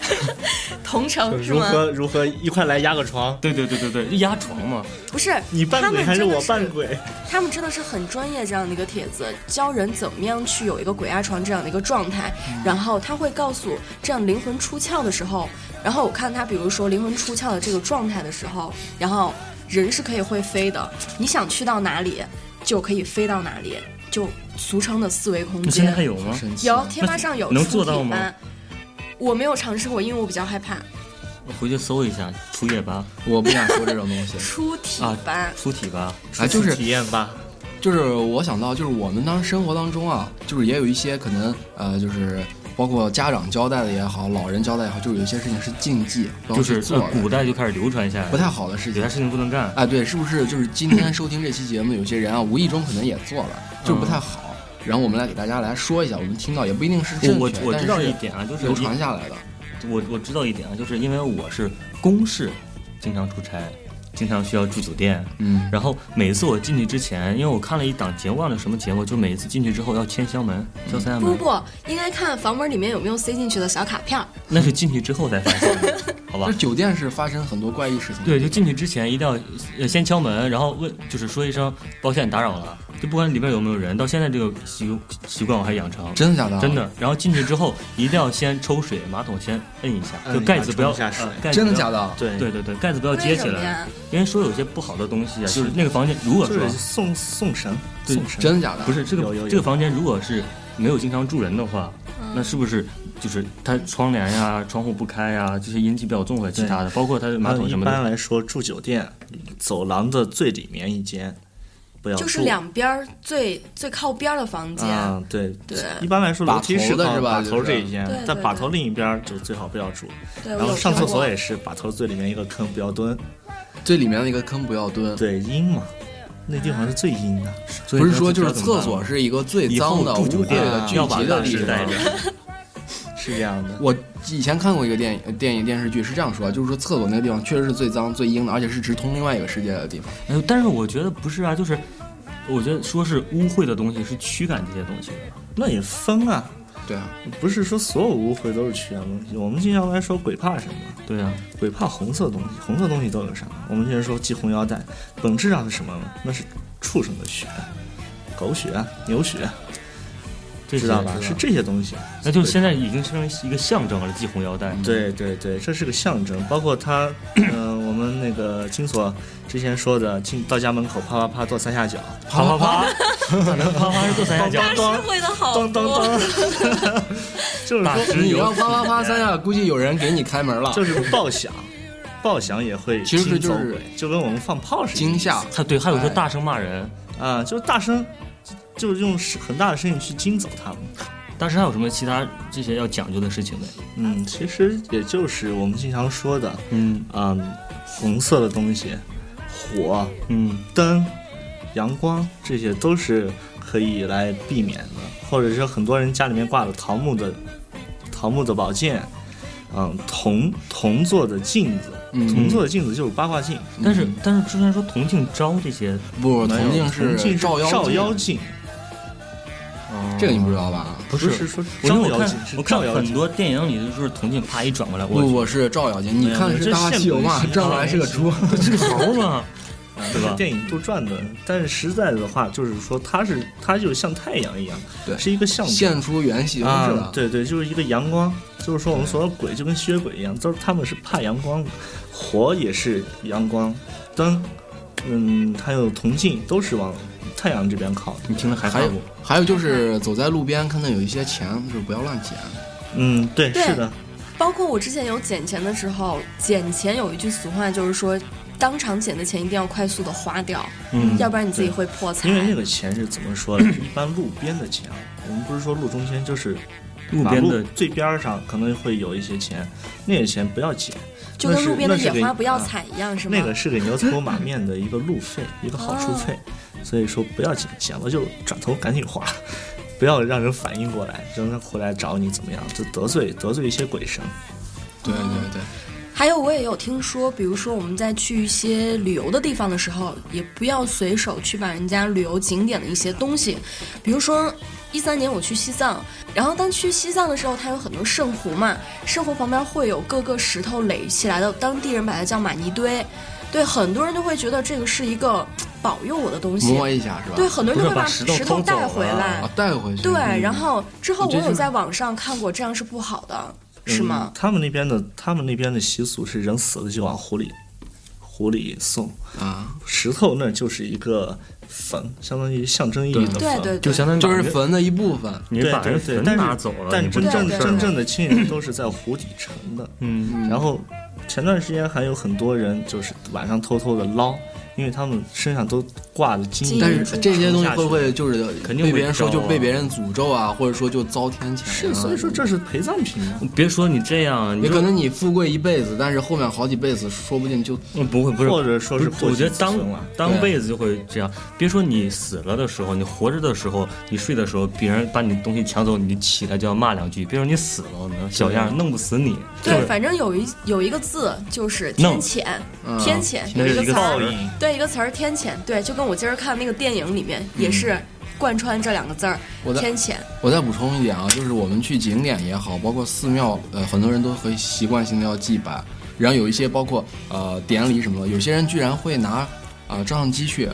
[SPEAKER 4] 同城哦是
[SPEAKER 6] 如
[SPEAKER 4] 吗？
[SPEAKER 6] 何如何一块来压个床，
[SPEAKER 5] 对对对对对，就压床嘛。
[SPEAKER 4] 不是，
[SPEAKER 6] 你
[SPEAKER 4] 他
[SPEAKER 6] 扮鬼
[SPEAKER 4] 们
[SPEAKER 6] 还是
[SPEAKER 4] 真的
[SPEAKER 6] 我扮鬼？
[SPEAKER 4] 他们真的是很专业这样的一个帖子，教人怎么样去有一个鬼压床这样的一个状态，
[SPEAKER 5] 嗯
[SPEAKER 4] 然后他会告诉这样灵魂出窍的时候，然后我看他比如说灵魂出窍的这个状态的时候，然后人是可以会飞的，你想去到哪里就可以飞到哪里，就俗称的四维空
[SPEAKER 5] 你
[SPEAKER 4] 间。
[SPEAKER 5] 现在还有吗？
[SPEAKER 3] 神奇啊
[SPEAKER 4] 有贴吧上有
[SPEAKER 5] 能
[SPEAKER 4] 出
[SPEAKER 5] 做到
[SPEAKER 4] 体
[SPEAKER 5] 吗
[SPEAKER 4] 班，我没有尝试过，因为我比较害怕
[SPEAKER 5] 我回去搜一下初夜吧
[SPEAKER 3] 我不敢说这种东西
[SPEAKER 4] 出体
[SPEAKER 5] 啊
[SPEAKER 4] 班。，
[SPEAKER 5] 初体吧。
[SPEAKER 3] 啊，就是
[SPEAKER 6] 体验吧。
[SPEAKER 3] 就是我想到，就是我们当时生活当中啊，就是也有一些可能，呃，就是包括家长交代的也好，老人交代也好，就是有些事情是禁忌，不要
[SPEAKER 5] 就
[SPEAKER 3] 去
[SPEAKER 5] 是
[SPEAKER 3] 做
[SPEAKER 5] 呃
[SPEAKER 3] 的，
[SPEAKER 5] 古代就开始流传下来，
[SPEAKER 3] 不太好的事
[SPEAKER 5] 有
[SPEAKER 3] 情
[SPEAKER 5] 些。事情不能干。
[SPEAKER 3] 啊，对，是不是就是今天收听这期节目，有些人啊，无意中可能也做了，就是
[SPEAKER 5] 嗯
[SPEAKER 3] 不太好。然后我们来给大家来说一下，我们听到也不一定是
[SPEAKER 5] 我
[SPEAKER 3] 正确，
[SPEAKER 5] 我我知道
[SPEAKER 3] 但是
[SPEAKER 5] 一点啊，就是
[SPEAKER 3] 流传下来的。
[SPEAKER 5] 我我知道一点啊，就是因为我是公事，经常出差，经常需要住酒店。
[SPEAKER 3] 嗯，
[SPEAKER 5] 然后每次我进去之前，因为我看了一档节目，忘了什么节目，就每一次进去之后要签香门，敲三下
[SPEAKER 4] 不
[SPEAKER 5] 门，
[SPEAKER 4] 不，应该看房门里面有没有塞进去的小卡片儿。
[SPEAKER 5] 那是进去之后才发现的， 好吧
[SPEAKER 3] 这？酒店是发生很多怪异事情的。
[SPEAKER 5] 对，就进去之前一定要呃先敲门，然后问，就是说一声抱歉打扰了，就不管里面有没有人，到现在这个习习惯我还养成。
[SPEAKER 3] 真的啊假的？
[SPEAKER 5] 真。的，然后进去之后一定要先抽水，马桶先摁一下，就盖子不要，呃
[SPEAKER 6] 摁一下冲一下水
[SPEAKER 5] 盖子
[SPEAKER 3] 真的啊
[SPEAKER 5] 不要
[SPEAKER 3] 假的？
[SPEAKER 6] 对
[SPEAKER 5] 对对对，盖子不要
[SPEAKER 4] 为
[SPEAKER 5] 哦接
[SPEAKER 4] 什
[SPEAKER 5] 起
[SPEAKER 4] 么
[SPEAKER 5] 来，
[SPEAKER 4] 呀？
[SPEAKER 5] 因为说有些不好的东西啊，就是那个房间，如果
[SPEAKER 6] 就
[SPEAKER 5] 说
[SPEAKER 6] 是送送神，
[SPEAKER 5] 对
[SPEAKER 6] 送神
[SPEAKER 3] 真的假的？啊
[SPEAKER 5] 不，是这
[SPEAKER 6] 有有
[SPEAKER 5] 个
[SPEAKER 6] 有
[SPEAKER 5] 这个房间如果是没有经常住人的话，那是不是就是它窗帘呀、窗户不开呀，这些阴气比较重或者其他的，包括它的马
[SPEAKER 6] 然
[SPEAKER 5] 桶
[SPEAKER 6] 呃后一
[SPEAKER 5] 什么的
[SPEAKER 6] 般，来说，住酒店走廊的最里面一间，不要
[SPEAKER 4] 就是
[SPEAKER 6] 住
[SPEAKER 4] 两边儿最最靠边儿的房间。
[SPEAKER 6] 啊，对
[SPEAKER 4] 对
[SPEAKER 6] 一般来说，楼梯
[SPEAKER 3] 把头的
[SPEAKER 6] 靠
[SPEAKER 3] 是吧
[SPEAKER 6] 把
[SPEAKER 3] 就是
[SPEAKER 6] 头这一间
[SPEAKER 4] 对对，
[SPEAKER 6] 但把
[SPEAKER 4] 对
[SPEAKER 6] 头另一边儿就最好不要住。
[SPEAKER 4] 对，
[SPEAKER 6] 然
[SPEAKER 4] 我
[SPEAKER 6] 后
[SPEAKER 4] 有
[SPEAKER 6] 上厕
[SPEAKER 4] 看过
[SPEAKER 6] 所也是，把头最里面一个坑不要蹲。
[SPEAKER 3] 最里面的一个坑不要蹲。
[SPEAKER 6] 对，阴嘛，那地方是最阴的。
[SPEAKER 5] 所以
[SPEAKER 3] 不是
[SPEAKER 5] 那
[SPEAKER 3] 说就是
[SPEAKER 5] 这怎
[SPEAKER 3] 厕
[SPEAKER 5] 么办
[SPEAKER 3] 所是一个最
[SPEAKER 5] 以
[SPEAKER 3] 脏
[SPEAKER 5] 后
[SPEAKER 3] 的、
[SPEAKER 5] 住酒
[SPEAKER 3] 污秽
[SPEAKER 5] 店啊
[SPEAKER 3] 的、聚
[SPEAKER 5] 要把
[SPEAKER 3] 集的
[SPEAKER 5] 大
[SPEAKER 3] 地
[SPEAKER 5] 事带
[SPEAKER 3] 方。
[SPEAKER 5] 着。
[SPEAKER 6] 是这样的。
[SPEAKER 3] 我以前看过一个电影、电影电视剧是这样说，就是说厕所那个地方确实是最脏、最阴的，而且是直通另外一个世界的地方。
[SPEAKER 5] 哎呦，但是我觉得不是啊，就是我觉得说是污秽的东西是驱赶这些东西的。
[SPEAKER 6] 那也分啊，
[SPEAKER 3] 对啊，
[SPEAKER 6] 不是说所有污秽都是驱赶东西。我们经常来说鬼怕什么？
[SPEAKER 5] 对啊，
[SPEAKER 6] 鬼怕红色东西，红色东西都有啥？我们之前说系红腰带，本质上是什么呢？那是畜生的血、狗血、牛血，
[SPEAKER 5] 这
[SPEAKER 6] 知道吧？是
[SPEAKER 5] 是，
[SPEAKER 6] 这些东西。
[SPEAKER 5] 那就现在已经成为一个象征了，系红腰带。
[SPEAKER 6] 嗯
[SPEAKER 5] 嗯
[SPEAKER 6] 对对对，这是个象征，包括他，嗯、我们那个金锁之前说的，进到家门口啪啪啪跺三下脚，
[SPEAKER 5] 啪啪啪， 可能啪啪是做三下脚。
[SPEAKER 4] 大师会的好
[SPEAKER 6] 当当
[SPEAKER 4] 多，
[SPEAKER 6] 当， 就是
[SPEAKER 5] 大
[SPEAKER 6] 说
[SPEAKER 5] 师
[SPEAKER 3] 你
[SPEAKER 5] 有
[SPEAKER 3] 要啪啪啪三下，估计有人给你开门了。
[SPEAKER 6] 就是爆响，爆响也会
[SPEAKER 3] 其实
[SPEAKER 6] 惊
[SPEAKER 3] 就
[SPEAKER 6] 走
[SPEAKER 3] 是
[SPEAKER 6] 鬼，就跟我们放炮是一个
[SPEAKER 3] 惊
[SPEAKER 6] 意思
[SPEAKER 3] 吓，
[SPEAKER 5] 他对，还
[SPEAKER 6] 哎
[SPEAKER 5] 有说大声骂人，
[SPEAKER 6] 啊、就是大声，就是用很大的声音去惊走他们。
[SPEAKER 5] 当时还有什么其他这些要讲究的事情呢？
[SPEAKER 6] 嗯，其实也就是我们经常说的，
[SPEAKER 5] 嗯，
[SPEAKER 6] 嗯，红色的东西，火、
[SPEAKER 5] 嗯，
[SPEAKER 6] 灯、阳光，这些都是可以来避免的，或者是很多人家里面挂的桃木的桃木的宝剑，嗯，铜铜做的镜子，
[SPEAKER 3] 嗯
[SPEAKER 6] 铜做的镜子就是八卦镜，
[SPEAKER 5] 但是但是，虽然说铜镜招这些，
[SPEAKER 3] 不，
[SPEAKER 6] 没有
[SPEAKER 3] 铜镜
[SPEAKER 6] 铜镜
[SPEAKER 3] 是照
[SPEAKER 6] 妖照
[SPEAKER 3] 妖镜，
[SPEAKER 6] 镜，
[SPEAKER 3] 这个你不知道吧？
[SPEAKER 5] 不
[SPEAKER 6] 哦不
[SPEAKER 5] 是
[SPEAKER 6] 是说
[SPEAKER 5] 我因
[SPEAKER 6] 照
[SPEAKER 5] 为我
[SPEAKER 6] 妖
[SPEAKER 5] 看
[SPEAKER 6] 镜，是
[SPEAKER 5] 我
[SPEAKER 6] 照
[SPEAKER 5] 看
[SPEAKER 6] 妖
[SPEAKER 5] 很
[SPEAKER 6] 镜。
[SPEAKER 5] 多电影里就是铜镜啪一转过来，
[SPEAKER 3] 不，
[SPEAKER 5] 我
[SPEAKER 3] 我是照妖镜。你看的
[SPEAKER 6] 没有
[SPEAKER 3] 是《大话西游》嘛？
[SPEAKER 6] 这
[SPEAKER 3] 转过来是个猪。
[SPEAKER 5] 这是个猴嘛，对吧？
[SPEAKER 6] 电影杜撰的，但是实在的话，就是说它是它就像太阳一样，
[SPEAKER 3] 对
[SPEAKER 6] 是一个象征
[SPEAKER 3] 现出原形是
[SPEAKER 6] 啊
[SPEAKER 3] 吧，？
[SPEAKER 6] 对对，就是一个阳光，就是说我们所有鬼就跟血鬼一样，都是他们是怕阳光的，火也是阳光，灯，嗯，还有铜镜都是往太阳这边靠的，
[SPEAKER 5] 你听着害
[SPEAKER 3] 还
[SPEAKER 5] 怕
[SPEAKER 3] 有
[SPEAKER 5] 不？
[SPEAKER 3] 还有就是走在路边看到有一些钱，就不要乱捡。
[SPEAKER 6] 嗯，对，
[SPEAKER 4] 对
[SPEAKER 6] 是的，
[SPEAKER 4] 包括我之前有捡钱的时候，捡钱有一句俗话就是说，当场捡的钱一定要快速的花掉，
[SPEAKER 5] 嗯
[SPEAKER 4] 要不然你自己会破财
[SPEAKER 6] 因。为那个钱是怎么说呢？一般路边的钱啊，我们不是说路中间，就是
[SPEAKER 5] 路
[SPEAKER 6] 马
[SPEAKER 5] 边
[SPEAKER 6] 路
[SPEAKER 5] 的
[SPEAKER 6] 最边儿上可能会有一些钱，那个钱不要捡，
[SPEAKER 4] 就跟
[SPEAKER 6] 那是
[SPEAKER 4] 路边的
[SPEAKER 6] 那是
[SPEAKER 4] 野
[SPEAKER 6] 给
[SPEAKER 4] 花不要
[SPEAKER 6] 啊
[SPEAKER 4] 采一样，是吗？
[SPEAKER 6] 那个是给牛头马面的一个路费，一个好处费，所以说不要紧，想了就转头赶紧花，不要让人反应过来，让他回来找你怎么样，就得罪得罪一些鬼神。
[SPEAKER 3] 对对对，
[SPEAKER 4] 还有，我也有听说，比如说我们在去一些旅游的地方的时候，也不要随手去把人家旅游景点的一些东西，比如说一三年我去西藏，然后当去西藏的时候，它有很多圣湖嘛，圣湖旁边会有各个石头垒起来的，当地人把它叫玛尼堆，对，很多人就会觉得这个是一个嘖保佑我的东西，
[SPEAKER 3] 摸一下是吧？
[SPEAKER 4] 对，很多人就会
[SPEAKER 5] 不是把
[SPEAKER 4] 把
[SPEAKER 5] 石头
[SPEAKER 4] 石头
[SPEAKER 5] 偷走
[SPEAKER 4] 带回
[SPEAKER 5] 了
[SPEAKER 4] 来
[SPEAKER 3] 啊，，带回去。
[SPEAKER 4] 对，
[SPEAKER 3] 嗯
[SPEAKER 4] 然后之后
[SPEAKER 3] 你这
[SPEAKER 4] 我有
[SPEAKER 3] 是
[SPEAKER 4] 在网上看过，这样是不好的，是
[SPEAKER 6] 嗯
[SPEAKER 4] 吗？
[SPEAKER 6] 他们那边的他们那边的习俗是人死了就往湖里湖里送，
[SPEAKER 3] 啊，
[SPEAKER 6] 石头那就是一个坟，相当于象征意义的
[SPEAKER 5] 对
[SPEAKER 6] 坟。
[SPEAKER 4] 对对
[SPEAKER 5] 就
[SPEAKER 4] 对。
[SPEAKER 5] 相当于
[SPEAKER 3] 就是
[SPEAKER 5] 把人
[SPEAKER 3] 坟的一部分。
[SPEAKER 5] 你
[SPEAKER 6] 对
[SPEAKER 5] 把人
[SPEAKER 6] 对对
[SPEAKER 5] 坟
[SPEAKER 6] 但是
[SPEAKER 5] 拿走了，
[SPEAKER 6] 但
[SPEAKER 5] 你不
[SPEAKER 6] 真
[SPEAKER 5] 是
[SPEAKER 6] 正
[SPEAKER 5] 正事
[SPEAKER 6] 真
[SPEAKER 5] 儿。
[SPEAKER 6] 正的亲人都是在湖底沉的，
[SPEAKER 5] 嗯，
[SPEAKER 6] 然后前段时间还有很多人就是晚上偷偷的捞，因为他们身上都挂着金银，
[SPEAKER 3] 但是这些东西
[SPEAKER 6] 下去
[SPEAKER 3] 会不会就是
[SPEAKER 5] 肯定会
[SPEAKER 3] 被别人说
[SPEAKER 5] 招
[SPEAKER 3] 就
[SPEAKER 5] 啊
[SPEAKER 3] 被别人诅咒啊，或者说就遭天谴、啊？
[SPEAKER 6] 是？所以说这是陪葬品啊。
[SPEAKER 5] 别说你这样，你
[SPEAKER 3] 也
[SPEAKER 5] 就
[SPEAKER 3] 可能你富贵一辈子，但是后面好几辈子说不定就
[SPEAKER 5] 嗯不会不是，
[SPEAKER 6] 或者说是
[SPEAKER 5] 不我觉得当
[SPEAKER 6] 祸及子孙了
[SPEAKER 5] 当
[SPEAKER 3] 对
[SPEAKER 5] 辈子就会这样。别说你死了的时候，你活着的时候，你睡的时候，别人把你东西抢走，你起来就要骂两句。别说你死了呢，小样儿弄不死你。
[SPEAKER 4] 对，反正有一有一个字就是天
[SPEAKER 5] 弄
[SPEAKER 4] 谴，
[SPEAKER 3] 嗯
[SPEAKER 4] 天谴
[SPEAKER 5] 那
[SPEAKER 4] 有
[SPEAKER 5] 是
[SPEAKER 4] 一个
[SPEAKER 5] 一
[SPEAKER 4] 词
[SPEAKER 5] 个报
[SPEAKER 4] 儿，
[SPEAKER 5] 应。
[SPEAKER 4] 对，一个词儿天谴，对，就跟我今儿看那个电影里面也是贯穿这两个字儿
[SPEAKER 3] 我，在
[SPEAKER 4] 天谴。
[SPEAKER 3] 我再补充一点啊，就是我们去景点也好，包括寺庙，呃，很多人都会习惯性的要祭拜，然后有一些包括呃典礼什么的，有些人居然会拿啊、呃照相机去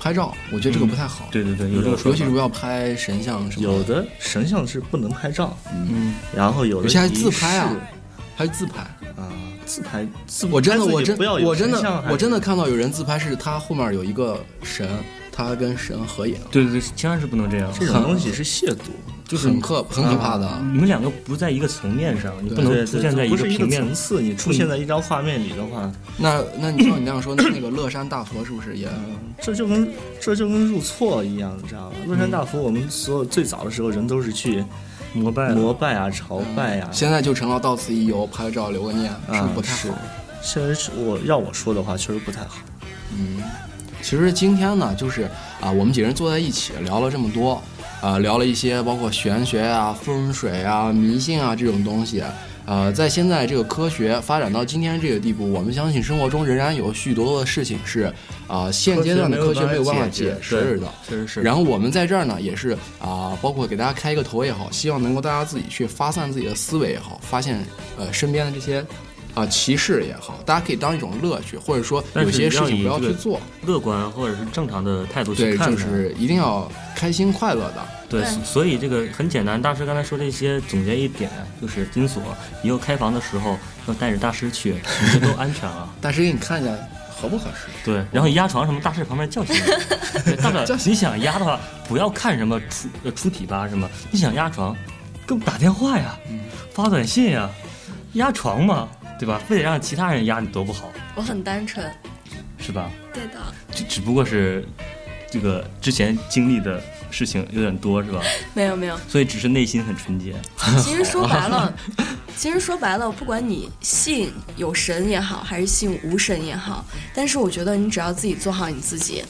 [SPEAKER 3] 拍照，我觉得这个
[SPEAKER 6] 嗯
[SPEAKER 3] 不太好。
[SPEAKER 5] 对对对，有这个
[SPEAKER 3] 尤
[SPEAKER 5] 说法
[SPEAKER 3] 其是。不要拍神像什么
[SPEAKER 6] 有，的神像是不能拍照，
[SPEAKER 5] 嗯，
[SPEAKER 6] 然后有的
[SPEAKER 3] 有些还
[SPEAKER 6] 仪
[SPEAKER 3] 自拍啊
[SPEAKER 6] 式，
[SPEAKER 3] 还自拍。
[SPEAKER 6] 啊，自拍自
[SPEAKER 3] 我真的，
[SPEAKER 6] 拍自己
[SPEAKER 3] 我真
[SPEAKER 6] 不要，有
[SPEAKER 3] 我真
[SPEAKER 6] 神像
[SPEAKER 3] 的，
[SPEAKER 6] 还
[SPEAKER 3] 我真的看到有人自拍，是他后面有一个神，他跟神合影，
[SPEAKER 5] 对对对，千万是不能这样。
[SPEAKER 6] 这种东西是亵渎，
[SPEAKER 5] 就是
[SPEAKER 3] 很可很可怕的。啊
[SPEAKER 6] 嗯
[SPEAKER 5] 你们两个不在一个层面上，你不
[SPEAKER 3] 对
[SPEAKER 5] 能
[SPEAKER 6] 对
[SPEAKER 5] 出
[SPEAKER 6] 对，
[SPEAKER 5] 现在
[SPEAKER 6] 这不
[SPEAKER 5] 个
[SPEAKER 6] 是一
[SPEAKER 5] 平
[SPEAKER 6] 个
[SPEAKER 5] 面嗯
[SPEAKER 6] 层次，你出现在一张画面里的话，
[SPEAKER 3] 那那你照你那样说，那那个乐山大佛是不是也？
[SPEAKER 6] 嗯，这就跟这就跟入错一样，你知道吧？乐
[SPEAKER 5] 嗯
[SPEAKER 6] 山大佛，我们所有最早的时候人都是去
[SPEAKER 5] 膜拜了。
[SPEAKER 6] 膜拜啊、朝拜啊。
[SPEAKER 3] 现在就成了到此一游，拍个照留个念，是不
[SPEAKER 6] 啊
[SPEAKER 3] 是不太好。
[SPEAKER 6] 现在是我要我说的话，确实不太好。
[SPEAKER 3] 其实今天呢，就是啊，我们几个人坐在一起聊了这么多，啊，聊了一些包括玄学啊、风水啊、迷信啊这种东西。呃，在现在这个科学发展到今天这个地步，我们相信生活中仍然有许多的事情是啊、现阶段的科学没有办法解释的。
[SPEAKER 5] 确实是。
[SPEAKER 3] 然后我们在这儿呢，也是啊、包括给大家开一个头也好，希望能够大家自己去发散自己的思维也好，发现呃身边的这些啊、歧视也好，大家可以当一种乐趣，或者说
[SPEAKER 5] 但
[SPEAKER 3] 有
[SPEAKER 5] 是
[SPEAKER 3] 些事
[SPEAKER 5] 让
[SPEAKER 3] 情
[SPEAKER 5] 你
[SPEAKER 3] 不要
[SPEAKER 5] 这
[SPEAKER 3] 去
[SPEAKER 5] 个
[SPEAKER 3] 做。
[SPEAKER 5] 乐观或者是正常的态度去
[SPEAKER 3] 对，
[SPEAKER 5] 看
[SPEAKER 3] 就
[SPEAKER 5] 待
[SPEAKER 3] 是一定要开心快乐的。
[SPEAKER 5] 对，
[SPEAKER 4] 对
[SPEAKER 5] 所以这个很简单。大师刚才说这些，总结一点就是，金锁以后开房的时候要带着大师去，你就都安全了。
[SPEAKER 3] 大师给你看一下合不合适？
[SPEAKER 5] 对，然后压床什么，大师旁边叫醒你。对大
[SPEAKER 3] 叫
[SPEAKER 5] 不了你想压的话，不要看什么出呃出体吧什么，你想压床，给我打电话呀，发短信呀，压床嘛，对吧？非得让其他人压你多不好，
[SPEAKER 4] 我很单纯，
[SPEAKER 5] 是吧？
[SPEAKER 4] 对的，
[SPEAKER 5] 只只不过是这个之前经历的事情有点多，是吧？
[SPEAKER 4] 没有没有。
[SPEAKER 5] 所以只是内心很纯洁。
[SPEAKER 4] 其实说白了， 其实说白了，不管你信有神也好，还是信无神也好，但是我觉得你只要自己做好你自己。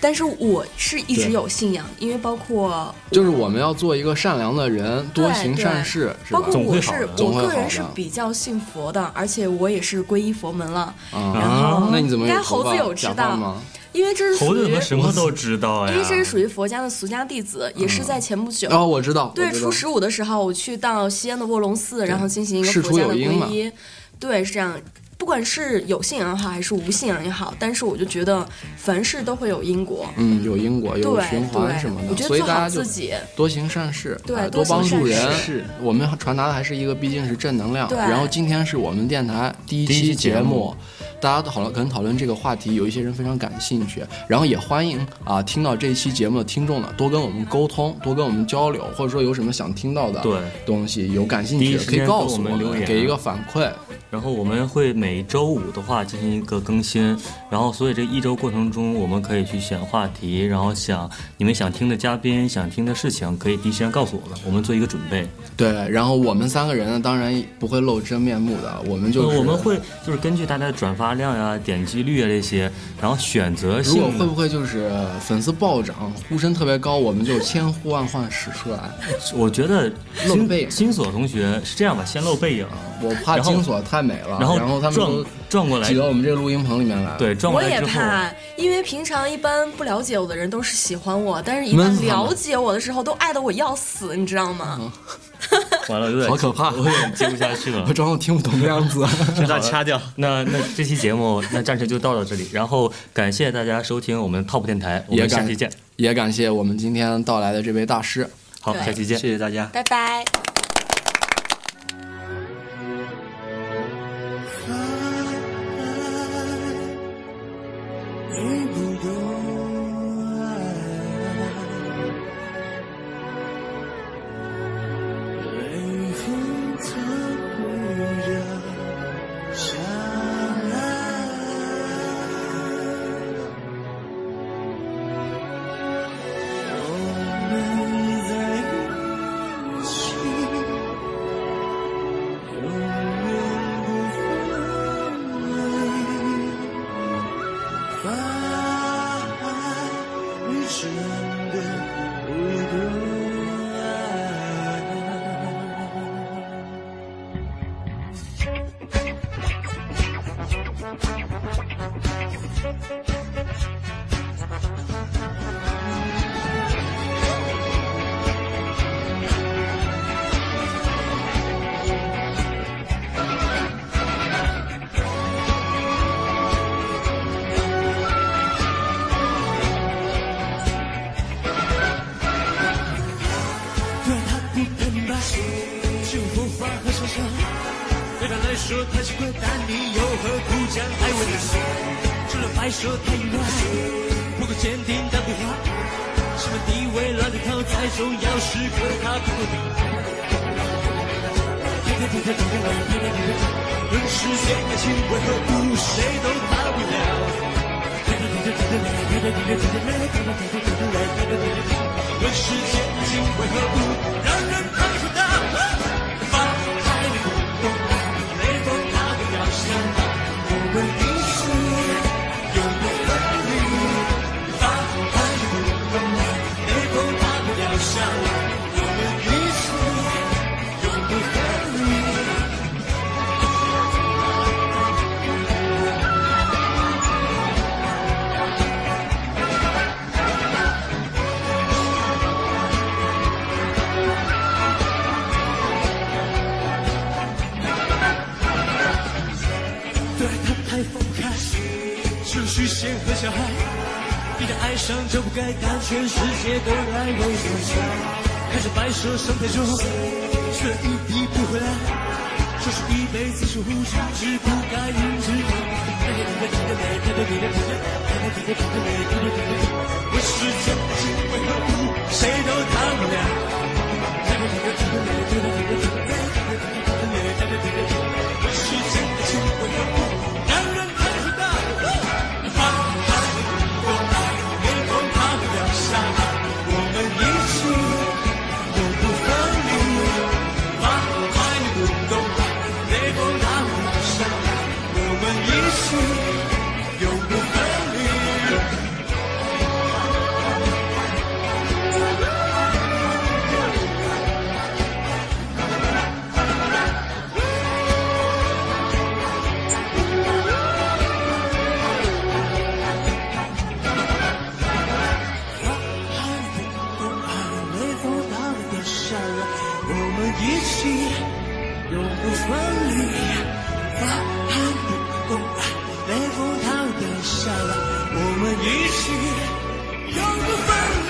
[SPEAKER 4] 但是我是一直
[SPEAKER 6] 对
[SPEAKER 4] 有信仰，因为包括
[SPEAKER 3] 就是我们要做一个善良的人，多
[SPEAKER 4] 对
[SPEAKER 3] 行
[SPEAKER 4] 对
[SPEAKER 3] 善事，是吧
[SPEAKER 4] 包？括
[SPEAKER 5] 总
[SPEAKER 4] 我
[SPEAKER 5] 会好
[SPEAKER 4] 是
[SPEAKER 5] 的
[SPEAKER 3] 总
[SPEAKER 4] 我
[SPEAKER 3] 会
[SPEAKER 4] 个
[SPEAKER 3] 好的
[SPEAKER 4] 人是比较信佛的，而且我也是皈依佛门了，
[SPEAKER 3] 啊，
[SPEAKER 4] 然后
[SPEAKER 3] 那你怎么有
[SPEAKER 4] 该
[SPEAKER 3] 头
[SPEAKER 4] 猴
[SPEAKER 3] 发
[SPEAKER 4] 子有知
[SPEAKER 3] 假发
[SPEAKER 4] 道
[SPEAKER 3] 吗？
[SPEAKER 4] 因为这是
[SPEAKER 5] 猴
[SPEAKER 4] 属
[SPEAKER 5] 子
[SPEAKER 4] 于
[SPEAKER 5] 怎么什么都知道呀？
[SPEAKER 4] 因为这是属于佛家的俗家弟子，也是
[SPEAKER 5] 嗯
[SPEAKER 4] 在前不久。
[SPEAKER 3] 哦，我知道，我
[SPEAKER 4] 对，
[SPEAKER 3] 知
[SPEAKER 4] 初
[SPEAKER 3] 道
[SPEAKER 4] 十五的时候，我去到西安的卧龙寺，然后进行一
[SPEAKER 3] 事
[SPEAKER 4] 个
[SPEAKER 3] 出
[SPEAKER 4] 佛家的
[SPEAKER 3] 有因嘛
[SPEAKER 4] 皈依。对，是这样。不管是有信仰也好，还是无信仰也好，但是我就觉得凡事都会有因果。
[SPEAKER 3] 嗯，有因果，
[SPEAKER 4] 对
[SPEAKER 3] 有循环什么
[SPEAKER 4] 对，我
[SPEAKER 3] 的，
[SPEAKER 4] 觉得
[SPEAKER 3] 所以
[SPEAKER 4] 做
[SPEAKER 3] 大家
[SPEAKER 4] 好
[SPEAKER 3] 就
[SPEAKER 4] 自己，
[SPEAKER 3] 多行善事，
[SPEAKER 4] 对
[SPEAKER 3] 哎多
[SPEAKER 4] 多行
[SPEAKER 3] 帮助
[SPEAKER 4] 善
[SPEAKER 3] 人。
[SPEAKER 6] 事
[SPEAKER 3] 我们传达的还是一个，毕竟是正能量。
[SPEAKER 4] 对
[SPEAKER 3] 然后今天是我们电台第一
[SPEAKER 5] 第一
[SPEAKER 3] 期
[SPEAKER 5] 期节
[SPEAKER 3] 节目
[SPEAKER 5] 目，
[SPEAKER 3] 大家讨论可能讨论这个话题，有一些人非常感兴趣，然后也欢迎啊听到这一期节目的听众呢，多跟我们沟通，多跟我们交流，或者说有什么想听到的
[SPEAKER 5] 对
[SPEAKER 3] 东西，有感兴
[SPEAKER 5] 第
[SPEAKER 3] 趣
[SPEAKER 5] 一
[SPEAKER 3] 的
[SPEAKER 5] 时
[SPEAKER 3] 可以
[SPEAKER 5] 间
[SPEAKER 3] 告
[SPEAKER 5] 跟
[SPEAKER 3] 诉
[SPEAKER 5] 我们留言
[SPEAKER 3] 给一个反馈。
[SPEAKER 5] 然后我们会每周五的话进行一个更新，然后所以这一周过程中，我们可以去选话题，然后想你们想听的嘉宾、想听的事情，可以第一时间告诉我们，我们做一个准备。
[SPEAKER 3] 对，然后我们三个人呢，当然不会露真面目的，我们就是
[SPEAKER 5] 呃我们会就是根据大家的转发量呀、点击率啊这些，然后选择
[SPEAKER 3] 如果
[SPEAKER 5] 性
[SPEAKER 3] 会
[SPEAKER 5] 的
[SPEAKER 3] 不。会就是呃粉丝暴涨，呼声特别高，我们就千呼万唤始啊出来？
[SPEAKER 5] 我觉得
[SPEAKER 3] 露
[SPEAKER 5] 金
[SPEAKER 3] 背影
[SPEAKER 5] 金锁同学是这样吧，先露背影，
[SPEAKER 3] 我怕
[SPEAKER 5] 然后
[SPEAKER 3] 金锁太美了，然
[SPEAKER 5] 然后
[SPEAKER 3] 他们
[SPEAKER 5] 转
[SPEAKER 3] 都
[SPEAKER 5] 转过来
[SPEAKER 3] 挤，到我们这个录音棚里面来。，
[SPEAKER 5] 对，转过
[SPEAKER 4] 我
[SPEAKER 5] 来
[SPEAKER 4] 也
[SPEAKER 5] 之后，
[SPEAKER 4] 怕，因为平常一般不了解我的人都是喜欢我，但是一
[SPEAKER 3] 闷
[SPEAKER 4] 旦
[SPEAKER 3] 死嗯他们
[SPEAKER 4] 了解我的时候，都爱的我要死，你知道吗？
[SPEAKER 5] 完了有点
[SPEAKER 3] 好可怕
[SPEAKER 5] 我有点接不下去了
[SPEAKER 3] 我。装作听不懂的 样子。
[SPEAKER 6] 让他掐掉。
[SPEAKER 5] 那那这期节目那暂时就到到这里，然后感谢大家收听我们 TOP 电台，我
[SPEAKER 3] 也
[SPEAKER 5] 们下
[SPEAKER 3] 感
[SPEAKER 5] 期见。
[SPEAKER 3] 也感谢我们今天到来的这位大师。
[SPEAKER 5] 好，
[SPEAKER 4] 对
[SPEAKER 5] 下期
[SPEAKER 6] 谢
[SPEAKER 5] 见。
[SPEAKER 6] 谢大家。
[SPEAKER 4] 拜拜。
[SPEAKER 7] 你不用爱，人复杂不忍相爱。我们在一起，永远不分离。把爱你真的不够爱。对他不喷吧，就不发和受伤。对他来说太奇怪，但你又何苦将爱为难？除了白说太意外，不够坚定但不坏。什么地位乱的套在重要时刻，他不够你。偏偏偏偏偏偏偏偏偏偏，论实现爱情为何物，谁都大不了。偏偏偏偏偏偏偏偏偏偏偏偏偏偏偏偏偏偏偏。问世间情为何物，让人拍手大喝。放开你不懂爱，没懂他的表现。我们一起永远分离。放开你不懂爱，没懂他的表象。我们一起永不分离。对他太放开，就许仙和小孩，一旦爱上就不该，当全世界都来为所伤。看着白蛇上台中，却一滴不回来，这是一辈子是无常，只不该硬直头。我世界情为何物，谁都挡不了。世间的情为何物，让人太复杂。放开你不懂爱，没懂他的表象，我们一起永不分离。放开你不懂爱，们一起，永不分离。